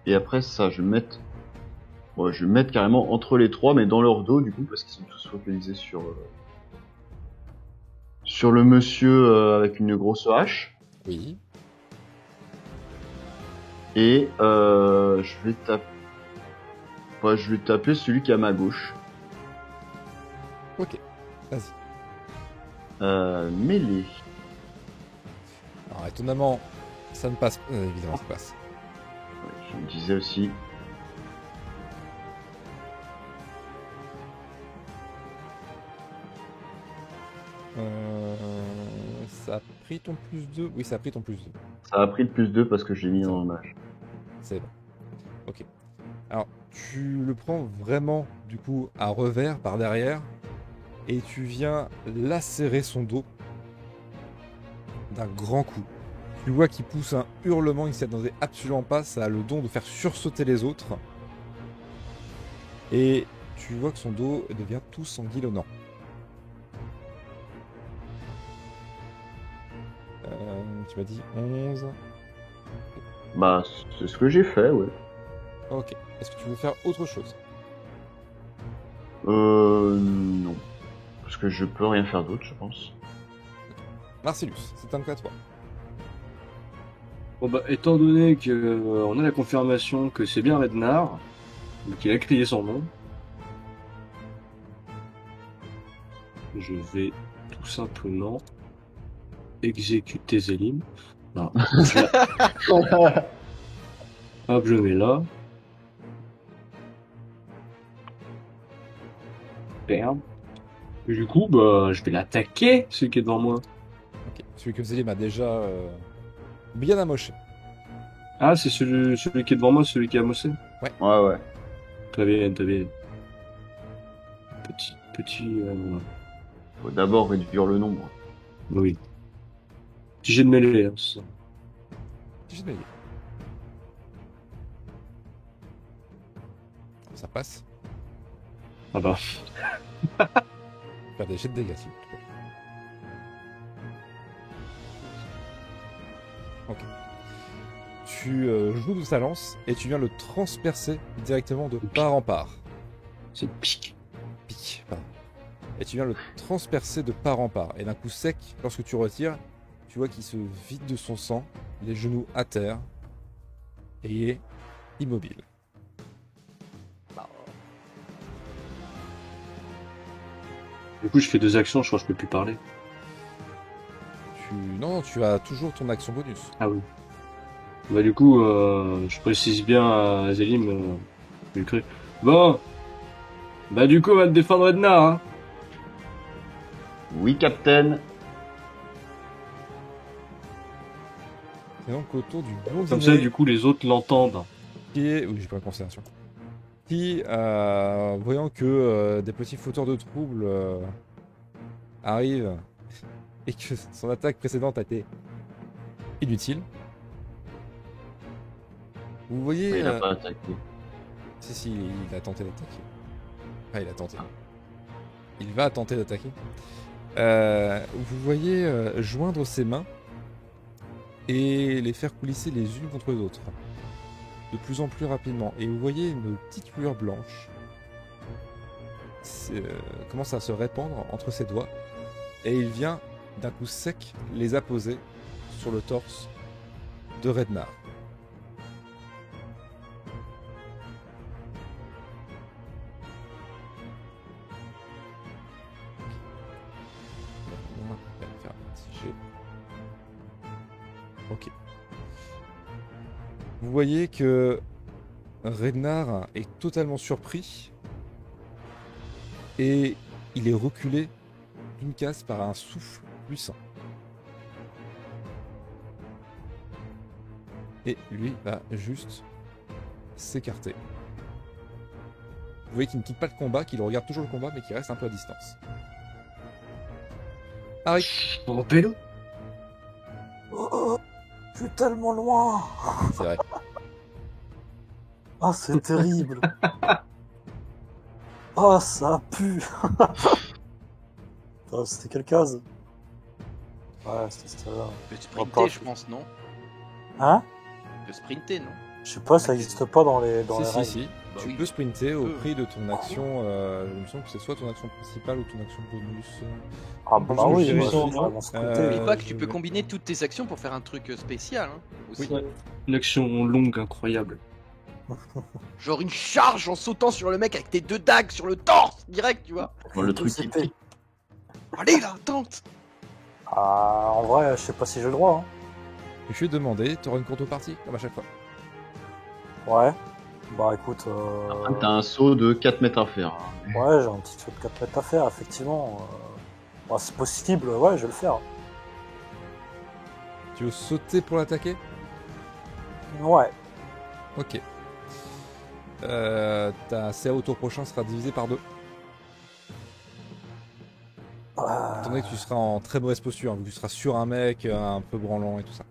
Speaker 3: Et après ça, je vais me mettre... Ouais, je vais me mettre carrément entre les trois, mais dans leur dos du coup, parce qu'ils sont tous focalisés sur... euh, Sur le monsieur euh, avec une grosse hache.
Speaker 1: Oui.
Speaker 3: Et euh, je vais taper. je vais taper celui qui est à ma gauche.
Speaker 1: Ok. Vas-y.
Speaker 3: Euh, mêlée.
Speaker 1: Alors étonnamment, ça ne passe. euh, évidemment, ça passe.
Speaker 3: Ouais, je me disais aussi.
Speaker 1: Euh, ça a pris ton plus 2. Oui, ça a pris ton plus 2.
Speaker 3: Ça a pris le plus 2 parce que je l'ai mis dans ma hache.
Speaker 1: C'est bon. Ok. Alors, tu le prends vraiment, du coup, à revers, par derrière, et tu viens lacérer son dos d'un grand coup. Tu vois qu'il pousse un hurlement, il s'y attendait absolument pas, ça a le don de faire sursauter les autres. Et tu vois que son dos devient tout sanguillonnant. Euh, tu m'as dit 11.
Speaker 3: Bah, c'est ce que j'ai fait, ouais.
Speaker 1: Ok. Est-ce que tu veux faire autre chose
Speaker 3: Euh, non. Parce que je peux rien faire d'autre, je pense.
Speaker 1: Marcellus, c'est un cas toi.
Speaker 4: Bon bah, étant donné que euh, on a la confirmation que c'est bien Rednar, qu'il a crié son nom, je vais tout simplement exécuter Zélim. Non. Hop, je mets là. Bam. Et du coup, bah, je vais l'attaquer, celui qui est devant moi.
Speaker 1: Ok. Celui que Zélim a déjà euh, bien amoché.
Speaker 4: Ah, c'est celui, celui qui est devant moi, celui qui a mossé.
Speaker 3: Ouais, ouais.
Speaker 4: Très bien, très bien. Petit, petit, euh,
Speaker 3: Faut d'abord réduire le nombre.
Speaker 4: Oui. Petit jet de mêlée, hein, c'est ça.
Speaker 1: J'ai donné. Ça passe.
Speaker 4: Ah bah.
Speaker 1: Faire des jets de dégâts, s'il vous plaît. Ok. Tu euh, joues de sa lance et tu viens le transpercer directement de part en part.
Speaker 4: C'est pique.
Speaker 1: Pique, pardon. Et tu viens le transpercer de part en part. Et d'un coup sec, lorsque tu retires, tu vois qu'il se vide de son sang, les genoux à terre, et il est immobile.
Speaker 4: Du coup, je fais deux actions, je crois que je peux plus parler.
Speaker 1: Tu... Non, non, tu as toujours ton action bonus.
Speaker 4: Ah oui. Bah du coup, euh, je précise bien à Zélim, euh, je lui crie. Bon Bah du coup, on va te défendre Edna, hein
Speaker 3: Oui, Captain.
Speaker 1: C'est donc autour du blondinet
Speaker 4: Comme ça, du coup, les autres l'entendent.
Speaker 1: qui est... Oui, j'ai pas la considération. Qui, euh, voyant que euh, des petits fauteurs de troubles euh, arrivent et que son attaque précédente a été inutile, vous voyez...
Speaker 3: Mais il
Speaker 1: euh,
Speaker 3: a pas attaqué.
Speaker 1: Si, si, il a tenté d'attaquer. Ah, il a tenté. Il va tenter d'attaquer. Euh, vous voyez euh, joindre ses mains et les faire coulisser les unes contre les autres. De plus en plus rapidement. Et vous voyez une petite lueur blanche c'est, euh, commence à se répandre entre ses doigts. Et il vient d'un coup sec les apposer sur le torse de Rednar. Maintenant, on va faire un petit jet. Ok. Vous voyez que Rednar est totalement surpris et il est reculé d'une case par un souffle puissant. Et lui va juste s'écarter. Vous voyez qu'il ne quitte pas le combat, qu'il regarde toujours le combat, mais qu'il reste un peu à distance. Harry,
Speaker 4: Mon vélo
Speaker 5: Oh, oh, je suis tellement loin
Speaker 1: c'est vrai.
Speaker 5: Ah, c'est terrible Ah, ça pue Putain, C'était quelle case Ouais, c'était celle-là.
Speaker 2: peut
Speaker 5: pas-
Speaker 2: sprinter, je pense, non
Speaker 5: Hein
Speaker 2: peut sprinter, non
Speaker 5: Je sais pas, ça existe pas dans les,
Speaker 1: Si,
Speaker 5: dans les
Speaker 1: si,
Speaker 5: règles.
Speaker 1: si.
Speaker 2: Bah
Speaker 1: tu
Speaker 2: oui.
Speaker 1: peux sprinter au
Speaker 2: peux.
Speaker 1: prix de ton action. Euh, il me semble que c'est soit ton action principale ou ton action bonus.
Speaker 5: Ah bah
Speaker 1: Je
Speaker 5: oui,
Speaker 1: sais
Speaker 5: ils
Speaker 1: pas.
Speaker 5: sont vraiment scrutés.
Speaker 1: Euh,
Speaker 2: N'oublie pas que
Speaker 1: je
Speaker 2: tu peux
Speaker 1: vais-
Speaker 2: combiner toutes tes actions pour faire un truc euh, spécial. hein, aussi.
Speaker 4: Oui. Une action longue, incroyable.
Speaker 2: Genre une charge en sautant sur le mec avec tes deux dagues sur le torse, direct, tu vois.
Speaker 3: Bon, le truc qui
Speaker 5: Anticipé.
Speaker 3: pique.
Speaker 2: Allez là, tente
Speaker 5: Ah, en vrai, je sais pas si j'ai le droit. hein.
Speaker 1: Je lui ai demandé, t'auras une contrepartie comme à chaque fois.
Speaker 5: hein. Ouais. Bah écoute, euh...
Speaker 3: Après, T'as un saut de 4 mètres à faire. hein.
Speaker 5: ouais, j'ai un petit truc de 4 mètres à faire, effectivement. Euh, bah, c'est possible, ouais, je vais le faire.
Speaker 1: Tu veux sauter pour l'attaquer
Speaker 5: Ouais,
Speaker 1: Ok. Euh, ta CA au tour prochain sera divisée par deux.
Speaker 5: Ah,
Speaker 1: Étant donné que tu seras en très mauvaise posture, hein, vu que tu seras sur un mec euh, un peu branlant et tout ça.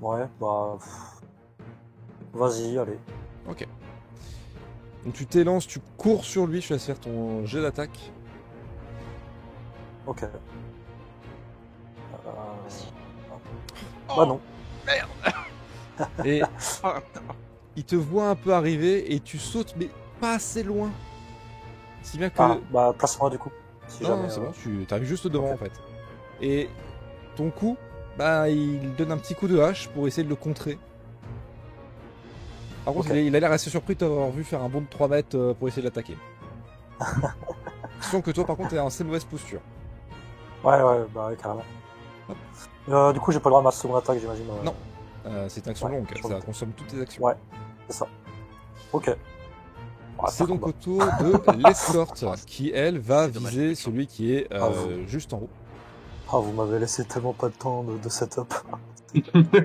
Speaker 5: ouais, bah. pff. Vas-y, allez.
Speaker 1: Donc tu t'élances, tu cours sur lui, je te laisse faire ton jet d'attaque.
Speaker 5: Ok. Euh...
Speaker 2: Oh,
Speaker 5: Bah
Speaker 1: Oh,
Speaker 5: non.
Speaker 1: Et
Speaker 2: Ah,
Speaker 1: il te voit un peu arriver et tu sautes, mais pas assez loin. Si bien que
Speaker 5: Ah, bah place-moi du coup. Si
Speaker 1: Non,
Speaker 5: jamais.
Speaker 1: non, c'est
Speaker 5: euh,
Speaker 1: bon, tu arrives juste devant en fait. Et ton coup, bah, il donne un petit coup de hache pour essayer de le contrer. Par contre,
Speaker 5: Ok.
Speaker 1: il est- il a l'air assez surpris de t'avoir vu faire un bond de 3 mètres euh, pour essayer de l'attaquer. Sans que toi, par contre, t'es en assez mauvaise posture.
Speaker 5: Ouais, ouais, bah ouais, carrément.
Speaker 1: Hop.
Speaker 5: Euh, du coup, j'ai pas le droit à ma seconde attaque, j'imagine. euh,
Speaker 1: Non. Euh, c'est une action
Speaker 5: Ouais,
Speaker 1: longue,
Speaker 5: je
Speaker 1: ça
Speaker 5: vois.
Speaker 1: consomme toutes tes actions.
Speaker 5: Ouais, Ok. Ouais,
Speaker 1: c'est
Speaker 5: par
Speaker 1: donc
Speaker 5: contre, bah.
Speaker 1: autour de l'escorte qui, elle, va
Speaker 2: C'est dommage,
Speaker 1: viser celui qui est euh,
Speaker 5: Bravo.
Speaker 1: juste en haut.
Speaker 5: bah, Ah, vous m'avez laissé tellement pas de temps de, de setup.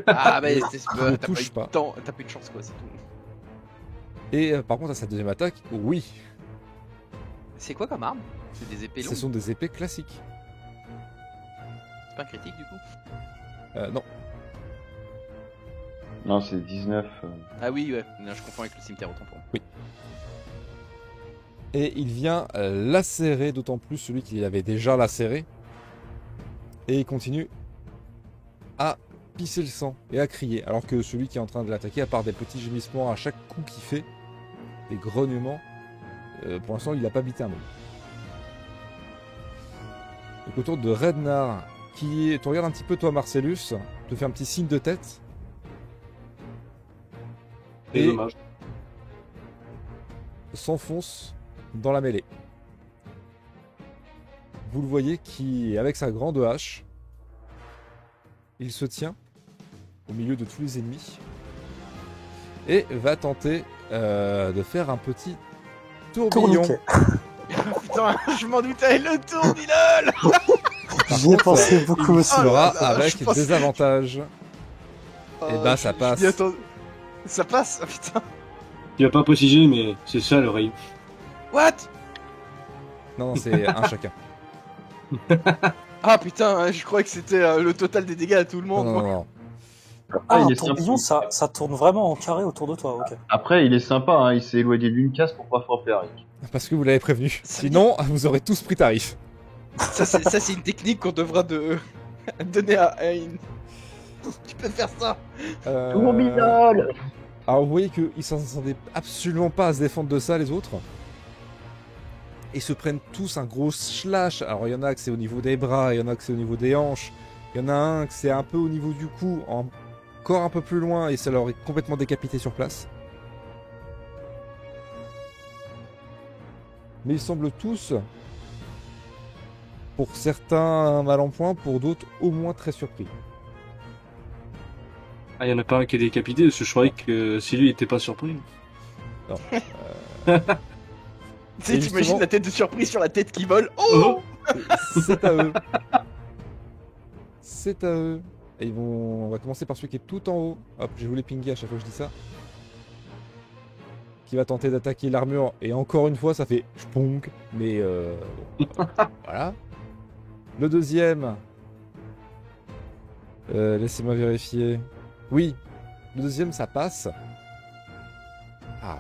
Speaker 2: Ah, mais c'est-
Speaker 1: ne
Speaker 2: t'as pas
Speaker 1: touche
Speaker 2: eu
Speaker 1: pas.
Speaker 2: de temps, t'as pas eu de chance, quoi, c'est tout.
Speaker 1: Et euh, par contre, à sa deuxième attaque, oui,
Speaker 2: C'est quoi comme arme C'est des épées
Speaker 1: Ce
Speaker 2: longues.
Speaker 1: sont des épées classiques.
Speaker 2: C'est pas critique du coup.
Speaker 1: Euh, non,
Speaker 3: Non, c'est 19. euh,
Speaker 2: Ah oui, ouais. Non, je confonds avec le cimetière autant pour moi.
Speaker 1: et il vient euh, lacérer d'autant plus celui qu'il avait déjà lacéré. Et il continue à pisser le sang et à crier, alors que celui qui est en train de l'attaquer, à part des petits gémissements à chaque coup qu'il fait, des grognements, euh, pour l'instant il n'a pas bité un mot. Donc autour de Rednar, qui te regarde un petit peu toi Marcellus, te fait un petit signe de tête.
Speaker 4: C'est
Speaker 1: Et-
Speaker 4: dommage.
Speaker 1: s'enfonce dans la mêlée. Vous le voyez qui, avec sa grande hache, il se tient au milieu de tous les ennemis et va tenter euh, de faire un petit tourbillon.
Speaker 5: Tourniquet.
Speaker 2: Oh, Putain, je m'en doutais, le tour du LOL
Speaker 5: J'y ai pensé beaucoup
Speaker 1: Il
Speaker 5: aussi. hein.
Speaker 1: sera
Speaker 2: Ah là là,
Speaker 1: avec
Speaker 2: je pense-
Speaker 1: des avantages. Eh ben,
Speaker 2: Oh,
Speaker 1: ça passe.
Speaker 2: Ça passe, ah, putain.
Speaker 4: Il a pas précisé, mais c'est ça l'oreille.
Speaker 2: What
Speaker 1: Non, non, c'est un chacun.
Speaker 2: Ah putain, je croyais que c'était euh, le total des dégâts à tout le
Speaker 1: Non,
Speaker 2: monde.
Speaker 1: non,
Speaker 2: moi.
Speaker 1: non, non.
Speaker 5: Ah,
Speaker 3: il
Speaker 5: un
Speaker 3: est sympa.
Speaker 5: tourbillon, ça, ça tourne vraiment en carré autour de toi, ok.
Speaker 3: Après, il est sympa, hein, il s'est éloigné d'une case pour pas frapper Harry.
Speaker 1: Parce que vous l'avez prévenu.
Speaker 2: Ça veut
Speaker 1: Sinon, vous aurez tous pris tarif.
Speaker 2: Ça, c'est ça, c'est une technique qu'on devra de... donner à, à une... Tu peux faire ça
Speaker 1: Euh,
Speaker 3: Tout mon bidole
Speaker 1: Alors vous voyez qu'ils s'en attendaient absolument pas à se défendre de ça les autres. Et se prennent tous un gros slash. Alors il y en a que c'est au niveau des bras, il y en a que c'est au niveau des hanches, il y en a un que c'est un peu au niveau du cou, encore un peu plus loin, et ça leur est complètement décapité sur place. Mais ils semblent tous, pour certains mal en point, pour d'autres au moins très surpris.
Speaker 4: Ah, il y en a pas un qui est décapité, parce que je croyais que euh, si lui, il était pas surpris.
Speaker 2: Tu
Speaker 1: Et
Speaker 2: sais, t'imagines
Speaker 1: justement-
Speaker 2: la tête de surprise sur la tête qui vole. Oh,
Speaker 4: Oh
Speaker 1: C'est à eux. C'est à eux. Et ils vont... On va commencer par celui qui est tout en haut. Hop, je voulais pinguer à chaque fois que je dis ça. Qui va tenter d'attaquer l'armure. Et encore une fois, ça fait spong. Mais euh, bon, voilà. Le deuxième. Euh, Laissez-moi vérifier. Oui, le deuxième, ça passe. Ah.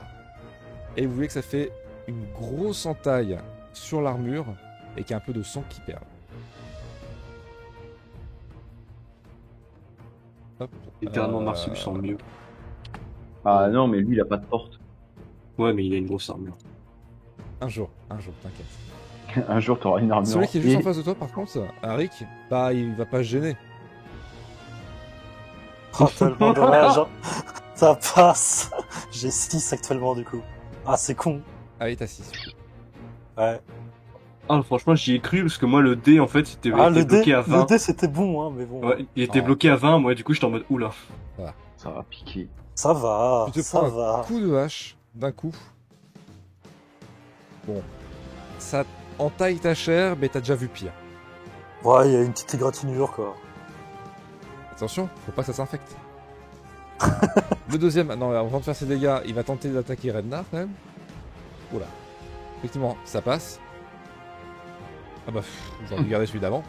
Speaker 1: Et vous voyez que ça fait une grosse entaille sur l'armure et qu'il y a un peu de sang qui perd. Hop.
Speaker 4: Littéralement,
Speaker 1: Euh,
Speaker 4: Marcel sent mieux.
Speaker 3: Ah non, mais lui, il a pas de porte.
Speaker 4: Ouais, mais il a une grosse armure.
Speaker 1: Un jour, un jour, t'inquiète.
Speaker 3: Un jour, t'auras une armure.
Speaker 1: Celui qui est juste
Speaker 3: Ah, Et-
Speaker 1: en face de toi, par contre, Arik, bah il va pas se gêner.
Speaker 5: Oh, tellement dommage. hein. ça passe. J'ai 6 actuellement, du coup. Ah, c'est con.
Speaker 1: Allez, t'as 6.
Speaker 5: Ouais.
Speaker 4: Ah, franchement, j'y ai cru, parce que moi, le dé, en fait, c'était
Speaker 5: Ah,
Speaker 4: était
Speaker 5: le dé,
Speaker 4: bloqué à
Speaker 5: le
Speaker 4: 20.
Speaker 5: dé, c'était bon, hein, mais bon.
Speaker 4: Ouais, il était
Speaker 1: Ah.
Speaker 4: bloqué à 20, moi, du coup, j'étais en mode, oula.
Speaker 3: Ça va piquer.
Speaker 5: Ça va,
Speaker 1: Tu te
Speaker 5: ça
Speaker 1: prends un
Speaker 5: va.
Speaker 1: coup de hache d'un coup. Bon. Ça entaille ta chair, mais t'as déjà vu pire.
Speaker 5: Ouais, il y a une petite égratignure, quoi.
Speaker 1: Attention, faut pas que ça s'infecte. le deuxième, non, avant de faire ses dégâts, il va tenter d'attaquer Rednar quand même. Oula. Effectivement, ça passe. Ah bah, pff, j'aurais dû garder celui d'avant.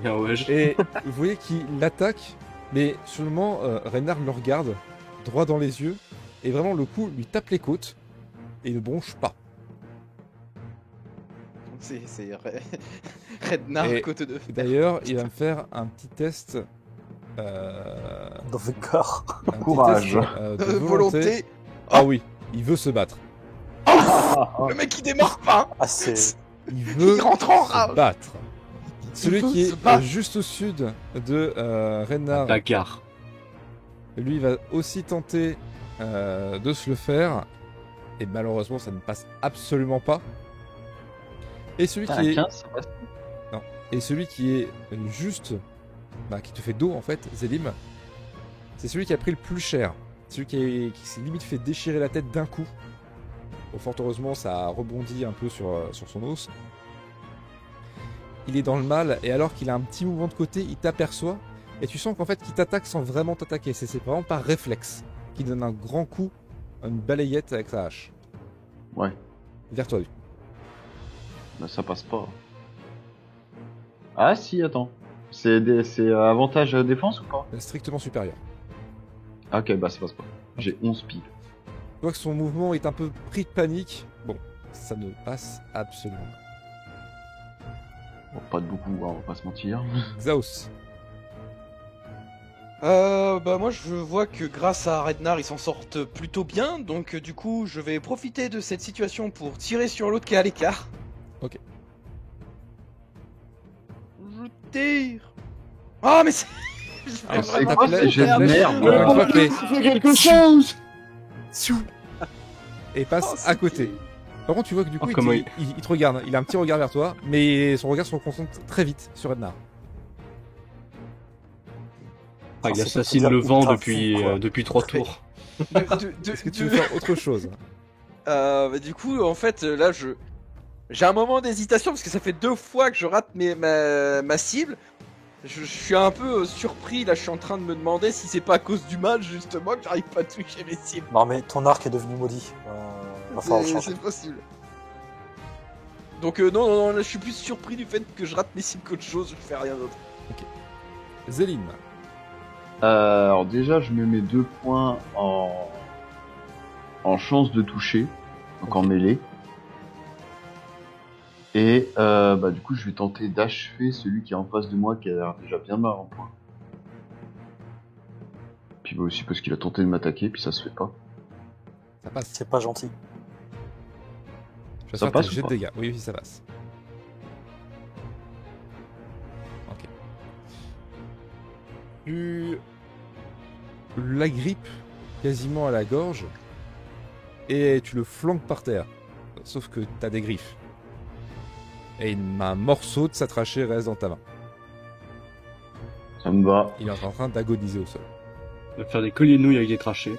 Speaker 4: Bien, ouais, je-
Speaker 1: Et vous voyez qu'il l'attaque, mais seulement euh, Reynard le regarde droit dans les yeux, et vraiment le coup lui tape les côtes, et il ne bronche pas.
Speaker 2: C'est... c'est... Red- Rednar,
Speaker 1: Et-
Speaker 2: côte de...
Speaker 1: D'ailleurs, il va me faire un petit test. euh,
Speaker 5: Dans le corps.
Speaker 1: un petit
Speaker 3: Courage.
Speaker 1: test, euh, de
Speaker 2: Euh, volonté.
Speaker 1: Ah oui, il veut se battre. Ah.
Speaker 4: Ah,
Speaker 2: Le mec il démarre pas hein.
Speaker 5: Ah, c'est.
Speaker 1: Il veut
Speaker 2: Il rentre en
Speaker 1: se
Speaker 2: rage
Speaker 1: battre.
Speaker 2: Il
Speaker 1: Celui
Speaker 2: veut
Speaker 1: qui
Speaker 2: se
Speaker 1: est euh,
Speaker 2: battre.
Speaker 1: juste au sud de euh, Reynard
Speaker 4: Bagarre.
Speaker 1: Lui va aussi tenter euh, de se le faire. Et malheureusement, ça ne passe absolument pas. Et celui,
Speaker 3: Putain,
Speaker 1: qui
Speaker 3: un
Speaker 1: est,
Speaker 3: 15, ça passe.
Speaker 1: et celui qui est juste, bah, qui te fait dos en fait, Zélim, c'est celui qui a pris le plus cher. Celui qui, est- qui s'est limite fait déchirer la tête d'un coup. Bon, fort heureusement, ça a rebondi un peu sur, euh, sur son os. Il est dans le mal, et alors qu'il a un petit mouvement de côté, il t'aperçoit, et tu sens qu'en fait, qu'il t'attaque sans vraiment t'attaquer. C'est c'est vraiment par réflexe qu'il donne un grand coup, une balayette avec sa hache.
Speaker 3: Ouais.
Speaker 1: Vers toi, lui.
Speaker 3: Bah, ça passe pas. Ah si, attends. C'est des- c'est euh, avantage euh, défense ou pas
Speaker 1: Strictement supérieur.
Speaker 3: Ah, Ok, bah ça passe pas. J'ai 11 piles.
Speaker 1: Tu vois que son mouvement est un peu pris de panique. Bon, ça ne passe absolument pas.
Speaker 3: Bon, pas de beaucoup, hein, on va pas se mentir.
Speaker 1: Xaos,
Speaker 2: Euh, bah moi je vois que grâce à Rednar ils s'en sortent plutôt bien, donc euh, du coup je vais profiter de cette situation pour tirer sur l'autre qui est à l'écart.
Speaker 1: Ok.
Speaker 2: Je tire. Ah mais c'est. je vais
Speaker 3: Ah, c'est
Speaker 2: vraiment
Speaker 3: quoi
Speaker 2: pas
Speaker 3: ces jets de
Speaker 2: perdre.
Speaker 3: merde
Speaker 1: Encore une fois,
Speaker 4: mais
Speaker 1: fais-
Speaker 4: fais quelque chose
Speaker 1: et
Speaker 2: Oh,
Speaker 1: passe
Speaker 2: c'est
Speaker 1: à côté.
Speaker 2: qui
Speaker 1: Par contre, tu vois que du coup,
Speaker 4: Oh,
Speaker 1: il,
Speaker 4: comment
Speaker 1: te,
Speaker 4: il-
Speaker 1: il- il te regarde. hein. Il a un petit regard vers toi, mais son regard se concentre très vite sur Ednar.
Speaker 4: Ah, il
Speaker 5: c'est-
Speaker 4: assassine
Speaker 5: c'est
Speaker 4: le vent
Speaker 5: ultra
Speaker 4: depuis,
Speaker 5: fou, quoi.
Speaker 4: euh, depuis trois tours.
Speaker 2: De- de- de-
Speaker 1: Est-ce que tu
Speaker 2: de-
Speaker 1: veux faire autre chose
Speaker 2: Euh, bah, du coup, en fait, euh, là, je j'ai un moment d'hésitation parce que ça fait deux fois que je rate mes, ma, ma cible. Je, je suis un peu euh, surpris. Là, je suis en train de me demander si c'est pas à cause du mal justement que j'arrive pas à toucher mes cibles.
Speaker 5: Non, mais ton arc est devenu maudit. Euh, va falloir le
Speaker 2: C'est-
Speaker 5: changer.
Speaker 2: C'est possible. Donc euh, non, non, non, là, je suis plus surpris du fait que je rate mes cibles qu'autre chose. Je fais rien d'autre.
Speaker 1: Zélim,
Speaker 3: Euh, alors déjà, je me mets deux points en, en chance de toucher, donc en mêlée. Et euh, bah, du coup, je vais tenter d'achever celui qui est en face de moi, qui a l'air déjà bien marre en point. Puis bah, aussi parce qu'il a tenté de m'attaquer, puis ça se fait pas.
Speaker 1: ça passe.
Speaker 5: C'est pas gentil.
Speaker 1: Tu vas
Speaker 3: Ça
Speaker 1: faire
Speaker 3: passe
Speaker 1: tes
Speaker 3: ou
Speaker 1: jets de
Speaker 3: pas
Speaker 1: dégâts. Oui, oui, ça passe. Ok. Tu la grippe quasiment à la gorge et tu le flanques par terre. Sauf que t'as des griffes. Et une- un morceau de sa trachée reste dans ta main.
Speaker 3: Ça me va.
Speaker 1: Il est en train d'agoniser au sol.
Speaker 4: Il va faire des colliers de nouilles avec des trachées.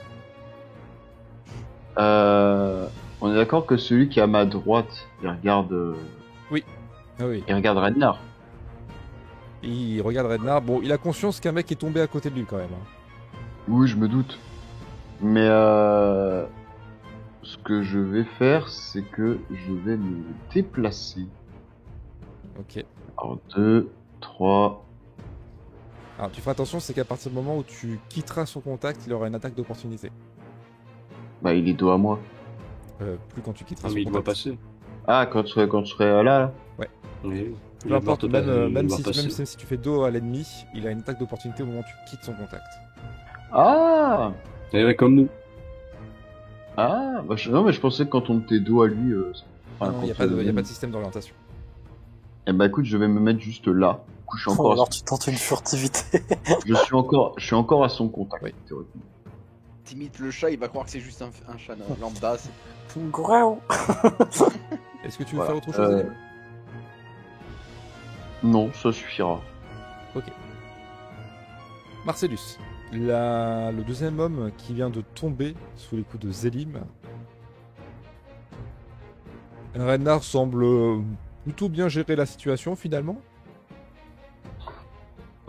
Speaker 4: Ah,
Speaker 3: Euh, on est d'accord que celui qui est à ma droite, il regarde, euh,
Speaker 1: Ah oui.
Speaker 3: il regarde Ragnar.
Speaker 1: Il regarde Rednar. Bon, il a conscience qu'un mec est tombé à côté de lui quand même. hein.
Speaker 3: Oui, je me doute. Mais euh, ce que je vais faire, c'est que je vais me déplacer.
Speaker 1: Ok.
Speaker 3: Alors, 2, 3...
Speaker 1: Alors tu feras attention, c'est qu'à partir du moment où tu quitteras son contact, il aura une attaque d'opportunité.
Speaker 3: Bah, il est dos à moi.
Speaker 1: Euh, plus quand tu quitteras
Speaker 4: Ah,
Speaker 1: son
Speaker 4: mais il doit
Speaker 1: contact.
Speaker 4: passer.
Speaker 3: Ah, quand je serai, quand je serai euh, là, là.
Speaker 4: Oui. Il
Speaker 1: Peu
Speaker 4: est
Speaker 1: importe,
Speaker 4: mort,
Speaker 1: même,
Speaker 4: bah,
Speaker 1: euh,
Speaker 4: il
Speaker 1: même
Speaker 4: va
Speaker 1: si,
Speaker 4: passer.
Speaker 1: même si- si tu fais dos à l'ennemi, il a une attaque d'opportunité au moment où tu quittes son contact.
Speaker 3: Ah
Speaker 4: Il est Eh comme nous.
Speaker 3: Ah bah, je- Non, mais je pensais que quand on était dos à lui... Euh...
Speaker 4: Ah,
Speaker 3: enfin,
Speaker 1: il n'y a,
Speaker 3: quand,
Speaker 1: pas de-
Speaker 3: euh,
Speaker 1: y a pas de système d'orientation.
Speaker 3: Eh bah écoute, je vais me mettre juste là. Du coup, je suis
Speaker 5: Oh,
Speaker 3: encore,
Speaker 5: alors tu tentes une furtivité.
Speaker 3: je suis encore, je suis encore à son contact.
Speaker 1: Oui.
Speaker 3: théoriquement.
Speaker 2: Timide le chat, il va croire que c'est juste un, un chat euh, lambda. c'est-
Speaker 5: Gouréon.
Speaker 1: Est-ce que tu veux
Speaker 3: Voilà.
Speaker 1: faire autre chose
Speaker 3: Euh,
Speaker 1: Daniel
Speaker 3: Non, ça suffira.
Speaker 1: Marcellus, la- le deuxième homme qui vient de tomber sous les coups de Zélim. Renard semble euh, plutôt bien gérer la situation finalement.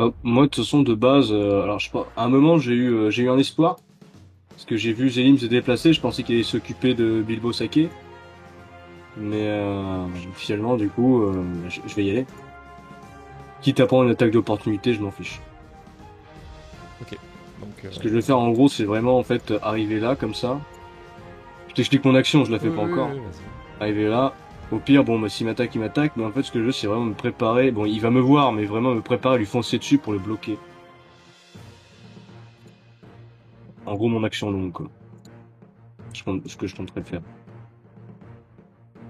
Speaker 4: Euh, moi, de toute façon, de base, euh, alors je sais pas, à un moment, j'ai eu, euh, j'ai eu un espoir. Parce que j'ai vu Zélim se déplacer, je pensais qu'il allait s'occuper de Bilbo Saké. Mais euh, finalement, du coup, euh, je je vais y aller. Quitte à prendre une attaque d'opportunité, je m'en fiche.
Speaker 1: Donc, euh,
Speaker 4: Ce que je vais faire, en gros, c'est vraiment, en fait, euh, arriver là, comme ça. Je t'explique mon action, je la fais
Speaker 1: oui,
Speaker 4: pas
Speaker 1: oui,
Speaker 4: encore.
Speaker 1: oui, vas-y.
Speaker 4: Arriver là, au pire, bon, bah, s'il m'attaque, il m'attaque. Mais en fait, ce que je veux, c'est vraiment me préparer. Bon, il va me voir, mais vraiment me préparer à lui foncer dessus pour le bloquer. En gros, mon action longue, quoi. Je compte- ce que je compterais faire.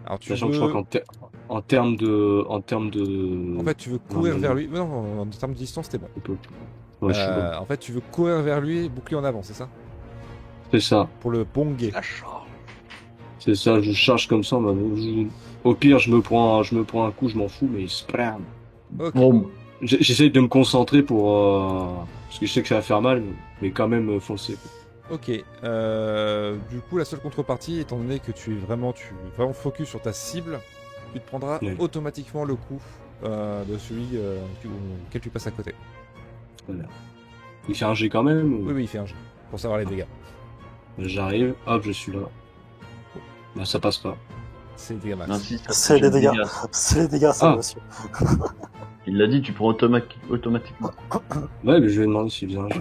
Speaker 1: Alors, tu
Speaker 4: Sachant
Speaker 1: veux-
Speaker 4: que je crois qu'en ter- en termes de. En termes de.
Speaker 1: en fait, tu veux courir
Speaker 4: non,
Speaker 1: vers
Speaker 4: non.
Speaker 1: lui. Non, en termes de distance, t'es bon.
Speaker 4: Ouais, je suis
Speaker 1: Euh,
Speaker 4: bon.
Speaker 1: en fait, tu veux courir vers lui, boucler en avant, c'est ça
Speaker 4: C'est ça.
Speaker 1: Pour le bonguer.
Speaker 2: La charge.
Speaker 4: C'est ça, je charge comme ça. bah, je- Au pire, je me, prends, je me prends un coup, je m'en fous, mais il se prend.
Speaker 1: Ok.
Speaker 3: Bon,
Speaker 4: J'ai- J'essaie de me concentrer pour. euh, Parce que je sais que ça va faire mal, mais quand même euh, foncer. quoi.
Speaker 1: Ok, euh, du coup la seule contrepartie, étant donné que tu es vraiment, tu es vraiment focus sur ta cible, tu te prendras
Speaker 4: Oui.
Speaker 1: automatiquement le coup euh, de celui euh, tu- auquel tu passes à côté.
Speaker 4: Il fait un G quand même. ou-
Speaker 1: Oui, oui, il fait un jeu pour savoir les dégâts.
Speaker 4: J'arrive, hop, je suis là. Bah, ça passe pas.
Speaker 1: C'est des max.
Speaker 3: N'insiste pas,
Speaker 5: C'est les
Speaker 3: j'ai
Speaker 5: dégâts.
Speaker 3: dit,
Speaker 5: C'est les dégâts, ça,
Speaker 4: Ah.
Speaker 5: monsieur.
Speaker 3: Il l'a dit, tu prends automatique automatiquement.
Speaker 4: Ouais, mais je vais demander s'il faisait un jeu.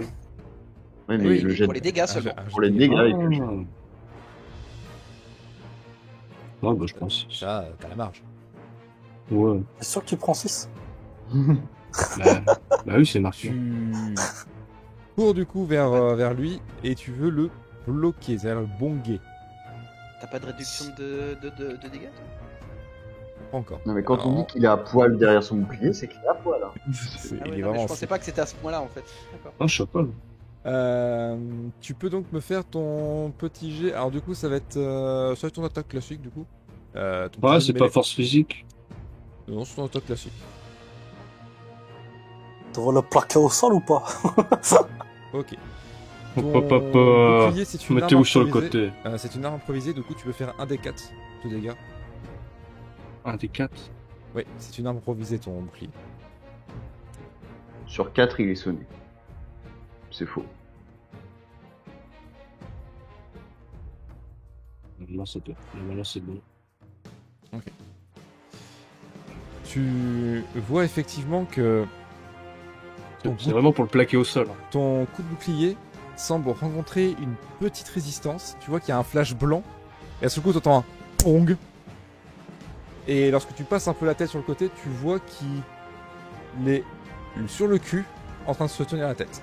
Speaker 3: Oui, mais
Speaker 2: Oui,
Speaker 3: le
Speaker 2: mais
Speaker 3: jet
Speaker 2: pour les dégâts seulement.
Speaker 3: pour les dégâts,
Speaker 4: Ah.
Speaker 3: il peut le jeter.
Speaker 4: Ouais, bah, je pense.
Speaker 1: Ça, euh, t'as la marge.
Speaker 4: Ouais.
Speaker 5: T'es sûr que tu prends 6
Speaker 4: Bah, bah oui, c'est marqué.
Speaker 1: Tu cours du coup vers, euh, vers lui et tu veux le bloquer, c'est-à-dire le bonguer.
Speaker 2: T'as pas de réduction de, de, de, de dégâts toi
Speaker 1: Pas encore.
Speaker 3: Non, mais quand on
Speaker 1: Alors,
Speaker 3: dit qu'il est à poil derrière son bouclier, c'est qu'il est à poil. hein.
Speaker 1: c'est-
Speaker 2: Ah
Speaker 1: il
Speaker 2: ouais,
Speaker 1: est
Speaker 2: non, mais
Speaker 1: vraiment
Speaker 2: Je pensais pas que c'était à ce point-là en fait. D'accord.
Speaker 4: Ah, je sais pas. là.
Speaker 1: Euh, tu peux donc me faire ton petit jet. Alors du coup, ça va être, euh, ça va être ton attaque classique du coup. Euh, ton
Speaker 4: Ouais,
Speaker 1: petit jet
Speaker 4: c'est
Speaker 1: de
Speaker 4: pas
Speaker 1: mêlée.
Speaker 4: force physique.
Speaker 1: Non, c'est ton attaque classique.
Speaker 5: T'envoies le plaquer au sol ou pas
Speaker 1: Ok.
Speaker 4: Hop,
Speaker 1: Ton
Speaker 4: hop, hop, euh,
Speaker 1: bouclier, c'est une arme
Speaker 4: Mettez-vous sur le
Speaker 1: improvisée.
Speaker 4: côté.
Speaker 1: Euh, c'est une arme improvisée, du coup, tu peux faire un des 4 de dégâts.
Speaker 4: Un des quatre.
Speaker 1: Oui, c'est une arme improvisée ton bouclier.
Speaker 3: Sur 4, il est sonné. C'est faux.
Speaker 4: Non, c'est bon. Normalement, c'est bon.
Speaker 1: Tu vois effectivement que ton,
Speaker 4: C'est
Speaker 1: bou-
Speaker 4: vraiment pour le plaquer au sol. hein.
Speaker 1: ton coup de bouclier semble rencontrer une petite résistance. Tu vois qu'il y a un flash blanc. Et à ce coup, tu entends un pong. Et lorsque tu passes un peu la tête sur le côté, tu vois qu'il est sur le cul en train de se tenir la tête.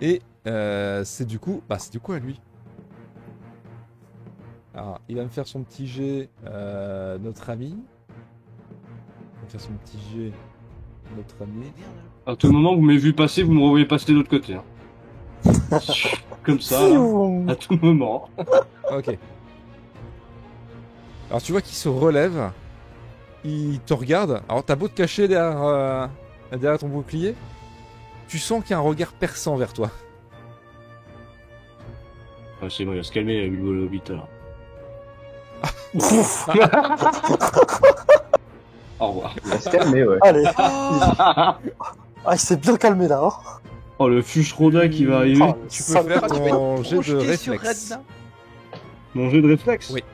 Speaker 1: Et euh, c'est du coup, bah c'est du coup à lui. Alors, il va me faire son petit jet, euh, notre ami. Il va me faire son petit jet, notre ami.
Speaker 4: À tout moment, vous m'avez vu passer, vous me revoyez passer de l'autre côté. hein. Comme ça, hein. là.
Speaker 5: Fiou
Speaker 4: à tout moment.
Speaker 1: Ok. Alors tu vois qu'il se relève, il te regarde. Alors t'as beau te cacher derrière, euh, derrière ton bouclier, tu sens qu'il y a un regard perçant vers toi.
Speaker 4: Ah, c'est bon, il va se calmer, il a vu le Hobbit, là.
Speaker 5: Pouf
Speaker 4: Au revoir.
Speaker 3: Il va se calmer, Ah, ouais.
Speaker 5: Allez
Speaker 2: Oh
Speaker 5: Ah, il s'est bien calmé là, hein
Speaker 4: Oh, le fuche Roda qui va arriver.
Speaker 5: Ah, le
Speaker 1: Tu peux
Speaker 5: sale
Speaker 1: faire
Speaker 5: con.
Speaker 2: tu
Speaker 1: ton
Speaker 2: vas te
Speaker 1: jet de
Speaker 2: projeter sur Oh,
Speaker 1: réflexe.
Speaker 2: Redna.
Speaker 4: Mon jeu de réflexe. Oh,
Speaker 1: Oui.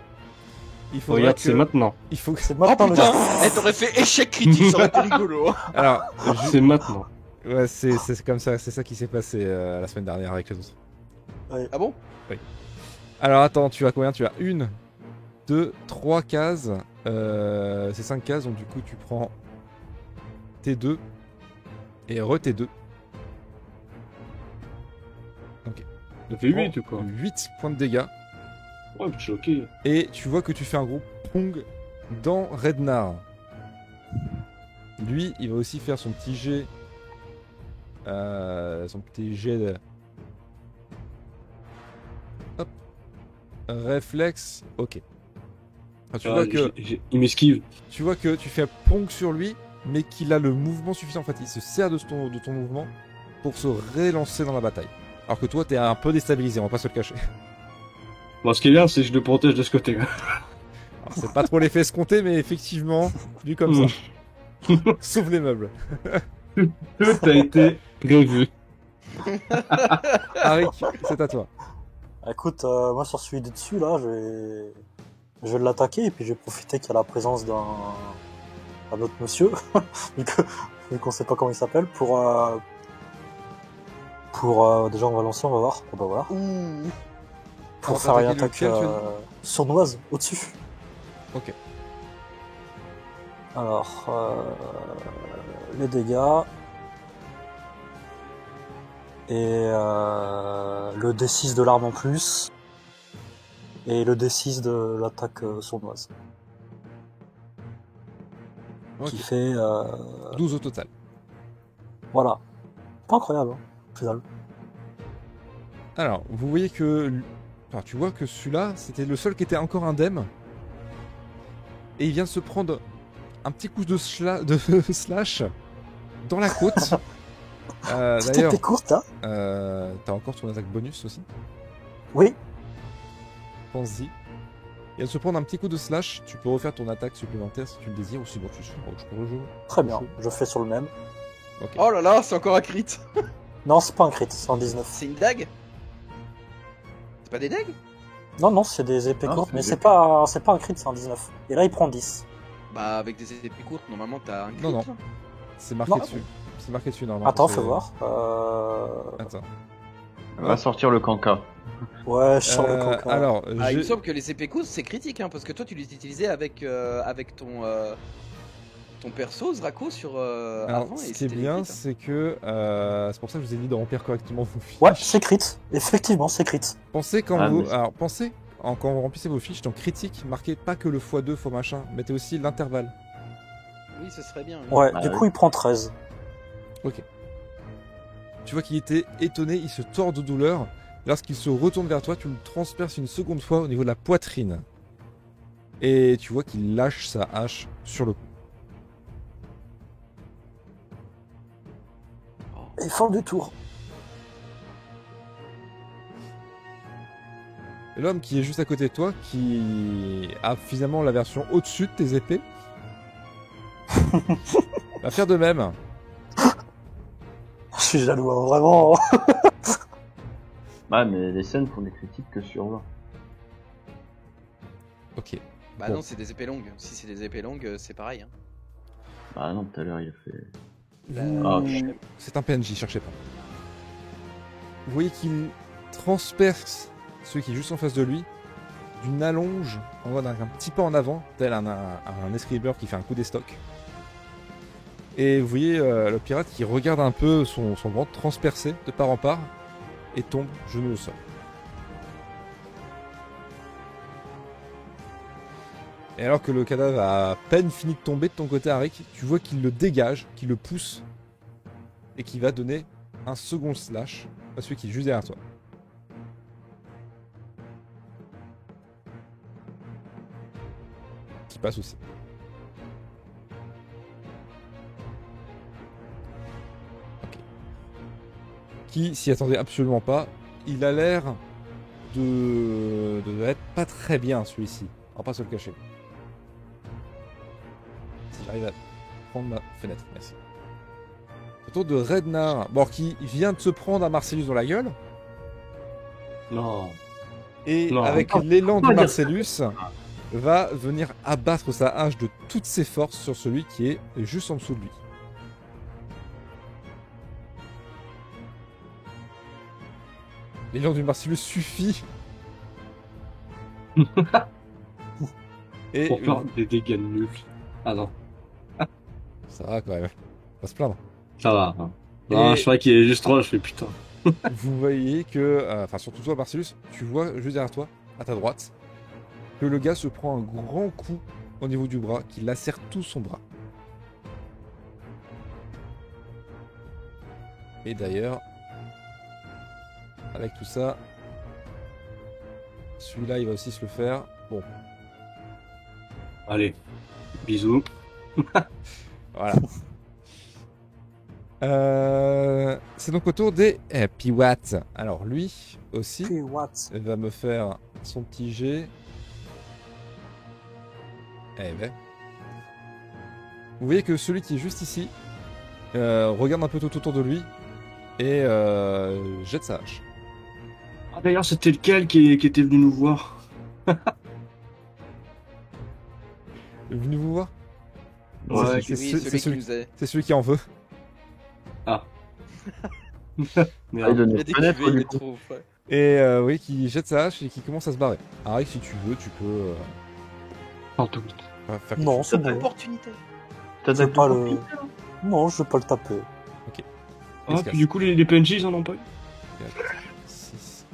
Speaker 1: Il faudrait
Speaker 4: Regarde,
Speaker 1: que-
Speaker 4: c'est maintenant.
Speaker 1: Il faut que...
Speaker 5: C'est
Speaker 2: Oh
Speaker 5: maintenant le
Speaker 2: putain
Speaker 5: gars.
Speaker 2: Eh, T'aurais fait échec critique, ça aurait été rigolo. hein.
Speaker 1: Alors,
Speaker 4: C'est maintenant.
Speaker 1: je- ouais, c'est c'est comme ça, c'est ça qui s'est passé euh, la semaine dernière avec les autres.
Speaker 2: Ah bon
Speaker 1: Alors attends, tu as combien Tu as une, deux, trois cases. Euh, c'est cinq cases, donc du coup tu prends T2 et re T2.
Speaker 4: Ça fait 8 ou quoi
Speaker 1: 8 points de dégâts.
Speaker 4: Oh. Ouais, je suis ok.
Speaker 1: Et tu vois que tu fais un gros pong dans Rednar. Lui, il va aussi faire son petit jet. euh, son petit jet de. Hop. Réflexe. Ok. Ah, tu
Speaker 4: Ah,
Speaker 1: vois que.
Speaker 4: j'ai- j'ai- Il m'esquive.
Speaker 1: tu vois que tu fais un pong sur lui, mais qu'il a le mouvement suffisant. En fait, il se sert de ton, de ton mouvement pour se relancer dans la bataille. Alors que toi, t'es un peu déstabilisé, on va pas se le cacher.
Speaker 4: Bon, ce qui est bien, c'est que je le protège de ce côté-là.
Speaker 1: Alors, c'est pas trop l'effet escompté, mais effectivement, vu comme ça, sauve les meubles.
Speaker 4: Tout a été prévu.
Speaker 1: Arik, c'est à toi.
Speaker 5: Écoute, euh, moi sur celui de dessus là, je vais, je vais l'attaquer et puis je vais profiter qu'il y a la présence d'un d'un autre monsieur, vu que- vu qu'on sait pas comment il s'appelle, pour euh, pour euh, déjà on va lancer, on va voir, bah, on va voir,
Speaker 2: Ouh
Speaker 1: On va
Speaker 5: pour faire une
Speaker 1: attaquer lequel,
Speaker 5: attaque
Speaker 1: tu as
Speaker 5: euh, sournoise au-dessus.
Speaker 1: Ok.
Speaker 5: Alors euh, les dégâts et euh, le D6 de l'arme en plus et le D6 de l'attaque euh, sournoise
Speaker 1: Ok,
Speaker 5: qui fait euh,
Speaker 1: 12 au total.
Speaker 5: voilà pas incroyable hein, au final
Speaker 1: Alors, vous voyez que. l- Enfin, tu vois que celui-là, c'était le seul qui était encore indemne. Et il vient de se prendre un petit coup de, sla- de slash dans la côte. Euh,
Speaker 5: Cette
Speaker 1: D'ailleurs,
Speaker 5: était courte hein
Speaker 1: Euh, T'as encore ton attaque bonus aussi,
Speaker 5: oui
Speaker 1: pense-y. Et à se prendre un petit coup de slash, tu peux refaire ton attaque supplémentaire si tu le désires, ou sinon tu je pourrais jouer.
Speaker 5: très bien je fais sur le même
Speaker 1: Ok.
Speaker 2: Oh là là, c'est encore un crit
Speaker 5: Non, c'est pas un crit, c'est un 19.
Speaker 2: C'est une dague C'est pas des dagues
Speaker 5: Non, non, c'est des épées
Speaker 3: Non,
Speaker 5: courtes,
Speaker 3: Ah, c'est
Speaker 5: mais
Speaker 3: des
Speaker 5: c'est
Speaker 3: épées.
Speaker 5: pas, c'est pas un crit, c'est un 19. Et là, il prend 10.
Speaker 2: Bah, avec des épées courtes, normalement, t'as un crit.
Speaker 1: Non, non.
Speaker 2: là.
Speaker 1: C'est marqué
Speaker 5: Non.
Speaker 1: dessus. C'est marqué dessus normalement.
Speaker 5: Attends,
Speaker 1: C'est-
Speaker 5: fais voir. Euh...
Speaker 1: Attends.
Speaker 3: Va sortir le canca.
Speaker 5: Ouais, je sors le
Speaker 1: Euh,
Speaker 5: cancan.
Speaker 1: alors,
Speaker 2: Ah, il
Speaker 1: je-
Speaker 2: me semble que les épées courtes, c'est critique, hein, parce que toi, tu les utilisais avec, euh, avec ton, euh, ton perso, Zrako, sur. euh,
Speaker 1: Alors,
Speaker 2: avant,
Speaker 1: ce
Speaker 2: et
Speaker 1: qui est
Speaker 2: c'était
Speaker 1: bien,
Speaker 2: des crits, hein.
Speaker 1: c'est que euh, c'est pour ça que je vous ai dit de remplir correctement vos fiches.
Speaker 5: Ouais, c'est crit. Effectivement, c'est crit.
Speaker 1: Pensez quand
Speaker 3: Ah,
Speaker 1: vous,
Speaker 3: mais-
Speaker 1: alors pensez en- quand vous remplissez vos fiches, dans critique, marquez pas que le x2, faux machin, mettez aussi l'intervalle.
Speaker 2: hein. Oui, ce serait bien. oui.
Speaker 5: Ouais,
Speaker 3: Bah
Speaker 5: du
Speaker 3: oui.
Speaker 5: coup, il prend 13.
Speaker 1: Tu vois qu'il était étonné, il se tord de douleur. Lorsqu'il se retourne vers toi, tu le transperces une seconde fois au niveau de la poitrine. Et tu vois qu'il lâche sa hache sur le.
Speaker 5: Et fin du tour.
Speaker 1: L'homme qui est juste à côté de toi, qui a finalement la version au-dessus de tes épées, va faire de même.
Speaker 5: Je suis jaloux, hein, vraiment.
Speaker 3: Ah, mais les scènes font des critiques que sur 20.
Speaker 1: Ok.
Speaker 2: Bah,
Speaker 1: Bon.
Speaker 2: non, c'est des épées longues. Si c'est des épées longues, euh, c'est pareil. hein.
Speaker 3: Bah non, tout à l'heure il a fait.
Speaker 1: Vous-
Speaker 3: Ah, je-
Speaker 1: C'est un PNJ, cherchez pas. Vous voyez qu'il transperce celui qui est juste en face de lui d'une allonge, en mode un, un petit pas en avant, tel un, un, un escribeur qui fait un coup d'estoc. Et vous voyez euh, le pirate qui regarde un peu son, son ventre transpercé de part en part et tombe genou au sol. Et alors que le cadavre a à peine fini de tomber de ton côté, Arik, tu vois qu'il le dégage, qu'il le pousse et qui va donner un second slash à celui qui est juste derrière toi. Qui passe aussi. Ok. Qui s'y attendait absolument pas. Il a l'air de... de être pas très bien celui-ci. On va pas se le cacher. Si j'arrive à prendre ma fenêtre, merci. Autour de Rednar, bon, qui vient de se prendre à Marcellus dans la gueule,
Speaker 4: Non.
Speaker 1: et
Speaker 4: Non.
Speaker 1: avec
Speaker 4: Oh,
Speaker 1: l'élan de
Speaker 4: dire
Speaker 1: Marcellus, va venir abattre sa hache de toutes ses forces sur celui qui est juste en dessous de lui. L'élan du Marcellus suffit. et
Speaker 4: Pour faire des dégâts nuls. Ah non,
Speaker 1: ça va quand même, on va se plaindre.
Speaker 4: ça va. hein. Non,
Speaker 1: Et-
Speaker 4: je crois qu'il est juste 3, je fais putain.
Speaker 1: vous voyez que, euh, enfin surtout toi Marcellus, tu vois juste derrière toi, à ta droite, que le gars se prend un grand coup au niveau du bras qui lacère tout son bras. Et d'ailleurs, avec tout ça, celui-là il va aussi se le faire. Bon,
Speaker 4: Allez, bisous.
Speaker 1: Voilà. Euh, c'est donc au tour des euh, Piwats. Alors lui aussi
Speaker 5: Puis what
Speaker 1: va me faire son petit jet. Eh ben. Vous voyez que celui qui est juste ici euh, regarde un peu tout autour de lui et euh, jette sa hache.
Speaker 4: Ah d'ailleurs, c'était lequel qui, qui était venu nous voir
Speaker 1: Vous venez vous voir
Speaker 4: Ouais,
Speaker 1: c'est
Speaker 2: Oui,
Speaker 1: ce- c'est
Speaker 2: celui qui
Speaker 1: celui-
Speaker 2: nous a-
Speaker 1: C'est celui qui en veut.
Speaker 3: Il
Speaker 4: Merde.
Speaker 3: donne
Speaker 2: il a
Speaker 3: une
Speaker 2: des
Speaker 3: fenêtre,
Speaker 2: cuvées, il
Speaker 3: du
Speaker 2: les
Speaker 3: coup.
Speaker 2: trouve, ouais.
Speaker 1: Et euh, oui, qui jette sa hache et qui commence à se barrer. Arrête, si tu veux, tu peux euh,
Speaker 4: Pardon.
Speaker 1: faire quelque
Speaker 5: Non, c'est bon.
Speaker 2: Opportunité. hein.
Speaker 5: Je vais
Speaker 3: T'attaques
Speaker 5: pas
Speaker 3: pas
Speaker 5: le. Non, je vais pas le taper.
Speaker 1: Il se
Speaker 4: Ah,
Speaker 1: casse.
Speaker 4: puis du coup, les, les PNJ, ils en ont pas eu
Speaker 1: Six.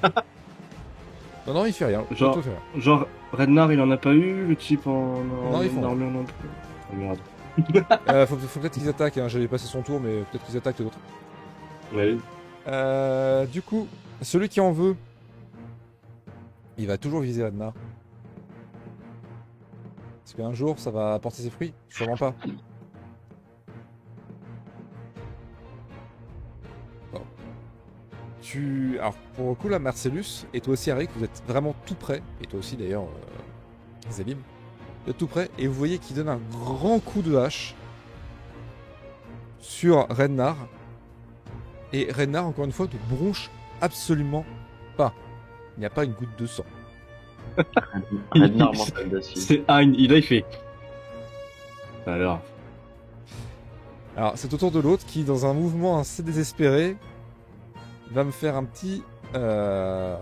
Speaker 1: non, non, il fait rien.
Speaker 4: Genre-
Speaker 1: Plutôt fait rien.
Speaker 4: Genre, Rednar, il en a pas eu, le type en, en,
Speaker 1: Non, ils
Speaker 4: en
Speaker 1: font.
Speaker 4: armure non plus. Ah merde.
Speaker 1: Euh, faut, faut peut-être qu'ils attaquent. hein. J'avais passé son tour, mais peut-être qu'ils attaquent les autres.
Speaker 4: Ouais.
Speaker 1: Euh, du coup, celui qui en veut, il va toujours viser Adna. Est-ce qu'un jour, ça va porter ses fruits Sûrement pas. Bon. Tu... Alors, pour le coup, là, Marcellus, et toi aussi, Eric, vous êtes vraiment tout près, et toi aussi, d'ailleurs, euh, Zabim, vous êtes tout près, et vous voyez qu'il donne un grand coup de hache sur Renard, Et Renard, encore une fois, ne bronche absolument pas. Il n'y a pas une goutte de sang.
Speaker 3: Ragnar mental d'acier.
Speaker 4: C'est Hein, il a fait. Bah, Alors,
Speaker 1: Alors, c'est au tour de l'autre qui, dans un mouvement assez désespéré, va me faire un petit. euh,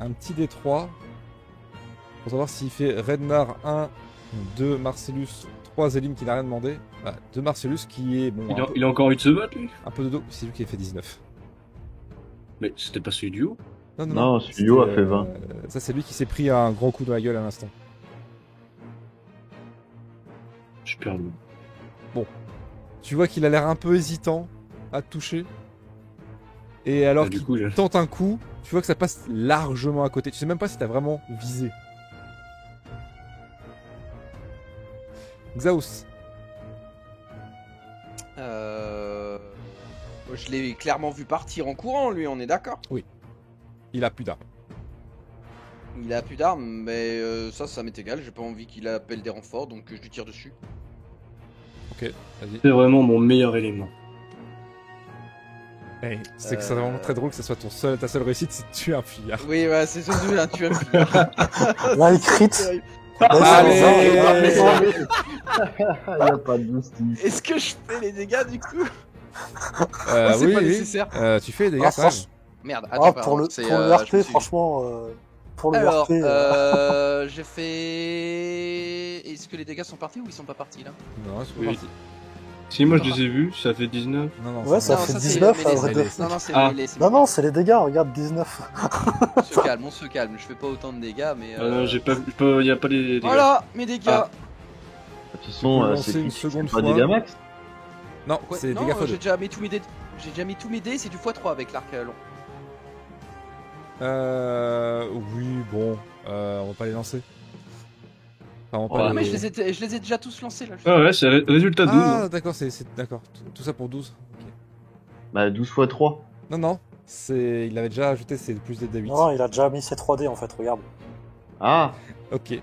Speaker 1: un petit D3 pour savoir s'il fait Rednar 1, 2 Marcellus, 3 Zélim qui n'a rien demandé. Voilà, 2 Marcellus qui est. Bon,
Speaker 4: il
Speaker 1: un,
Speaker 4: a, il a encore eu de se battre, lui
Speaker 1: un peu de dos, c'est lui qui a fait 19.
Speaker 4: Mais c'était pas celui du haut.
Speaker 3: Non, Studio a
Speaker 1: c'était,
Speaker 3: fait 20.
Speaker 1: euh, ça, c'est lui qui s'est pris un gros coup dans la gueule à l'instant.
Speaker 4: J'ai perdu.
Speaker 1: Tu vois qu'il a l'air un peu hésitant à te toucher. Et alors
Speaker 4: Ah,
Speaker 1: qu'il
Speaker 4: du coup, je-
Speaker 1: tente un coup, tu vois que ça passe largement à côté. Tu sais même pas si t'as vraiment visé. Xaos,
Speaker 2: Euh, Je l'ai clairement vu partir en courant, lui, on est d'accord.
Speaker 1: il a plus d'armes.
Speaker 2: Il a plus d'armes, mais euh, ça, ça m'est égal. J'ai pas envie qu'il appelle des renforts, donc euh, je lui tire dessus.
Speaker 1: Vas-y.
Speaker 4: c'est vraiment mon meilleur élément.
Speaker 1: Hey, Eh, c'est que c'est
Speaker 2: Euh.
Speaker 1: vraiment très drôle que ce soit ton seul, ta seule réussite, c'est de tuer un fuyard.
Speaker 2: Oui, bah, c'est surtout un tueur. C'est Ah,
Speaker 5: Là, il crit. Bah,
Speaker 2: terrible.
Speaker 1: Allez
Speaker 3: Il n'y a pas de justice.
Speaker 2: Est-ce que je fais les dégâts du coup
Speaker 1: Euh,
Speaker 2: Ou c'est
Speaker 1: oui,
Speaker 2: pas
Speaker 1: oui.
Speaker 2: nécessaire.
Speaker 1: Euh, tu fais des
Speaker 5: Ah,
Speaker 1: dégâts quand même.
Speaker 5: franch-
Speaker 2: Merde,
Speaker 5: ah,
Speaker 2: attends,
Speaker 5: pour le,
Speaker 2: pardon, c'est,
Speaker 5: pour le
Speaker 2: euh, je me
Speaker 5: RP,
Speaker 2: suis-
Speaker 5: franchement, euh, pour le
Speaker 2: Alors,
Speaker 5: RP, euh,
Speaker 2: euh, j'ai fait. Est-ce que les dégâts sont partis ou ils sont pas partis là
Speaker 1: Non, c'est pas
Speaker 4: Oui.
Speaker 1: parti.
Speaker 4: Si moi je les ai vus, ça fait 19.
Speaker 1: Non, non,
Speaker 5: Ouais,
Speaker 1: c'est
Speaker 5: ça
Speaker 1: pas
Speaker 2: Non,
Speaker 5: fait
Speaker 1: parti.
Speaker 5: hein,
Speaker 2: c'est
Speaker 5: 19,
Speaker 2: mêlé,
Speaker 1: à
Speaker 2: c'est
Speaker 1: vrai
Speaker 2: mêlé.
Speaker 1: dire.
Speaker 2: Non, non, c'est
Speaker 4: Ah.
Speaker 2: mêlé, c'est
Speaker 5: non,
Speaker 2: mêlé.
Speaker 5: non, c'est les dégâts, regarde, 19.
Speaker 2: On se calme, on se calme. Je fais pas autant de dégâts, mais.
Speaker 4: Ah
Speaker 2: euh,
Speaker 4: non, j'ai pas, j'ai pas- y a pas les. les gars.
Speaker 2: Voilà, mes dégâts.
Speaker 4: Ah.
Speaker 3: De toute façon,
Speaker 1: Tu peux
Speaker 3: euh,
Speaker 1: lancer
Speaker 3: c'est
Speaker 1: une
Speaker 3: c'est
Speaker 1: seconde
Speaker 3: pas
Speaker 1: fois.
Speaker 3: des gamax.
Speaker 1: Non,
Speaker 2: Quoi
Speaker 1: c'est des
Speaker 2: non,
Speaker 1: dégâts
Speaker 2: euh,
Speaker 1: fois
Speaker 2: j'ai
Speaker 1: deux.
Speaker 2: déjà mis tous mes dés. J'ai déjà mis tous mes dés, c'est du x3 avec l'arc euh, long.
Speaker 1: Euh, oui, bon, euh, on va pas les lancer. Enfin, on va
Speaker 4: Oh,
Speaker 1: pas
Speaker 4: Ah,
Speaker 2: non, mais
Speaker 1: les...
Speaker 2: je les, ai, je les ai déjà tous lancés là.
Speaker 4: Ah ouais, c'est ré- résultat 12.
Speaker 1: Ah, d'accord, c'est, c'est- d'accord. Tout- Tout ça pour 12. Ok.
Speaker 3: Bah, 12 fois 3.
Speaker 1: Non, non. C'est... Il avait déjà ajouté c'est plus des D8.
Speaker 5: Non, non, il a déjà mis ses 3D en fait, regarde.
Speaker 3: Ah
Speaker 1: Ok.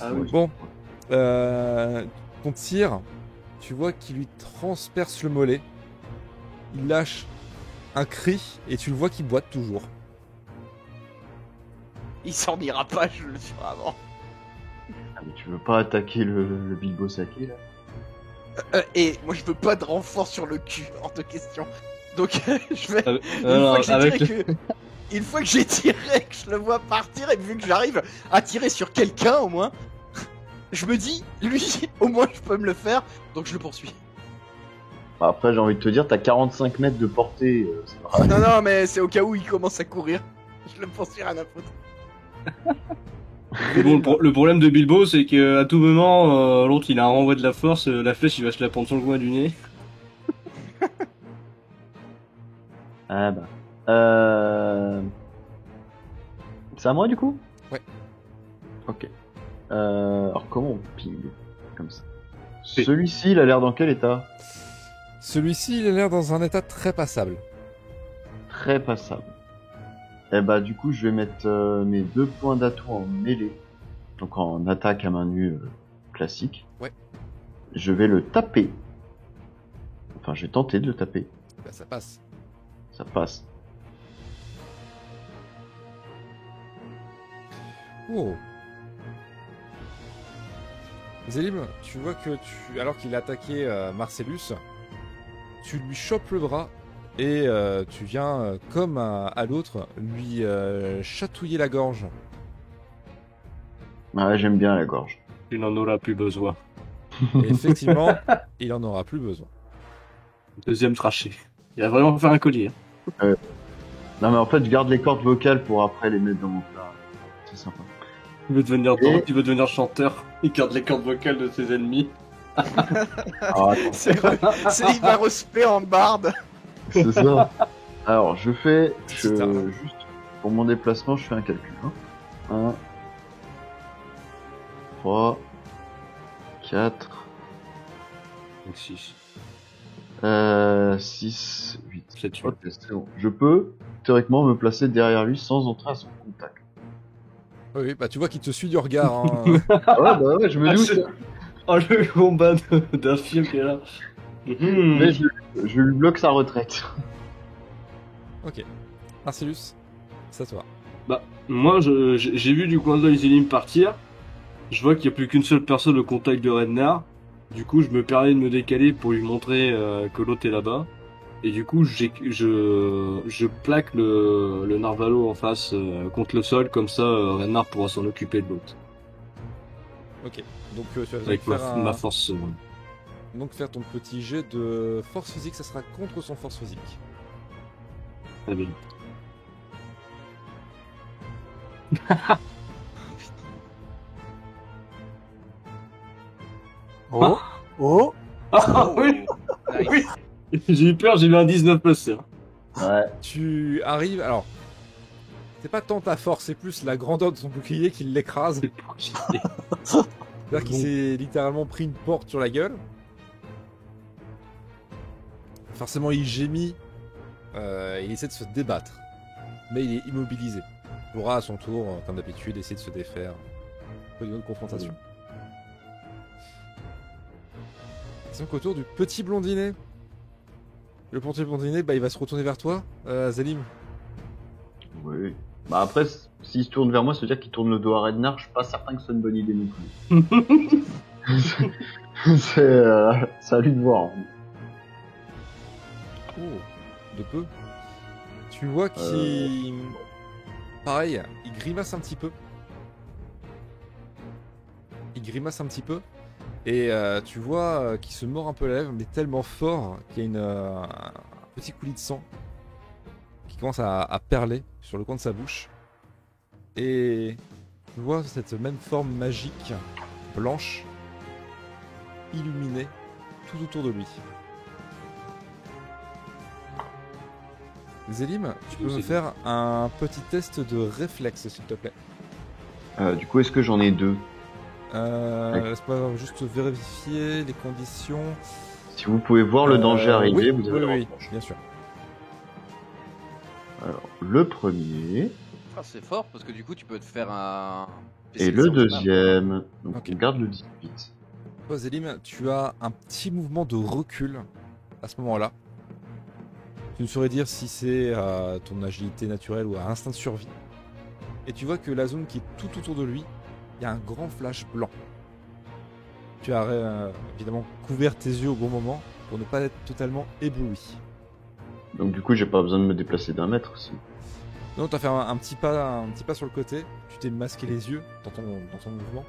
Speaker 4: Ah
Speaker 3: oui.
Speaker 1: Bon. Euh, ton tir, tu vois qu'il lui transperce le mollet. Il lâche un cri et tu le vois qu'il boite toujours.
Speaker 2: Il s'en ira pas, je le jure avant.
Speaker 3: Ah, mais tu veux pas attaquer le, le Bilbo Saki là
Speaker 2: Euh, et moi, je veux pas de renfort sur le cul, hors de question. Donc, je vais.
Speaker 4: Ah,
Speaker 2: Une
Speaker 4: non,
Speaker 2: fois que j'ai
Speaker 4: avec le-
Speaker 2: tiré, que... Une fois que j'ai tiré, que je le vois partir et vu que j'arrive à tirer sur quelqu'un au moins, je me dis, lui, au moins je peux me le faire, donc je le poursuis.
Speaker 3: Bah, Après, j'ai envie de te dire, t'as 45 mètres de portée. euh, c'est pas grave.
Speaker 2: Non, non, mais c'est au cas où il commence à courir. Je le poursuis rien à foutre.
Speaker 4: Mais bon, le, pro- le problème de Bilbo, c'est que à tout moment, euh, l'autre il a un renvoi de la force, euh, la flèche il va se la prendre sur le coin du nez.
Speaker 3: Ah bah. Euh... C'est à moi du coup
Speaker 1: Ouais.
Speaker 3: Ok. Euh... Alors comment on ping comme ça Celui-ci, il a l'air dans quel état
Speaker 1: Celui-ci, il a l'air dans un état très passable.
Speaker 3: Très passable. Et bah du coup, je vais mettre euh, mes deux points d'atout en mêlée, donc en attaque à main nue euh, classique.
Speaker 1: Ouais.
Speaker 3: Je vais le taper. Enfin, je vais tenter de le taper.
Speaker 1: Bah, ça passe.
Speaker 3: Ça passe.
Speaker 1: Oh. Zélim, tu vois que tu, alors qu'il a attaqué euh, Marcellus, tu lui chopes le bras et euh, tu viens, euh, comme à, à l'autre, lui euh, chatouiller la gorge.
Speaker 3: Ah ouais, j'aime bien la gorge.
Speaker 4: Il n'en aura plus besoin.
Speaker 1: Et effectivement, il en aura plus besoin.
Speaker 4: Deuxième traché. Il va vraiment faire un collier. hein.
Speaker 3: Non mais en fait je garde les cordes vocales pour après les mettre dans mon plat. C'est sympa.
Speaker 4: Il veut devenir,
Speaker 3: Et-
Speaker 4: il veut devenir chanteur. Il garde les cordes vocales de ses ennemis.
Speaker 3: Alors, Ah, attends,
Speaker 2: C'est il va respect en barde.
Speaker 3: c'est ça. Alors je fais je,
Speaker 1: C'est tard.
Speaker 3: juste pour mon déplacement je fais un calcul. hein. 1, 3, 4,
Speaker 4: Donc 6,
Speaker 3: 6, 8.
Speaker 4: 7, 8.
Speaker 3: euh, Ok c'est bon. Je peux théoriquement me placer derrière lui sans entrer à son contact.
Speaker 1: Oui, oui, bah tu vois qu'il te suit du regard. hein.
Speaker 3: Ah ouais bah ouais je me
Speaker 4: Ah,
Speaker 3: doute.
Speaker 4: c'est- Oh le combat de- d'un film qui est là. Mhm.
Speaker 3: Mais je, Je lui bloque sa retraite.
Speaker 1: Ok. Arcelus, c'est à toi.
Speaker 4: Moi, je- je- j'ai vu du coin de l'œil Zélim partir. Je vois qu'il n'y a plus qu'une seule personne au contact de Rednar. Du coup, je me permets de me décaler pour lui montrer euh, que l'autre est là-bas. Et du coup, j'ai- je, je plaque le, le narvalo en face euh, contre le sol, comme ça euh, Rednar pourra s'en occuper de l'autre.
Speaker 1: Ok. Donc euh, tu vas
Speaker 4: Avec ma,
Speaker 1: faire, un-
Speaker 4: ma force. euh,
Speaker 1: donc faire ton petit jet de force physique, ça sera contre son force physique.
Speaker 4: très bien.
Speaker 2: Ah.
Speaker 5: Oh, oh,
Speaker 4: Ah oui
Speaker 2: nice.
Speaker 4: J'ai eu peur, j'ai eu un 19 plus 7.
Speaker 3: Ouais.
Speaker 1: Tu arrives, alors. C'est pas tant ta force, c'est plus la grandeur de son bouclier qui l'écrase. C'est-à-dire qu'il
Speaker 4: Bon.
Speaker 1: s'est littéralement pris une porte sur la gueule. Forcément, il gémit. euh, il essaie de se débattre. Mais il est immobilisé. Il pourra à son tour, euh, comme d'habitude, essayer de se défaire. Pas d'une autre confrontation. C'est donc autour du petit blondinet. Le petit blondinet, bah, il va se retourner vers toi, euh, Zalim.
Speaker 3: Oui. Bah après, s- s'il se tourne vers moi, ça veut dire qu'il tourne le dos à Rednar, je suis pas certain que ce soit une bonne idée non plus. c'est euh, c'est à lui de voir.
Speaker 1: Oh, de peu. Tu vois qu'il. Pareil, il grimace un petit peu. Il grimace un petit peu. Et euh, tu vois euh, qu'il se mord un peu la lèvre, mais tellement fort qu'il y a une, euh, un petit coulis de sang qui commence à, à perler sur le coin de sa bouche. Et tu vois cette même forme magique, blanche, illuminée tout autour de lui. Zélim, tu peux me
Speaker 4: Zélim.
Speaker 1: faire un petit test de réflexe, s'il te plaît.
Speaker 3: Euh, du coup, est-ce que j'en ai deux
Speaker 1: Euh,
Speaker 3: Ouais.
Speaker 1: Laisse-moi juste vérifier les conditions.
Speaker 3: Si vous pouvez voir le danger
Speaker 1: Euh, oui,
Speaker 3: arriver, vous avez
Speaker 1: oui,
Speaker 3: le
Speaker 1: oui,
Speaker 3: revanche.
Speaker 1: bien sûr.
Speaker 3: Alors, le premier
Speaker 2: Ah, c'est fort parce que du coup tu peux te faire un.
Speaker 3: et le
Speaker 2: spécialisé en
Speaker 3: deuxième. Donc
Speaker 1: Ok.
Speaker 3: on garde le 18.
Speaker 1: Toi, Zélim, tu as un petit mouvement de recul à ce moment-là. Tu ne saurais dire si c'est euh, ton agilité naturelle ou un instinct de survie. Et tu vois que la zone qui est tout autour de lui, il y a un grand flash blanc. Tu as euh, évidemment couvert tes yeux au bon moment pour ne pas être totalement ébloui.
Speaker 3: Donc du coup, j'ai pas besoin de me déplacer d'un mètre. Si.
Speaker 1: Non, t'as fait un, un petit pas, un petit pas sur le côté. Tu t'es masqué les yeux dans ton, dans ton mouvement.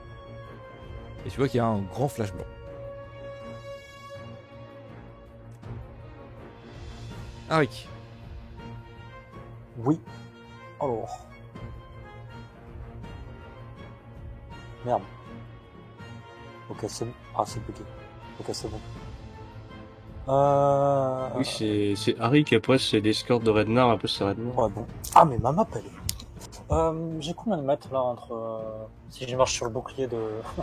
Speaker 1: Et tu vois qu'il y a un grand flash blanc. Arik,
Speaker 5: oui. Alors. Merde. Ok, c'est ah c'est bloqué. Ok, c'est bon. Euh...
Speaker 4: Oui, c'est c'est Harry qui après c'est l'escorte de Rednar, après c'est Rednar.
Speaker 5: Ouais, bon. Ah, mais ma map, elle est. Euh, j'ai combien de mètres là entre. euh, Si je marche sur le bouclier de.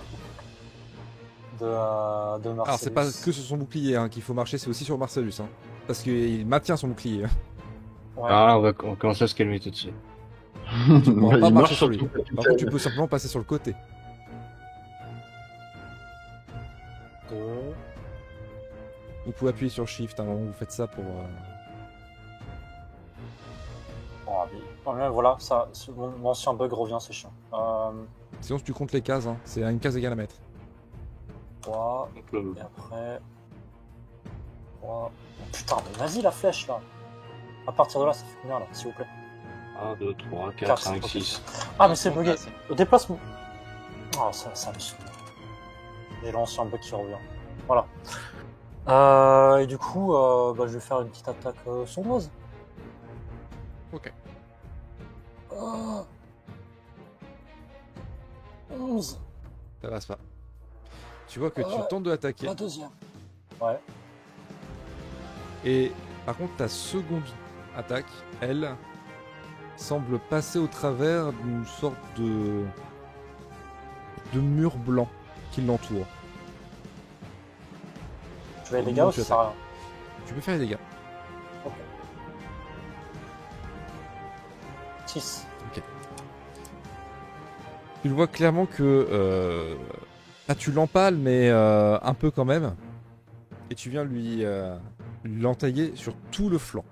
Speaker 5: de. euh, de Marcellus
Speaker 1: alors c'est pas que sur son bouclier hein, qu'il faut marcher, c'est aussi sur Marcellus. Hein, parce qu'il maintient son bouclier.
Speaker 5: Ouais.
Speaker 4: Ah, on va on commence à se calmer tout de suite.
Speaker 1: Tu pourras
Speaker 3: Il
Speaker 1: pas marcher
Speaker 3: marche
Speaker 1: sur
Speaker 3: sur
Speaker 1: lui.
Speaker 3: tout
Speaker 1: Par
Speaker 3: le
Speaker 1: contre, tu
Speaker 3: capital.
Speaker 1: peux simplement passer sur le côté.
Speaker 5: Deux.
Speaker 1: Vous pouvez appuyer sur Shift, hein, vous faites ça pour... euh,
Speaker 5: Ah, mais- ah, mais voilà, ça, ce- mon, mon ancien bug revient, c'est chiant. Euh,
Speaker 1: Sinon, si tu comptes les cases, hein, c'est une case égale à mettre.
Speaker 5: 3,
Speaker 4: Donc là,
Speaker 5: et après. 3. Putain, mais vas-y la flèche là À partir de là, ça fait combien là, s'il vous plaît
Speaker 4: 1, 2, 3, 4,
Speaker 5: Quatre,
Speaker 4: 5,
Speaker 5: ok.
Speaker 4: 6.
Speaker 5: Ah, mais c'est
Speaker 2: Ah,
Speaker 5: bugué
Speaker 2: c'est-
Speaker 5: Au déplacement Ah, ça, ça me saoule. Et là, c'est un bug qui revient. Voilà. Euh, et du coup, euh, bah, je vais faire une petite attaque euh, sournoise.
Speaker 1: Ok.
Speaker 5: Oh. 11,
Speaker 1: Ça passe pas. Oh. Tu vois que tu
Speaker 5: Ah.
Speaker 1: tentes de l'attaquer.
Speaker 5: la deuxième.
Speaker 1: Et par contre, ta seconde attaque, elle, semble passer au travers d'une sorte de de mur blanc qui l'entoure.
Speaker 5: Tu vas les
Speaker 1: Au
Speaker 5: gars
Speaker 1: moment
Speaker 5: ou
Speaker 1: où tu
Speaker 5: ça sert à rien
Speaker 1: Tu peux faire les dégâts.
Speaker 5: 6.
Speaker 1: Tu le vois clairement que euh, ah, tu l'empales, mais euh, un peu quand même. Et tu viens lui euh, l'entailler sur tout le flanc.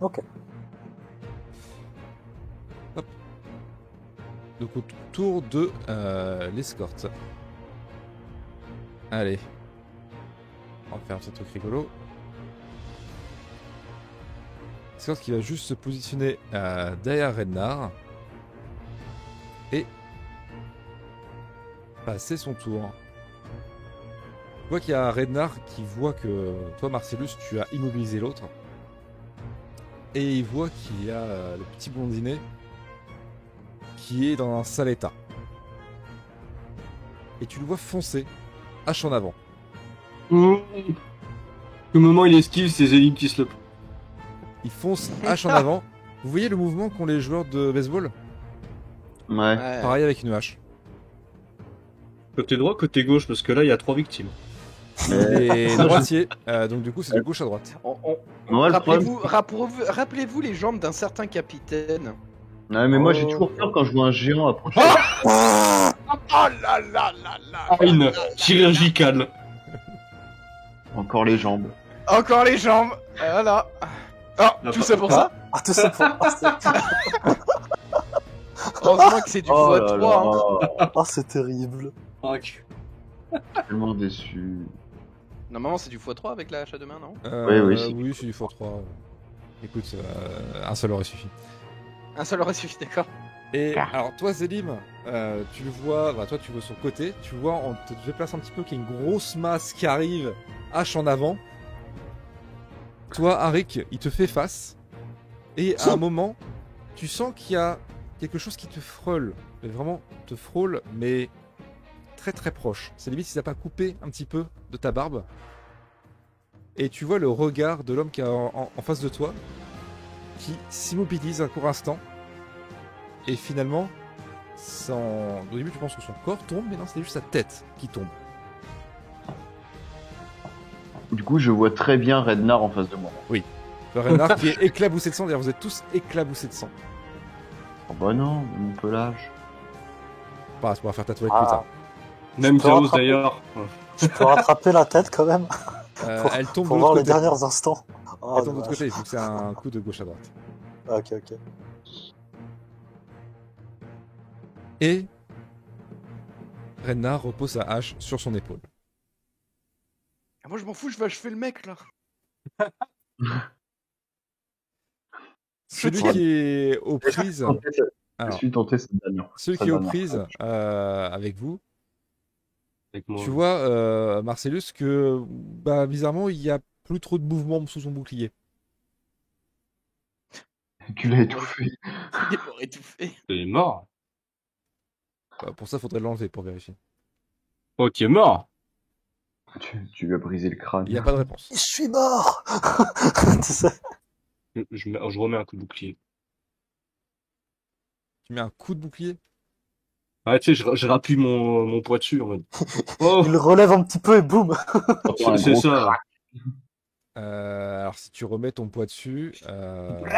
Speaker 5: Ok.
Speaker 1: Hop. Donc autour de euh, l'escorte. Allez. On va faire un petit truc rigolo. L'escorte qui va juste se positionner euh, derrière Rednar. Et passer son tour. Tu vois qu'il y a Rednar qui voit que toi, Marcellus, tu as immobilisé l'autre. Et il voit qu'il y a euh, le petit blondinet qui est dans un sale état. Et tu le vois foncer, hache en avant.
Speaker 4: Mmh. Le moment il esquive, c'est Zélim qui se le
Speaker 1: Il fonce, hache en avant. Vous voyez le mouvement qu'ont les joueurs de baseball
Speaker 3: Ouais.
Speaker 2: Ouais.
Speaker 1: Pareil avec une hache.
Speaker 4: Côté droit, côté gauche, parce que là il y a trois victimes.
Speaker 1: Il est droitier, euh, donc du coup c'est de gauche à droite.
Speaker 2: On- on-
Speaker 3: Moi, le problème,
Speaker 2: Rappelez-vous rappelez-vous- rappelez-vous les jambes d'un certain capitaine.
Speaker 3: Ouais, mais moi j'ai
Speaker 5: Oh.
Speaker 3: toujours peur quand je vois un géant approcher.
Speaker 2: Oh là là là là
Speaker 4: Ah, Une chirurgicale.
Speaker 3: Encore les jambes.
Speaker 2: Encore les jambes Euh, Voilà Ah,
Speaker 4: Non,
Speaker 2: tout
Speaker 4: pas-
Speaker 2: ça pour
Speaker 4: pas-
Speaker 2: ça
Speaker 5: Ah, tout ça pour. Ah, c'est-
Speaker 2: Heureusement que c'est du
Speaker 3: Oh
Speaker 2: x3.
Speaker 3: là
Speaker 2: hein.
Speaker 3: là,
Speaker 5: ah, c'est terrible.
Speaker 3: tellement déçu.
Speaker 2: Normalement, c'est du x3 avec la hache à deux mains, non
Speaker 1: Euh,
Speaker 3: oui, c'est-
Speaker 1: c'est du fort 3. Écoute, euh, un seul aurait suffi.
Speaker 2: Un seul aurait suffi, d'accord
Speaker 1: Et
Speaker 3: Ah.
Speaker 1: alors toi Zélim, euh, tu le vois, bah, toi tu vois son côté, tu vois on te déplace un petit peu qu'il y a une grosse masse qui arrive, hache en avant. Toi Arik, il te fait face. Et à un moment, tu sens qu'il y a quelque chose qui te frôle, mais vraiment te frôle, mais très très proche. C'est limite si ça pas coupé un petit peu de ta barbe. Et tu vois le regard de l'homme qui est en- en- en face de toi, qui s'immobilise un court instant. Et finalement, son- au début tu penses que son corps tombe, mais non, c'est juste sa tête qui tombe.
Speaker 3: Du coup, je vois très bien Rednar en face de moi.
Speaker 1: Le renard qui est éclaboussé de sang, d'ailleurs vous êtes tous éclaboussés de sang.
Speaker 3: Oh bah non, de mon pelage.
Speaker 1: Pas, tu pourras faire ta toilette plus
Speaker 5: Ah,
Speaker 1: tard.
Speaker 4: Même
Speaker 5: peux
Speaker 4: Zeus
Speaker 5: rattraper.
Speaker 4: d'ailleurs.
Speaker 5: tu peux rattraper la tête quand même
Speaker 1: Euh,
Speaker 5: Pour-
Speaker 1: elle tombe de
Speaker 5: pour voir
Speaker 1: l'autre
Speaker 5: les
Speaker 1: côté. Elle
Speaker 5: derniers instants. Ah,
Speaker 1: tombe de l'autre
Speaker 5: dommage.
Speaker 1: côté, il faut que c'est un coup de gauche à droite.
Speaker 5: Ah, ok, ok.
Speaker 1: Et Renard repose sa hache sur son épaule.
Speaker 2: Ah, Moi, je m'en fous, je vais achever le mec, là
Speaker 1: Celui
Speaker 2: tiens.
Speaker 1: qui est aux prises,
Speaker 3: En fait, Je
Speaker 1: alors,
Speaker 3: suis tenté cette dernière.
Speaker 1: celui
Speaker 3: ça
Speaker 1: qui est aux
Speaker 3: donne un
Speaker 1: prises euh, avec vous,
Speaker 4: Avec moi.
Speaker 1: tu vois euh, Marcellus que bah, bizarrement il n'y a plus trop de mouvement sous son bouclier.
Speaker 3: Tu l'as étouffé.
Speaker 2: Il m'aurait tout fait.
Speaker 4: Il est mort.
Speaker 1: Euh, Pour ça, faudrait l'enlever pour vérifier.
Speaker 4: Oh, tu es mort.
Speaker 3: Tu, tu lui as brisé le crâne.
Speaker 1: Il n'y a pas de réponse.
Speaker 5: Je suis mort Tu sais,
Speaker 4: Je, je mets- je remets un coup de bouclier.
Speaker 1: Tu mets un coup de bouclier.
Speaker 4: Ah, tu sais, je, ra- je rappuie mon, mon poids dessus en mode. Oh,
Speaker 5: il relève un petit peu et boum
Speaker 3: Il prend un
Speaker 4: c'est
Speaker 3: gros
Speaker 4: ça.
Speaker 3: crack.
Speaker 1: Euh, alors si tu remets ton poids dessus, euh, ok.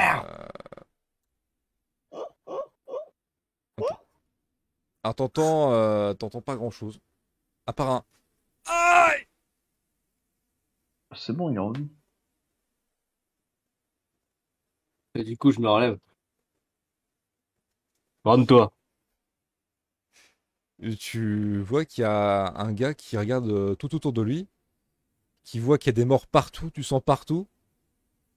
Speaker 1: alors t'entends, euh, t'entends pas grand chose, à part un. Aïe
Speaker 3: Ah, C'est bon, il est en vie.
Speaker 4: Et du coup, je me relève. Rende-toi.
Speaker 1: Et Tu vois qu'il y a un gars qui regarde euh, tout autour de lui, qui voit qu'il y a des morts partout, tu sens partout.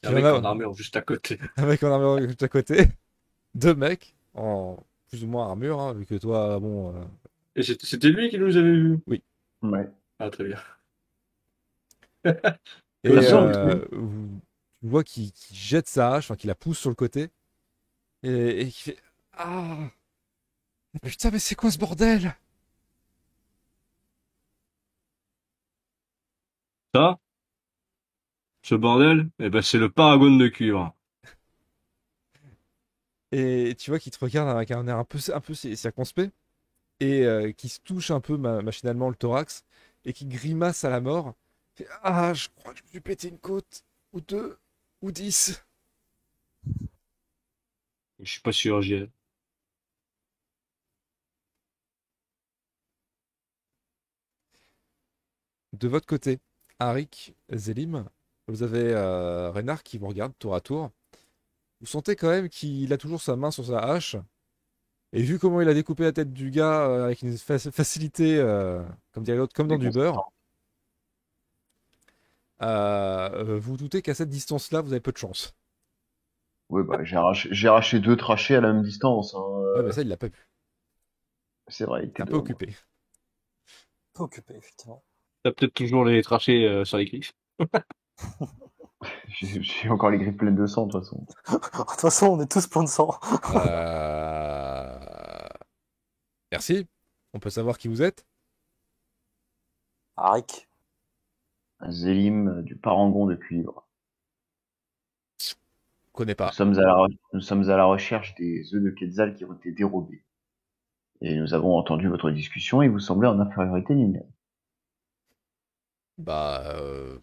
Speaker 4: Il y a un mec en armure juste à côté.
Speaker 1: Un mec en armure euh, juste à côté, deux mecs en plus ou moins armure, hein, vu que toi, bon, euh,
Speaker 4: Et c'était c'était lui qui nous avait vu.
Speaker 3: Ouais.
Speaker 4: Ah, très bien.
Speaker 1: Et
Speaker 3: La jambe,
Speaker 1: euh, vous- tu vois qu'il qu'il jette sa hache, enfin qu'il la pousse sur le côté. Et, et qui fait Ah Putain, mais c'est quoi ce bordel
Speaker 4: Ça, ce bordel, eh ben, c'est le paragone de cuivre.
Speaker 1: Et tu vois qu'il te regarde avec un air un peu, un peu cir- circonspect. Et euh, qui se touche un peu ma- machinalement le thorax. Et qui grimace à la mort. Il fait, ah, je crois que je me suis pété une côte. Ou deux. Ou dix.
Speaker 4: Je suis pas chirurgien.
Speaker 1: De votre côté, Arik, Zélim, vous avez euh, Reynard qui vous regarde tour à tour. Vous sentez quand même qu'il a toujours sa main sur sa hache. Et vu comment il a découpé la tête du gars euh, avec une fa- facilité, euh, comme dirait l'autre, comme dans du beurre, euh, euh, vous doutez qu'à cette distance-là, vous avez peu de chance.
Speaker 3: Ouais, bah, j'ai arraché, j'ai arraché deux trachées à la même distance. hein, euh,
Speaker 1: Ouais, mais ça, il l'a pas pu.
Speaker 3: C'est vrai, il
Speaker 1: Il
Speaker 3: était
Speaker 1: est un peu
Speaker 3: devant
Speaker 1: occupé.
Speaker 5: Peu occupé, effectivement.
Speaker 4: T'as peut-être toujours les trachés euh, sur les griffes.
Speaker 3: moi. J'ai j'ai encore les griffes pleines de sang, de toute façon.
Speaker 5: De toute façon, on est tous pleins de sang.
Speaker 1: Euh, Merci. On peut savoir qui vous êtes.
Speaker 5: Arik.
Speaker 3: Un Zélim euh, du parangon de cuivre.
Speaker 1: Je connais pas.
Speaker 3: Nous, sommes à la, re- nous sommes à la recherche des œufs de Quetzal qui ont été dérobés. Et nous avons entendu votre discussion et vous semblez en infériorité numérique.
Speaker 1: Bah euh,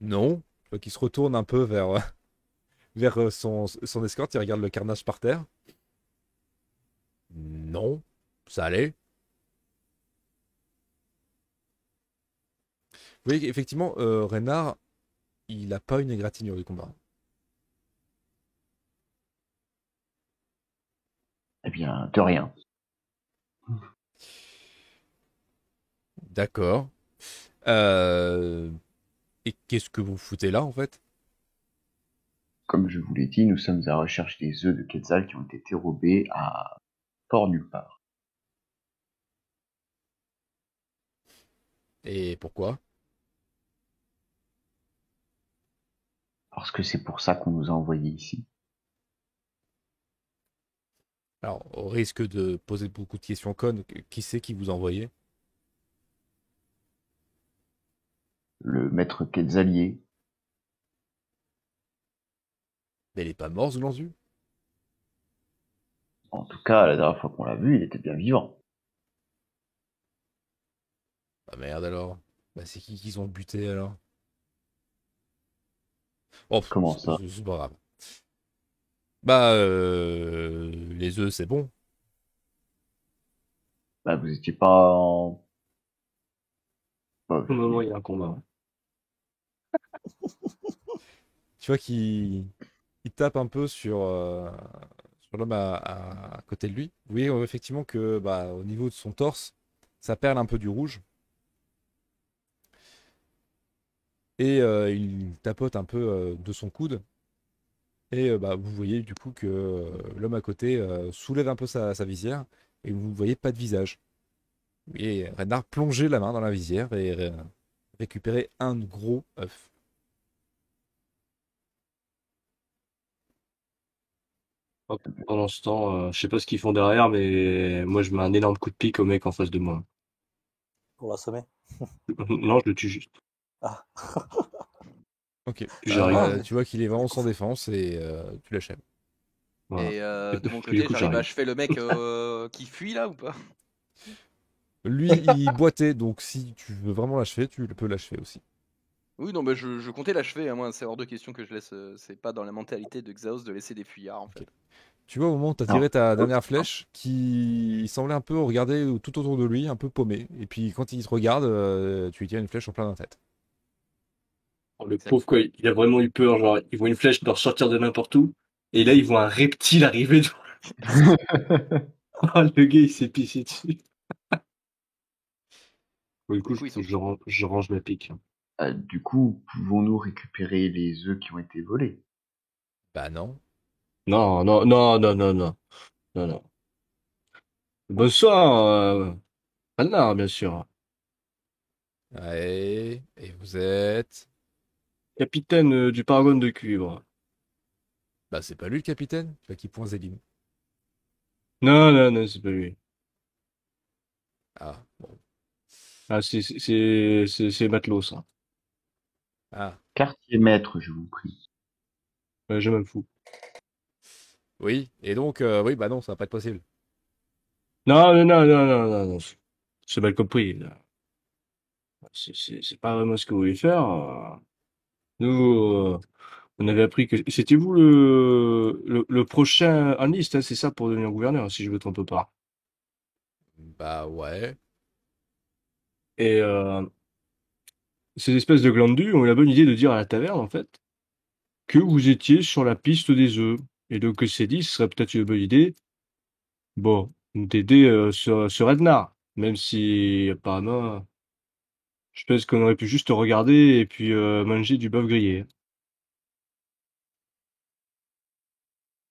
Speaker 1: non. Tu vois qu'il se retourne un peu vers euh, vers euh, son, son escorte. Il regarde le carnage par terre. Non, ça allait. Vous voyez qu'effectivement, euh, Reynard, il n'a pas une égratignure du combat.
Speaker 3: Eh bien, de rien.
Speaker 1: D'accord. Euh, Et qu'est-ce que vous foutez là en fait
Speaker 3: Comme je vous l'ai dit, nous sommes à la recherche des œufs de Quetzal qui ont été dérobés à Port Nulle Part.
Speaker 1: Et pourquoi
Speaker 3: Parce que c'est pour ça qu'on nous a envoyés ici.
Speaker 1: Alors, au risque de poser beaucoup de questions connes, qui c'est qui vous a envoyé
Speaker 3: Le maître Quetzalier,
Speaker 1: Mais il est pas mort, Zoulanzu
Speaker 3: en tout cas, la dernière fois qu'on l'a vu, il était bien vivant.
Speaker 1: Bah merde alors. Bah c'est qui qu'ils ont buté alors Oh, pff,
Speaker 3: Comment
Speaker 1: c'est-
Speaker 3: ça
Speaker 1: C'est c'est pas grave. Bah, euh, les œufs, c'est bon.
Speaker 3: Bah, vous étiez pas en... Bah,
Speaker 4: Pour le moment, il y a un combat.
Speaker 1: Tu vois qu'il il tape un peu sur, euh, sur l'homme à, à- à côté de lui. Vous voyez euh, effectivement que bah, au niveau de son torse, ça perle un peu du rouge. Et euh, il tapote un peu euh, de son coude. Et euh, bah, vous voyez du coup que euh, l'homme à côté euh, soulève un peu sa, sa visière et vous ne voyez pas de visage. Vous voyez Renard plonger la main dans la visière et euh, récupérer un gros œuf.
Speaker 4: Pendant ce temps, euh, je sais pas ce qu'ils font derrière, mais moi, je mets un énorme coup de pique au mec en face de moi.
Speaker 5: Pour l'assommer.
Speaker 4: non, je le tue juste.
Speaker 5: Ah.
Speaker 1: Ok.
Speaker 2: Ah,
Speaker 4: Je regarde.
Speaker 1: Euh, tu vois qu'il est vraiment sans défense et euh, tu l'achèves.
Speaker 4: Voilà.
Speaker 2: Et euh, de mon
Speaker 4: Du
Speaker 2: côté,
Speaker 4: coup,
Speaker 2: j'arrive
Speaker 4: j'arrive.
Speaker 2: à achever le mec euh, qui fuit là ou pas
Speaker 1: Lui, il boitait, donc si tu veux vraiment l'achever, tu le peux l'achever aussi.
Speaker 2: Oui, non, mais je, je comptais l'achever. hein, moi, c'est hors de question que je laisse. euh, c'est pas dans la mentalité de Xaos de laisser des fuyards en fait.
Speaker 1: Tu vois, au moment où t'as tiré ta dernière flèche, qui il semblait un peu regarder tout autour de lui, un peu paumé. Et puis quand il te regarde, euh, tu lui tires une flèche en plein dans la tête.
Speaker 4: Oh, Le pauvre, quoi, il a vraiment eu peur. Genre, ils voient une flèche leur sortir de n'importe où. Et là, ils voient un reptile arriver. devant- Ah, le gars, il s'est pissé dessus. Bon, du coup,
Speaker 2: Du
Speaker 4: je,
Speaker 2: coup, ils sont-
Speaker 4: je ran- je range ma pique.
Speaker 3: Euh, du coup, pouvons-nous récupérer les œufs qui ont été volés
Speaker 1: Bah non.
Speaker 4: Non, non, non, non, non, non. Non, non. Bonsoir, euh, Anna, bien sûr.
Speaker 1: Ouais, et vous êtes.
Speaker 4: Capitaine euh, du Paragon de Cuivre.
Speaker 1: Bah c'est pas lui le capitaine. Tu vois qu'il pointe Zélim.
Speaker 4: Non, non, non, c'est pas lui.
Speaker 1: Ah, bon.
Speaker 4: Ah, c'est, c'est, c'est, c'est- c'est Matelot, ça.
Speaker 1: Ah,
Speaker 3: Quartier maître, je vous prie.
Speaker 4: Ouais, je m'en fous.
Speaker 1: oui. Et donc, euh, oui, bah non, ça va pas être possible.
Speaker 4: Non, non, non, non, non, non, non. c'est- C'est mal compris. là. C'est, c'est, c'est pas vraiment ce que vous voulez faire. euh. Nous, euh, on avait appris que... C'était vous le, le, le prochain en liste, hein, c'est ça, pour devenir gouverneur, si je me trompe pas.
Speaker 1: Bah ouais.
Speaker 4: Et euh, ces espèces de glandus ont eu la bonne idée de dire à la taverne, en fait, que vous étiez sur la piste des œufs. Et donc, que c'est dit, ce serait peut-être une bonne idée, bon, d'aider euh, ce, ce Rednar. Même si, apparemment, je pense qu'on aurait pu juste regarder et puis euh, manger du bœuf grillé.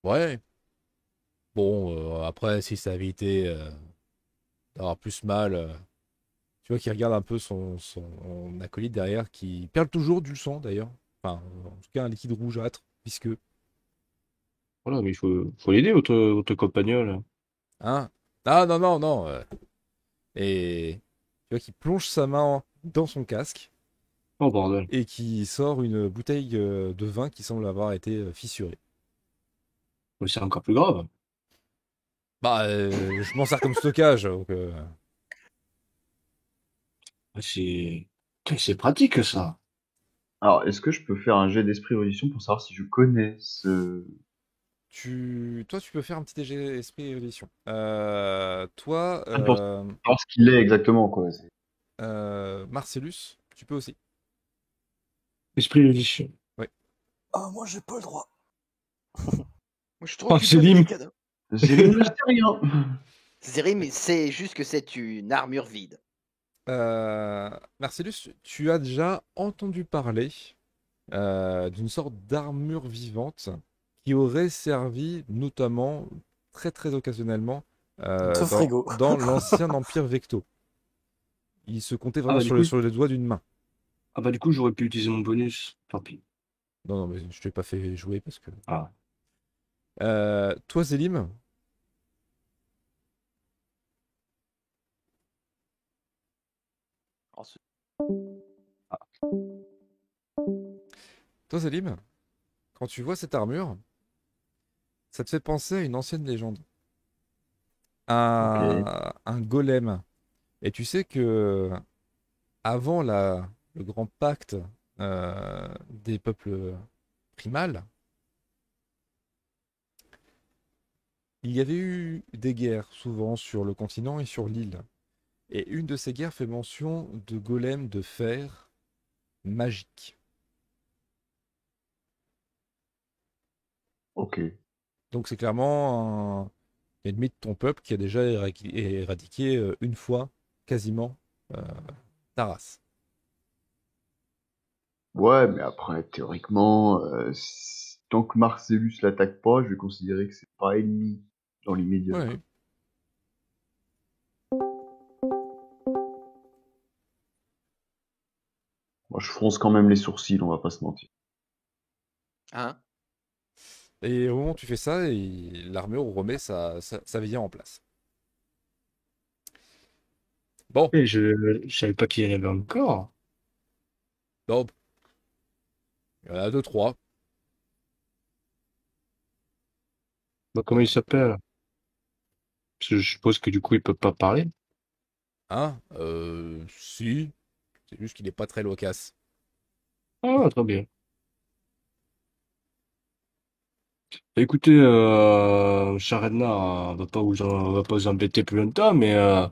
Speaker 1: Ouais. Bon, euh, après, si ça avait été euh, d'avoir plus mal, euh, tu vois qu'il regarde un peu son, son- son acolyte derrière, qui perd toujours du sang d'ailleurs. Enfin, en tout cas, un liquide rougeâtre, visqueux.
Speaker 4: Voilà, mais il faut, faut l'aider, votre, votre compagnon, là.
Speaker 1: Hein Ah non, non, non. euh. Et tu vois qu'il plonge sa main dans son casque
Speaker 4: Oh, bordel.
Speaker 1: et qui sort une bouteille euh, de vin qui semble avoir été euh, fissurée.
Speaker 4: Mais C'est encore plus grave.
Speaker 1: Bah, euh, je m'en sers comme stockage. donc, euh,
Speaker 4: Ah, C'est, Putain, c'est pratique, ça.
Speaker 3: Alors, est-ce que je peux faire un jet d'esprit audition pour savoir si je connais ce...
Speaker 1: tu... Toi, tu peux faire un petit jet esprit évolution. Euh, toi,
Speaker 3: Ah, bon.
Speaker 1: euh,
Speaker 3: savoir ce qu'il est exactement, quoi. C'est-
Speaker 1: euh, Marcellus, tu peux aussi.
Speaker 4: Esprit religieux.
Speaker 5: Ah, moi, j'ai pas le droit.
Speaker 2: Moi, je
Speaker 4: Oh,
Speaker 2: trouve
Speaker 4: c'est Lim.
Speaker 3: Zélim, je sais rien.
Speaker 2: Zérim, c'est juste que c'est une armure vide.
Speaker 1: Euh, Marcellus, tu as déjà entendu parler euh, d'une sorte d'armure vivante qui aurait servi notamment très très occasionnellement euh,
Speaker 5: Ce frigo.
Speaker 1: dans, dans l'ancien empire Vecto. Il se comptait vraiment
Speaker 4: Ah, du
Speaker 1: sur,
Speaker 4: coup-
Speaker 1: les, sur les doigts d'une main.
Speaker 4: Ah, bah, du coup, j'aurais pu utiliser mon bonus. Tant pis.
Speaker 1: Non, non, mais je t'ai pas fait jouer parce que.
Speaker 4: Ah.
Speaker 1: Euh, toi, Zélim,
Speaker 2: Alors, ce-
Speaker 1: Ah. toi, Zélim, quand tu vois cette armure, ça te fait penser à une ancienne légende. Un, un golem. Et tu sais que avant la, le grand pacte euh, des peuples primals, il y avait eu des guerres souvent sur le continent et sur l'île. Et une de ces guerres fait mention de golems de fer magiques.
Speaker 3: Ok.
Speaker 1: Donc c'est clairement un ennemi de ton peuple qui a déjà éradiqué, éradiqué, euh, une fois quasiment euh, ta race.
Speaker 3: Ouais, mais après, théoriquement, euh, si- tant que Marcellus l'attaque pas, je vais considérer que c'est pas ennemi dans l'immédiat.
Speaker 1: Ouais.
Speaker 3: quoi. Moi, je fronce quand même les sourcils, on va pas se mentir.
Speaker 2: Hein
Speaker 1: Et au moment où tu fais ça, il- l'armure remet sa, sa, sa visière en place. Bon,
Speaker 4: Et je, je savais pas qu'il y en avait encore.
Speaker 1: bon. Il y en a deux, trois.
Speaker 4: Bah, comment il s'appelle? Parce que je suppose que du coup, ils peuvent pas parler.
Speaker 1: Hein Euh, Si. C'est juste qu'il n'est pas très loquace.
Speaker 4: Ah, très bien. Bah, Écoutez, euh, cher Rednar, on va pas vous, en- on va pas vous embêter plus longtemps, mais euh,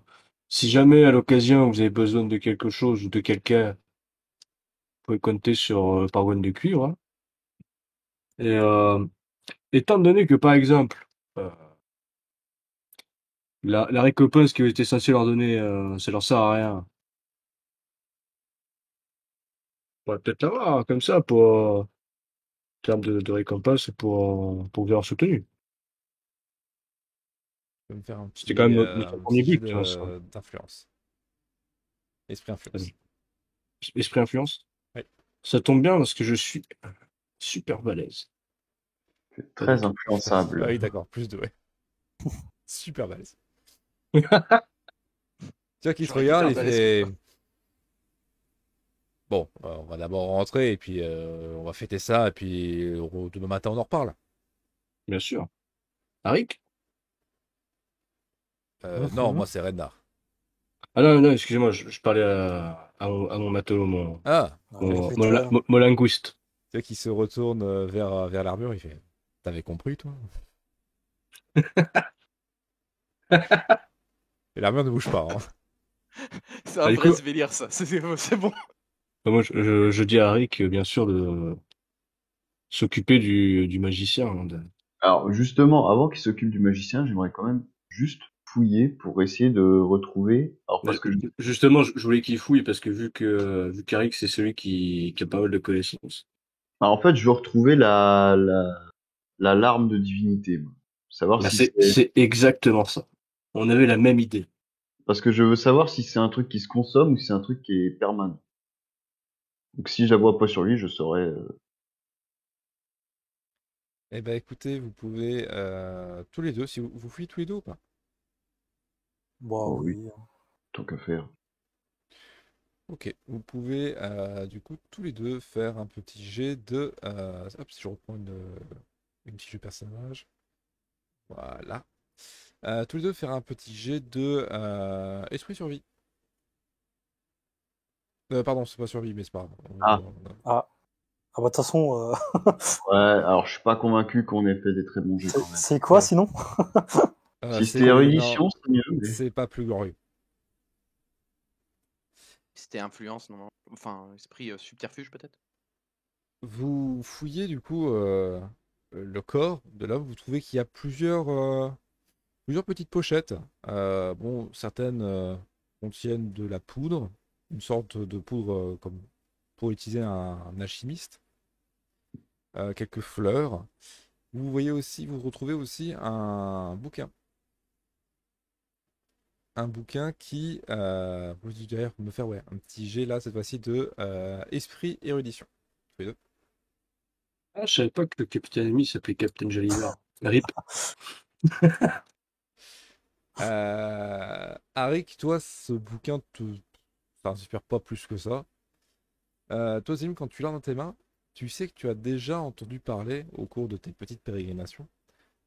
Speaker 4: si jamais à l'occasion vous avez besoin de quelque chose ou de quelqu'un, vous pouvez compter sur euh, Parwan de Cuivre. hein. Et euh, étant donné que, par exemple, euh, la, la récompense qui était censée leur donner, euh, ça leur sert à rien, on pourrait peut-être l'avoir comme ça pour, euh, en termes de, de récompense pour, euh, pour leur soutenu.
Speaker 1: Je peux me faire un
Speaker 4: C'était
Speaker 1: petit,
Speaker 4: quand même
Speaker 1: euh,
Speaker 4: notre
Speaker 1: un
Speaker 4: premier
Speaker 1: petit
Speaker 4: but, hein.
Speaker 1: jet
Speaker 4: tu vois, ça.
Speaker 1: de- d'influence. Esprit influence.
Speaker 4: Vas-y. Esprit influence.
Speaker 1: Ouais.
Speaker 4: Ça tombe bien parce que je suis super balèze.
Speaker 3: C'est très
Speaker 1: Ah
Speaker 3: influençable.
Speaker 1: oui, d'accord, plus de ouais. Super balèze. Tu vois qu'il te
Speaker 2: J'aurais dû
Speaker 1: regarde et
Speaker 2: faire
Speaker 1: fait. Bon, euh, on va d'abord rentrer et puis euh, on va fêter ça et puis euh, re- demain matin on en reparle.
Speaker 4: Bien sûr. Arik?
Speaker 1: Euh,
Speaker 5: Mhm.
Speaker 1: non, moi c'est Renard.
Speaker 4: Ah non, non, excusez-moi, je, je parlais à, à mon, à mon matelot, mon,
Speaker 1: Ah,
Speaker 4: mon,
Speaker 5: Avec
Speaker 4: mon
Speaker 5: les
Speaker 4: la-
Speaker 5: toiles.
Speaker 4: mon- mon langouste.
Speaker 1: tu vois qu'il se retourne euh, vers, euh, vers l'armure, il fait. T'avais compris toi Et l'armure ne bouge pas. hein.
Speaker 2: C'est un
Speaker 4: Ah, du
Speaker 2: vrai
Speaker 4: coup-
Speaker 3: Bah,
Speaker 2: Svelir, ça. C'est c'est- c'est bon.
Speaker 4: Moi, je, je, je dis à Rick, bien sûr, de s'occuper du, du magicien. hein, de-
Speaker 3: Alors justement, avant qu'il s'occupe du magicien, j'aimerais quand même juste fouiller pour essayer de retrouver. Alors parce que je-
Speaker 4: Justement, je, je voulais qu'il fouille parce que vu que vu qu'Aric, c'est celui qui, qui a pas mal de connaissances.
Speaker 3: Alors, en fait, je veux retrouver la la, la larme de divinité. moi. Savoir
Speaker 4: Bah,
Speaker 3: si
Speaker 4: c'est
Speaker 3: c'est-
Speaker 4: c'est exactement ça. On avait la même idée.
Speaker 3: parce que je veux savoir si c'est un truc qui se consomme ou si c'est un truc qui est permanent. Donc si je la vois pas sur lui, je saurais. euh,
Speaker 1: Eh ben écoutez, vous pouvez euh, tous les deux, si vous, vous fuyez tous les deux ou pas
Speaker 5: Bon,
Speaker 3: Oh,
Speaker 5: Bah, oui. Ah,
Speaker 3: tant qu'à faire.
Speaker 1: Ok, vous pouvez euh, du coup tous les deux faire un petit jet de. euh, hop, si je reprends une, euh, une fiche de personnage. Voilà. Euh, tous les deux faire un petit jet de euh, esprit survie. Euh, pardon, c'est pas survie, mais c'est pas grave. On-
Speaker 3: Ah.
Speaker 1: on-
Speaker 5: Ah bah de toute façon, euh,
Speaker 3: Ouais, alors je suis pas convaincu qu'on ait fait des très bons jeux
Speaker 5: c'est-
Speaker 3: quand même.
Speaker 5: c'est quoi
Speaker 1: Ouais.
Speaker 5: sinon
Speaker 1: Euh, c'est-
Speaker 3: si c'était
Speaker 1: non,
Speaker 3: érudition, c'est mieux. mais-
Speaker 1: c'est pas plus glorieux.
Speaker 2: C'était influence, non Enfin, esprit euh, subterfuge peut-être
Speaker 1: Vous fouillez du coup euh, le corps de l'homme, vous trouvez qu'il y a plusieurs, euh, plusieurs petites pochettes. Euh, bon, certaines euh, contiennent de la poudre, une sorte de poudre euh, comme pour utiliser un, un alchimiste, euh, quelques fleurs. Vous voyez aussi, vous retrouvez aussi un bouquin. Un bouquin qui, euh, vous dites d'ailleurs me faire ouais, un petit jet là cette fois-ci de euh, esprit érudition.
Speaker 4: Ah, je savais pas que le capitaine ami s'appelait Capitaine Jalivard. Rip.
Speaker 1: Euh, Arik, toi, ce bouquin te enfin, t'inspire pas plus que ça. Euh, toi, Zim, quand tu l'as dans tes mains, tu sais que tu as déjà entendu parler, au cours de tes petites pérégrinations,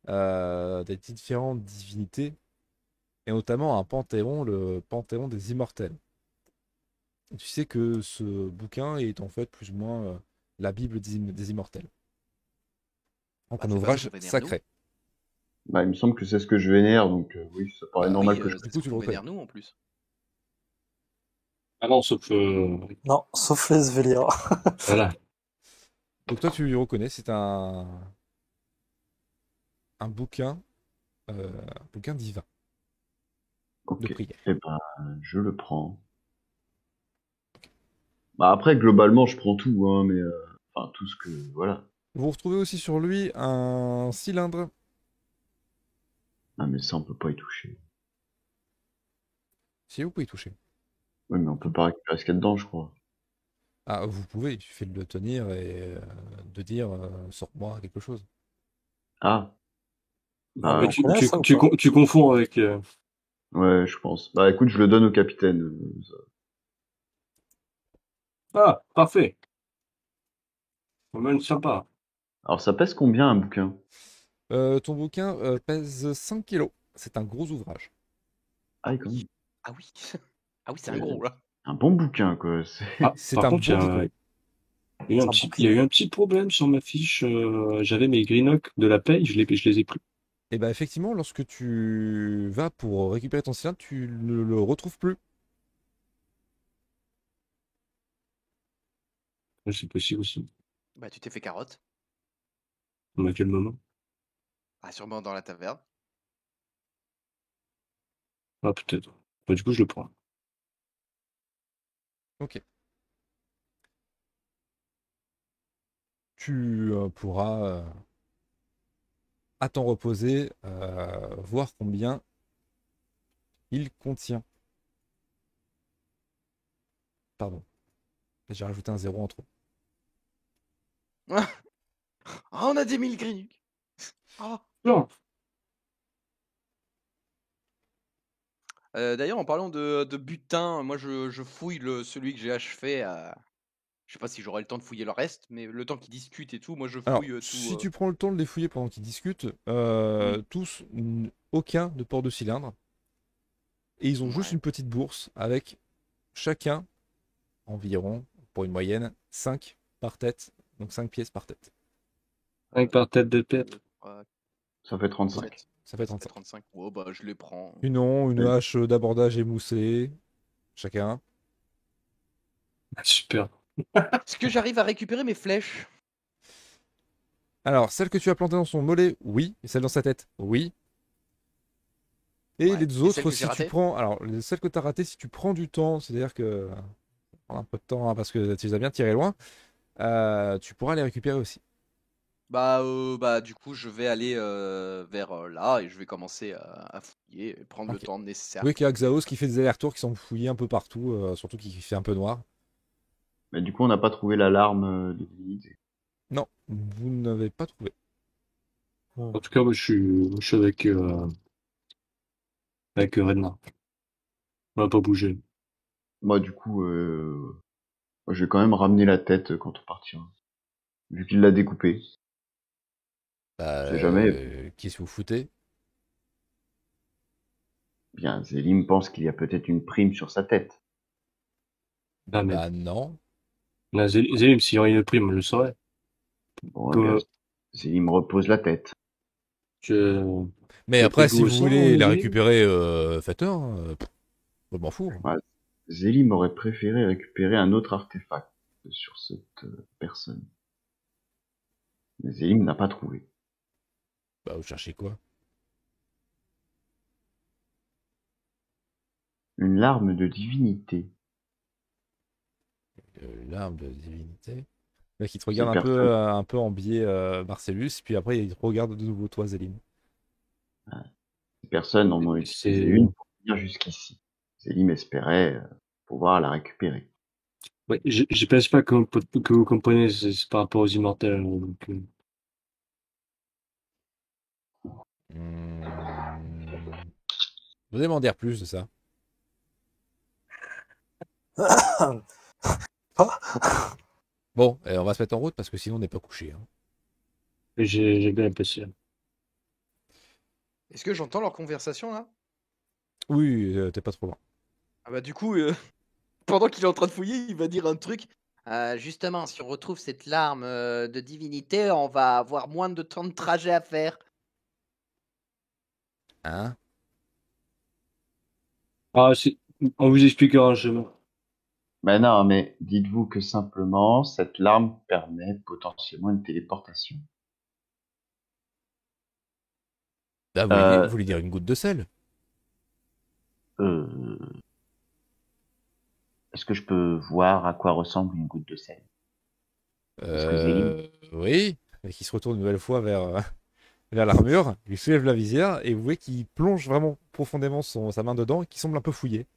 Speaker 1: euh, des différentes divinités, et notamment un panthéon, le panthéon des immortels. Tu sais que ce bouquin est en fait plus ou moins euh, la Bible des, im- des immortels. Donc, un
Speaker 2: Bah, c'est pas ce
Speaker 1: ouvrage
Speaker 2: qu'on vénère, nous.
Speaker 1: sacré.
Speaker 3: Bah, il me semble que c'est ce que je vénère, donc euh, oui, ça paraît
Speaker 2: Bah
Speaker 3: normal
Speaker 2: oui,
Speaker 3: que
Speaker 2: euh,
Speaker 3: je.
Speaker 2: c'est
Speaker 1: Du coup,
Speaker 2: ce
Speaker 1: tu le
Speaker 2: qu'on
Speaker 1: reconnais.
Speaker 2: vénère nous en plus.
Speaker 4: Ah non, sauf euh, Rick.
Speaker 5: Non, sauf les Svelia.
Speaker 4: voilà.
Speaker 1: Donc toi, tu le reconnais, c'est un... un bouquin, euh, un bouquin divin de
Speaker 3: Ok.
Speaker 1: prière.
Speaker 3: Eh ben, je le prends. Bah après, globalement, je prends tout, hein, mais euh, enfin tout ce que voilà.
Speaker 1: Vous retrouvez aussi sur lui un cylindre.
Speaker 3: Ah mais ça, on peut pas y toucher.
Speaker 1: Si vous pouvez y toucher.
Speaker 3: Oui, mais on peut pas récupérer ce qu'il y a dedans, je crois.
Speaker 1: Ah, vous pouvez, il suffit de le tenir et euh, de dire euh, sors-moi quelque chose.
Speaker 3: Ah. Bah,
Speaker 5: mais
Speaker 4: Ah, tu,
Speaker 5: connaît
Speaker 4: tu,
Speaker 5: ça ou
Speaker 4: tu,
Speaker 5: pas
Speaker 4: con- tu confonds avec. euh,
Speaker 3: ouais, je pense. Bah écoute, je le donne au capitaine. euh, ça.
Speaker 4: Ah, parfait. Pas mal sympa.
Speaker 3: Alors ça pèse combien un bouquin
Speaker 1: Euh, ton bouquin euh, pèse 5 kilos. C'est un gros ouvrage.
Speaker 3: Ah quand même.
Speaker 2: Ah oui Ah oui, c'est un
Speaker 3: Euh,
Speaker 2: gros là.
Speaker 3: Un bon bouquin quoi. c'est-
Speaker 4: Ah,
Speaker 1: C'est
Speaker 4: par
Speaker 1: un
Speaker 4: contre, il y,
Speaker 1: bon
Speaker 4: a-
Speaker 1: bouquin.
Speaker 4: il y a eu un
Speaker 5: C'est un
Speaker 4: petit,
Speaker 5: bon
Speaker 4: il y a eu un petit problème sur ma fiche. euh, j'avais mes greenock de la paye, je les, je les ai plus.
Speaker 1: Et bah effectivement, lorsque tu vas pour récupérer ton cylindre, tu ne le retrouves plus.
Speaker 4: Ah, C'est possible aussi.
Speaker 2: Bah tu t'es fait carotte.
Speaker 4: À quel moment?
Speaker 2: Ah sûrement dans la taverne.
Speaker 4: Ah, peut-être. Bah, du coup, je le prends.
Speaker 1: Tu euh, pourras, euh, à t'en reposer, euh, voir combien il contient. Pardon. J'ai rajouté un zéro en trop.
Speaker 2: Ah on a des mille grilles Ah
Speaker 4: Non.
Speaker 2: Euh, D'ailleurs, en parlant de, de butin, moi je, je fouille le, celui que j'ai achevé. euh, Je sais pas si j'aurai le temps de fouiller le reste, mais le temps qu'ils discutent et tout, moi je fouille
Speaker 1: Alors,
Speaker 2: euh, tout.
Speaker 1: si
Speaker 2: euh,
Speaker 1: tu prends le temps de les fouiller pendant qu'ils discutent, euh, tous, n- aucun ne porte de cylindre. Et ils ont juste
Speaker 2: Ouais.
Speaker 1: une petite bourse avec chacun, environ, pour une moyenne, 5 par tête. Donc 5 pièces par tête.
Speaker 4: 5 par tête de tête.
Speaker 2: euh,
Speaker 3: Ça fait 35.
Speaker 2: sept,
Speaker 1: Ça fait
Speaker 2: ça fait
Speaker 1: 35.
Speaker 2: 35. Oh bah je les prends.
Speaker 1: Une on, une
Speaker 3: Oui.
Speaker 1: hache d'abordage émoussée, chacun.
Speaker 4: Ah, Super.
Speaker 2: Est-ce que j'arrive à récupérer mes flèches
Speaker 1: Alors, celle que tu as plantée dans son mollet, oui. Et celle dans sa tête, oui. Et
Speaker 2: Ouais.
Speaker 1: les
Speaker 2: Et
Speaker 1: deux
Speaker 2: celle
Speaker 1: autres,
Speaker 2: que j'ai
Speaker 1: si tu
Speaker 2: ratée
Speaker 1: prends. Alors, les- celle que tu as ratée, si tu prends du temps, c'est-à-dire que. Prends un peu de temps, hein, parce que tu les as bien tirés loin. euh, tu pourras les récupérer aussi.
Speaker 2: Bah, euh, bah, du coup, je vais aller euh, vers euh, là et je vais commencer à, à fouiller et prendre
Speaker 1: Ok.
Speaker 2: le temps nécessaire.
Speaker 1: Oui, qu'il y a Xaos qui fait des allers-retours, qui sont fouillés un peu partout, euh, surtout qui fait un peu noir.
Speaker 3: Mais du coup, on n'a pas trouvé l'alarme euh, de l'unité.
Speaker 1: Non, vous n'avez pas trouvé.
Speaker 4: En tout cas, moi, je suis, je suis avec, euh, avec euh, Redna. On va pas bouger.
Speaker 3: Moi, du coup, euh, moi, je vais quand même ramener la tête euh, quand on partira. Vu qu'il l'a découpée.
Speaker 6: Bah,
Speaker 3: sait jamais.
Speaker 6: euh, Qu'est-ce que vous foutez
Speaker 3: Bien, Zélim pense qu'il y a peut-être une prime sur sa tête.
Speaker 4: Ah, mais
Speaker 6: Bah non.
Speaker 4: là, Zé- Zélim, s'il y aurait une prime, je le saurais.
Speaker 3: Bon,
Speaker 4: Peu-
Speaker 3: regarde, Zélim repose la tête.
Speaker 4: Je-
Speaker 6: Mais
Speaker 4: Et
Speaker 6: après,
Speaker 4: puis
Speaker 6: si
Speaker 4: vous
Speaker 6: vous
Speaker 4: aussi,
Speaker 6: voulez la
Speaker 4: Olivier
Speaker 6: récupérer, euh, faites-le. hein, euh, pff, Je m'en fous.
Speaker 3: Zélim aurait préféré récupérer un autre artefact sur cette euh, personne. Mais Zélim n'a pas trouvé.
Speaker 6: Bah, vous cherchez quoi
Speaker 3: Une larme de divinité.
Speaker 6: Euh, L'arme de divinité.
Speaker 1: Là, qui te regarde un
Speaker 3: Super
Speaker 1: peu,
Speaker 3: cool.
Speaker 1: euh, un peu en biais, euh, Marcellus, puis après, il te regarde de nouveau, toi, Zélim.
Speaker 3: Ces personnes en ont
Speaker 4: C'est-
Speaker 3: utilisé une pour venir jusqu'ici. Zélim espérait euh, pouvoir la récupérer.
Speaker 4: Ouais, je, je pense pas que, vous- que vous compreniez, c'est c'est par rapport aux immortels. donc, euh,
Speaker 6: Hmm. Vous allez m'en dire plus de ça. Bon, et on va se mettre en route parce que sinon on n'est pas couché. hein.
Speaker 4: j'ai j'ai bien apprécié.
Speaker 2: Est-ce que j'entends leur conversation là
Speaker 1: Oui, euh, t'es pas trop loin.
Speaker 2: Ah bah du coup, euh, pendant qu'il est en train de fouiller, il va dire un truc. Euh, justement, si on retrouve cette larme euh, de divinité, on va avoir moins de temps de trajet à faire.
Speaker 6: Hein
Speaker 4: Ah, c'est- on vous expliquera un chemin.
Speaker 3: Ben non, mais dites-vous que simplement, cette larme permet potentiellement une téléportation.
Speaker 6: Là, vous, voulez-
Speaker 3: Euh.
Speaker 6: vous voulez dire une goutte de sel
Speaker 3: Euh... Est-ce que je peux voir à quoi ressemble une goutte de sel Parce que
Speaker 6: Euh, Oui.
Speaker 1: Et qui se retourne une nouvelle fois vers, euh, vers l'armure, il soulève la visière, et vous voyez qu'il plonge vraiment profondément son, sa main dedans, et qui semble un peu fouillé.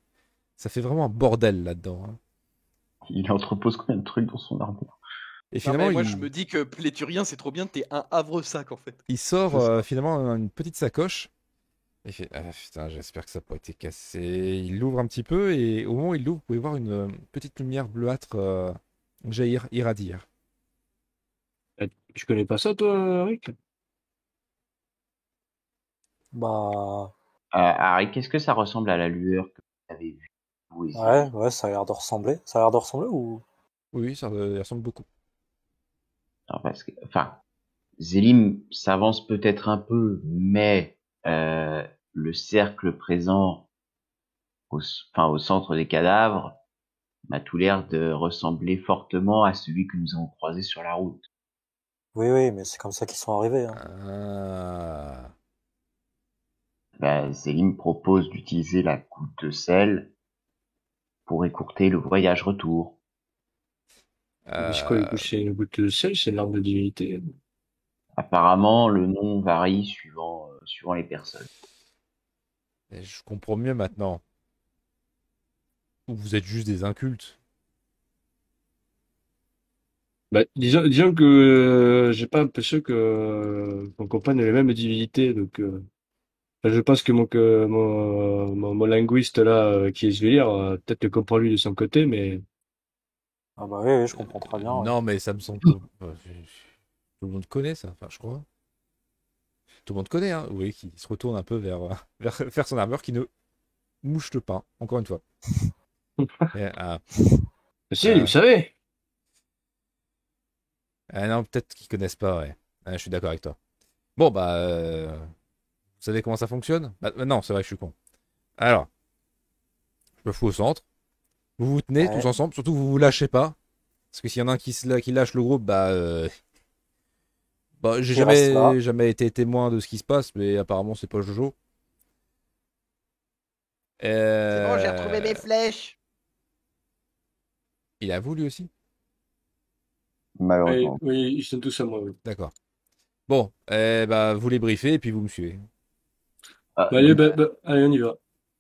Speaker 1: Ça fait vraiment un bordel là-dedans. hein.
Speaker 3: Il entrepose combien de trucs dans son arbre
Speaker 1: Et
Speaker 2: Non, mais
Speaker 1: finalement,
Speaker 2: moi,
Speaker 1: il,
Speaker 2: je me dis que pléturien, c'est trop bien, t'es un havre sac en fait.
Speaker 1: il sort
Speaker 3: C'est ça.
Speaker 1: euh, finalement une petite sacoche. Et il fait Ah putain, j'espère que ça n'a pas été cassé. Il l'ouvre un petit peu et au moment où il l'ouvre, vous pouvez voir une euh, petite lumière bleuâtre euh, jaillir, irradier.
Speaker 4: Eh, Tu connais pas ça, toi, Rick?
Speaker 5: Bah,
Speaker 3: Euh, Harry, qu'est-ce que ça ressemble à la lueur que vous avez vue vous et Zélim
Speaker 5: ouais, ouais, ça a l'air de ressembler. Ça a l'air de ressembler ou
Speaker 1: Oui, ça euh, il ressemble beaucoup.
Speaker 3: Alors, parce que, enfin, Zélim s'avance peut-être un peu, mais euh, le cercle présent au, c- enfin, au centre des cadavres m'a tout l'air de ressembler fortement à celui que nous avons croisé sur la route.
Speaker 5: Oui, oui, mais c'est comme ça qu'ils sont arrivés. hein.
Speaker 6: Ah.
Speaker 3: Bah, Zélim propose d'utiliser la goutte de sel pour écourter le voyage retour.
Speaker 4: Mais C'est quoi,
Speaker 6: Euh,
Speaker 4: du coup, c'est une goutte de sel, c'est une larme de divinité.
Speaker 3: Apparemment, le nom varie suivant, euh, suivant les personnes.
Speaker 6: Je comprends mieux maintenant. Vous êtes juste des incultes.
Speaker 4: Bah, disons, disons que euh, j'ai pas l'impression que euh, qu'on comprenne les mêmes divinités. Donc, euh, enfin, je pense que mon, que mon, mon, mon linguiste là, euh, qui est Svellir, euh, peut-être le comprend lui de son côté, mais
Speaker 5: Ah bah oui, oui, je comprends très bien. ouais.
Speaker 6: Non, mais ça me semble.
Speaker 1: euh,
Speaker 6: Tout le monde connaît ça, enfin, je crois.
Speaker 1: Tout le monde connaît, hein. Vous voyez qu'il se retourne un peu vers, euh, vers, vers son armure qui ne mouche le pain, encore une fois. Et, ah,
Speaker 4: si,
Speaker 1: Euh.
Speaker 4: vous savez,
Speaker 1: ah non, peut-être qu'ils connaissent pas, ouais. Ah, je suis d'accord avec toi. Bon, bah. euh, vous savez comment ça fonctionne Bah, Non, c'est vrai, je suis con. Alors. Je me fous au centre. Vous vous tenez
Speaker 5: Ouais.
Speaker 1: tous ensemble, surtout vous vous lâchez pas. Parce que s'il y en a un qui, se la- qui lâche le groupe, bah. euh, bah, j'ai
Speaker 5: Il reste là.
Speaker 1: jamais, jamais été témoin de ce qui se passe, mais apparemment, c'est pas Jojo.
Speaker 2: C'est
Speaker 1: Euh,
Speaker 2: bon, j'ai retrouvé mes flèches.
Speaker 1: Euh, Il a voulu aussi
Speaker 4: Oui,
Speaker 3: Malheureusement.
Speaker 4: oui, ils sont tous à moi. oui.
Speaker 1: D'accord. Bon, eh ben, vous les briefez et puis vous me suivez.
Speaker 3: Ah,
Speaker 4: Bah, allez, bah, bah, allez, on y va.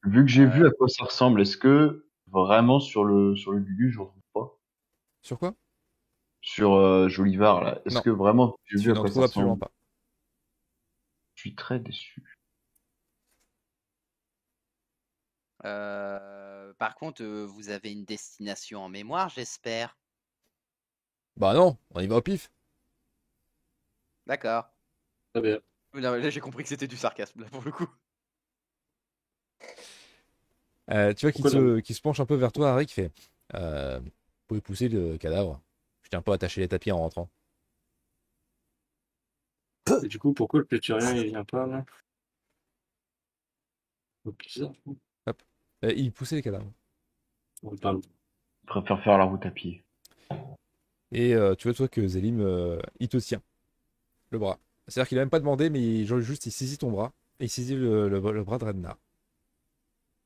Speaker 3: Vu que j'ai vu à quoi ça ressemble, est-ce que vraiment sur le sur le Gugu, je retrouve pas
Speaker 1: Sur quoi
Speaker 3: Sur euh, Jolivard, là, est-ce
Speaker 1: Non.
Speaker 3: que vraiment j'ai
Speaker 1: Tu
Speaker 3: vu à
Speaker 1: n'en
Speaker 3: quoi
Speaker 1: trouves
Speaker 3: ça
Speaker 1: absolument
Speaker 3: ressemble
Speaker 1: pas.
Speaker 3: Je suis très déçu.
Speaker 2: Euh, par contre, euh, vous avez une destination en mémoire, j'espère.
Speaker 1: Bah non, on y va au pif.
Speaker 2: D'accord.
Speaker 4: Très bien.
Speaker 2: Euh, Non, mais Là, j'ai compris que c'était du sarcasme, là, pour le coup.
Speaker 1: Euh, tu vois qu'il
Speaker 4: Pourquoi
Speaker 1: se, qu'il se penche un peu vers toi, Harry, qui fait euh, Vous pouvez pousser le cadavre. Je tiens pas à attacher les tapis en rentrant.
Speaker 4: Et du coup, pourquoi le pléturien, il vient pas, là C'est bizarre. hein.
Speaker 1: Euh, il poussait les cadavres.
Speaker 4: Bon, pardon.
Speaker 3: Je préfère faire la route à pied.
Speaker 1: Et euh, tu vois, toi, que Zélim, euh, il te tient le bras. C'est-à-dire qu'il a même pas demandé, mais il, genre, juste, il saisit ton bras et il saisit le, le- le bras de Redna.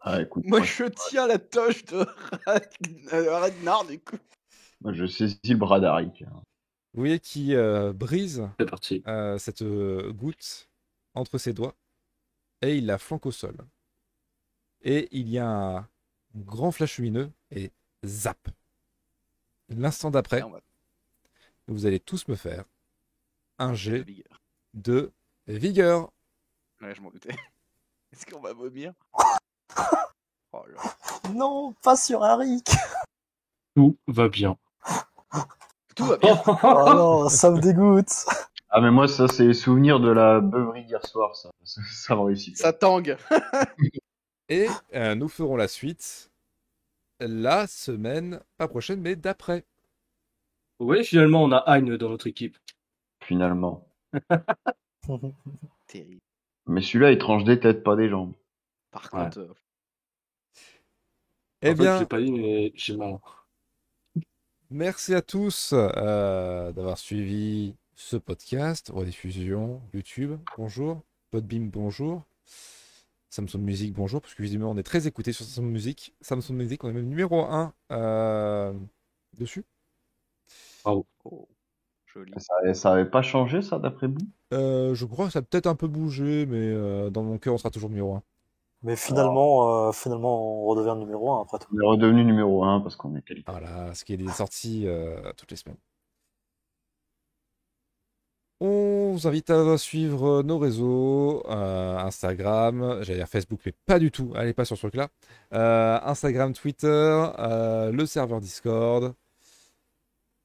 Speaker 3: Ah, écoute,
Speaker 2: Moi,
Speaker 3: moi,
Speaker 2: je tiens la toche de euh, Ragnar, du coup.
Speaker 3: moi, je saisis le bras d'Aric.
Speaker 1: Vous voyez qu'il euh, brise
Speaker 4: C'est parti.
Speaker 1: euh, cette euh, goutte entre ses doigts et il la flanque au sol. Et il y a un grand flash lumineux et zap. L'instant d'après,
Speaker 2: Ouais, on va-
Speaker 1: vous allez tous me faire un jet
Speaker 2: Ouais,
Speaker 1: de vigueur.
Speaker 2: je m'en doutais. Est-ce qu'on va vomir Oh là.
Speaker 5: Non, pas sur Arik.
Speaker 4: Tout va bien.
Speaker 2: Tout va bien.
Speaker 5: Oh non, ça me dégoûte.
Speaker 3: Ah, mais moi, ça, c'est les souvenirs de la beuverie d'hier soir, ça. Ça, ça me réussit.
Speaker 2: Ça tangue.
Speaker 1: Et euh, nous ferons la suite la semaine, pas prochaine, mais d'après.
Speaker 4: Vous voyez, finalement, on a Agne dans notre équipe.
Speaker 3: Finalement.
Speaker 2: Terrible.
Speaker 3: Mais celui-là, il tranche des têtes, pas des jambes.
Speaker 2: Par
Speaker 4: Ouais.
Speaker 2: contre, euh,
Speaker 1: Eh
Speaker 4: en fait,
Speaker 1: bien,
Speaker 4: j'ai pas dit, mais j'ai mal.
Speaker 1: Merci à tous euh, d'avoir suivi ce podcast, rediffusion, YouTube, bonjour, Podbeam, bonjour, Samsung Music, bonjour, parce que visiblement on est très écouté sur Samsung Music, Samsung Music, on est même numéro 1 dessus.
Speaker 2: oh, joli.
Speaker 3: Ça, ça avait pas changé, ça, d'après vous
Speaker 1: Euh, je crois que ça a peut-être un peu bougé, mais euh, dans mon cœur on sera toujours numéro 1.
Speaker 5: Mais finalement, euh, finalement, on redevient numéro un après tout.
Speaker 3: On est redevenu numéro 1 parce qu'on est qualifié.
Speaker 1: Voilà, ce qui est des sorties euh, toutes les semaines. On vous invite à suivre nos réseaux, euh, Instagram, j'allais dire Facebook, mais pas du tout, allez pas sur ce truc-là. Euh, Instagram, Twitter, euh, le serveur Discord.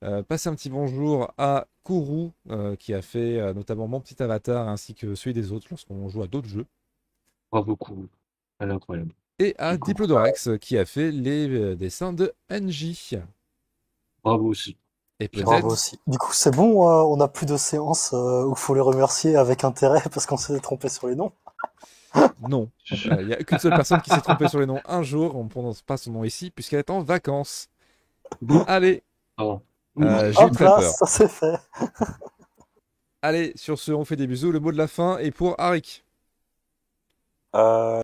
Speaker 1: Euh, passez un petit bonjour à Kourou, euh, qui a fait euh, notamment mon petit avatar ainsi que celui des autres lorsqu'on joue à d'autres jeux.
Speaker 4: Bravo, beaucoup. Elle est incroyable.
Speaker 1: Et à Diplodorex, qui a fait les euh, dessins de NJ.
Speaker 4: Bravo aussi.
Speaker 1: Et
Speaker 5: Bravo
Speaker 1: peut-être
Speaker 5: aussi. Du coup, c'est bon, euh, on n'a plus de séance euh, où il faut les remercier avec intérêt parce qu'on s'est trompé sur les noms.
Speaker 1: Non. Il n'y Euh, a qu'une seule personne qui s'est trompée sur les noms un jour. On ne prononce pas son nom ici, puisqu'elle est en vacances. Allez,
Speaker 4: Pardon.
Speaker 1: euh, j'ai eu
Speaker 5: Hop
Speaker 1: très
Speaker 5: là,
Speaker 1: peur.
Speaker 5: ça c'est fait.
Speaker 1: Allez, sur ce, on fait des bisous. Le mot de la fin est pour Arik.
Speaker 5: Euh,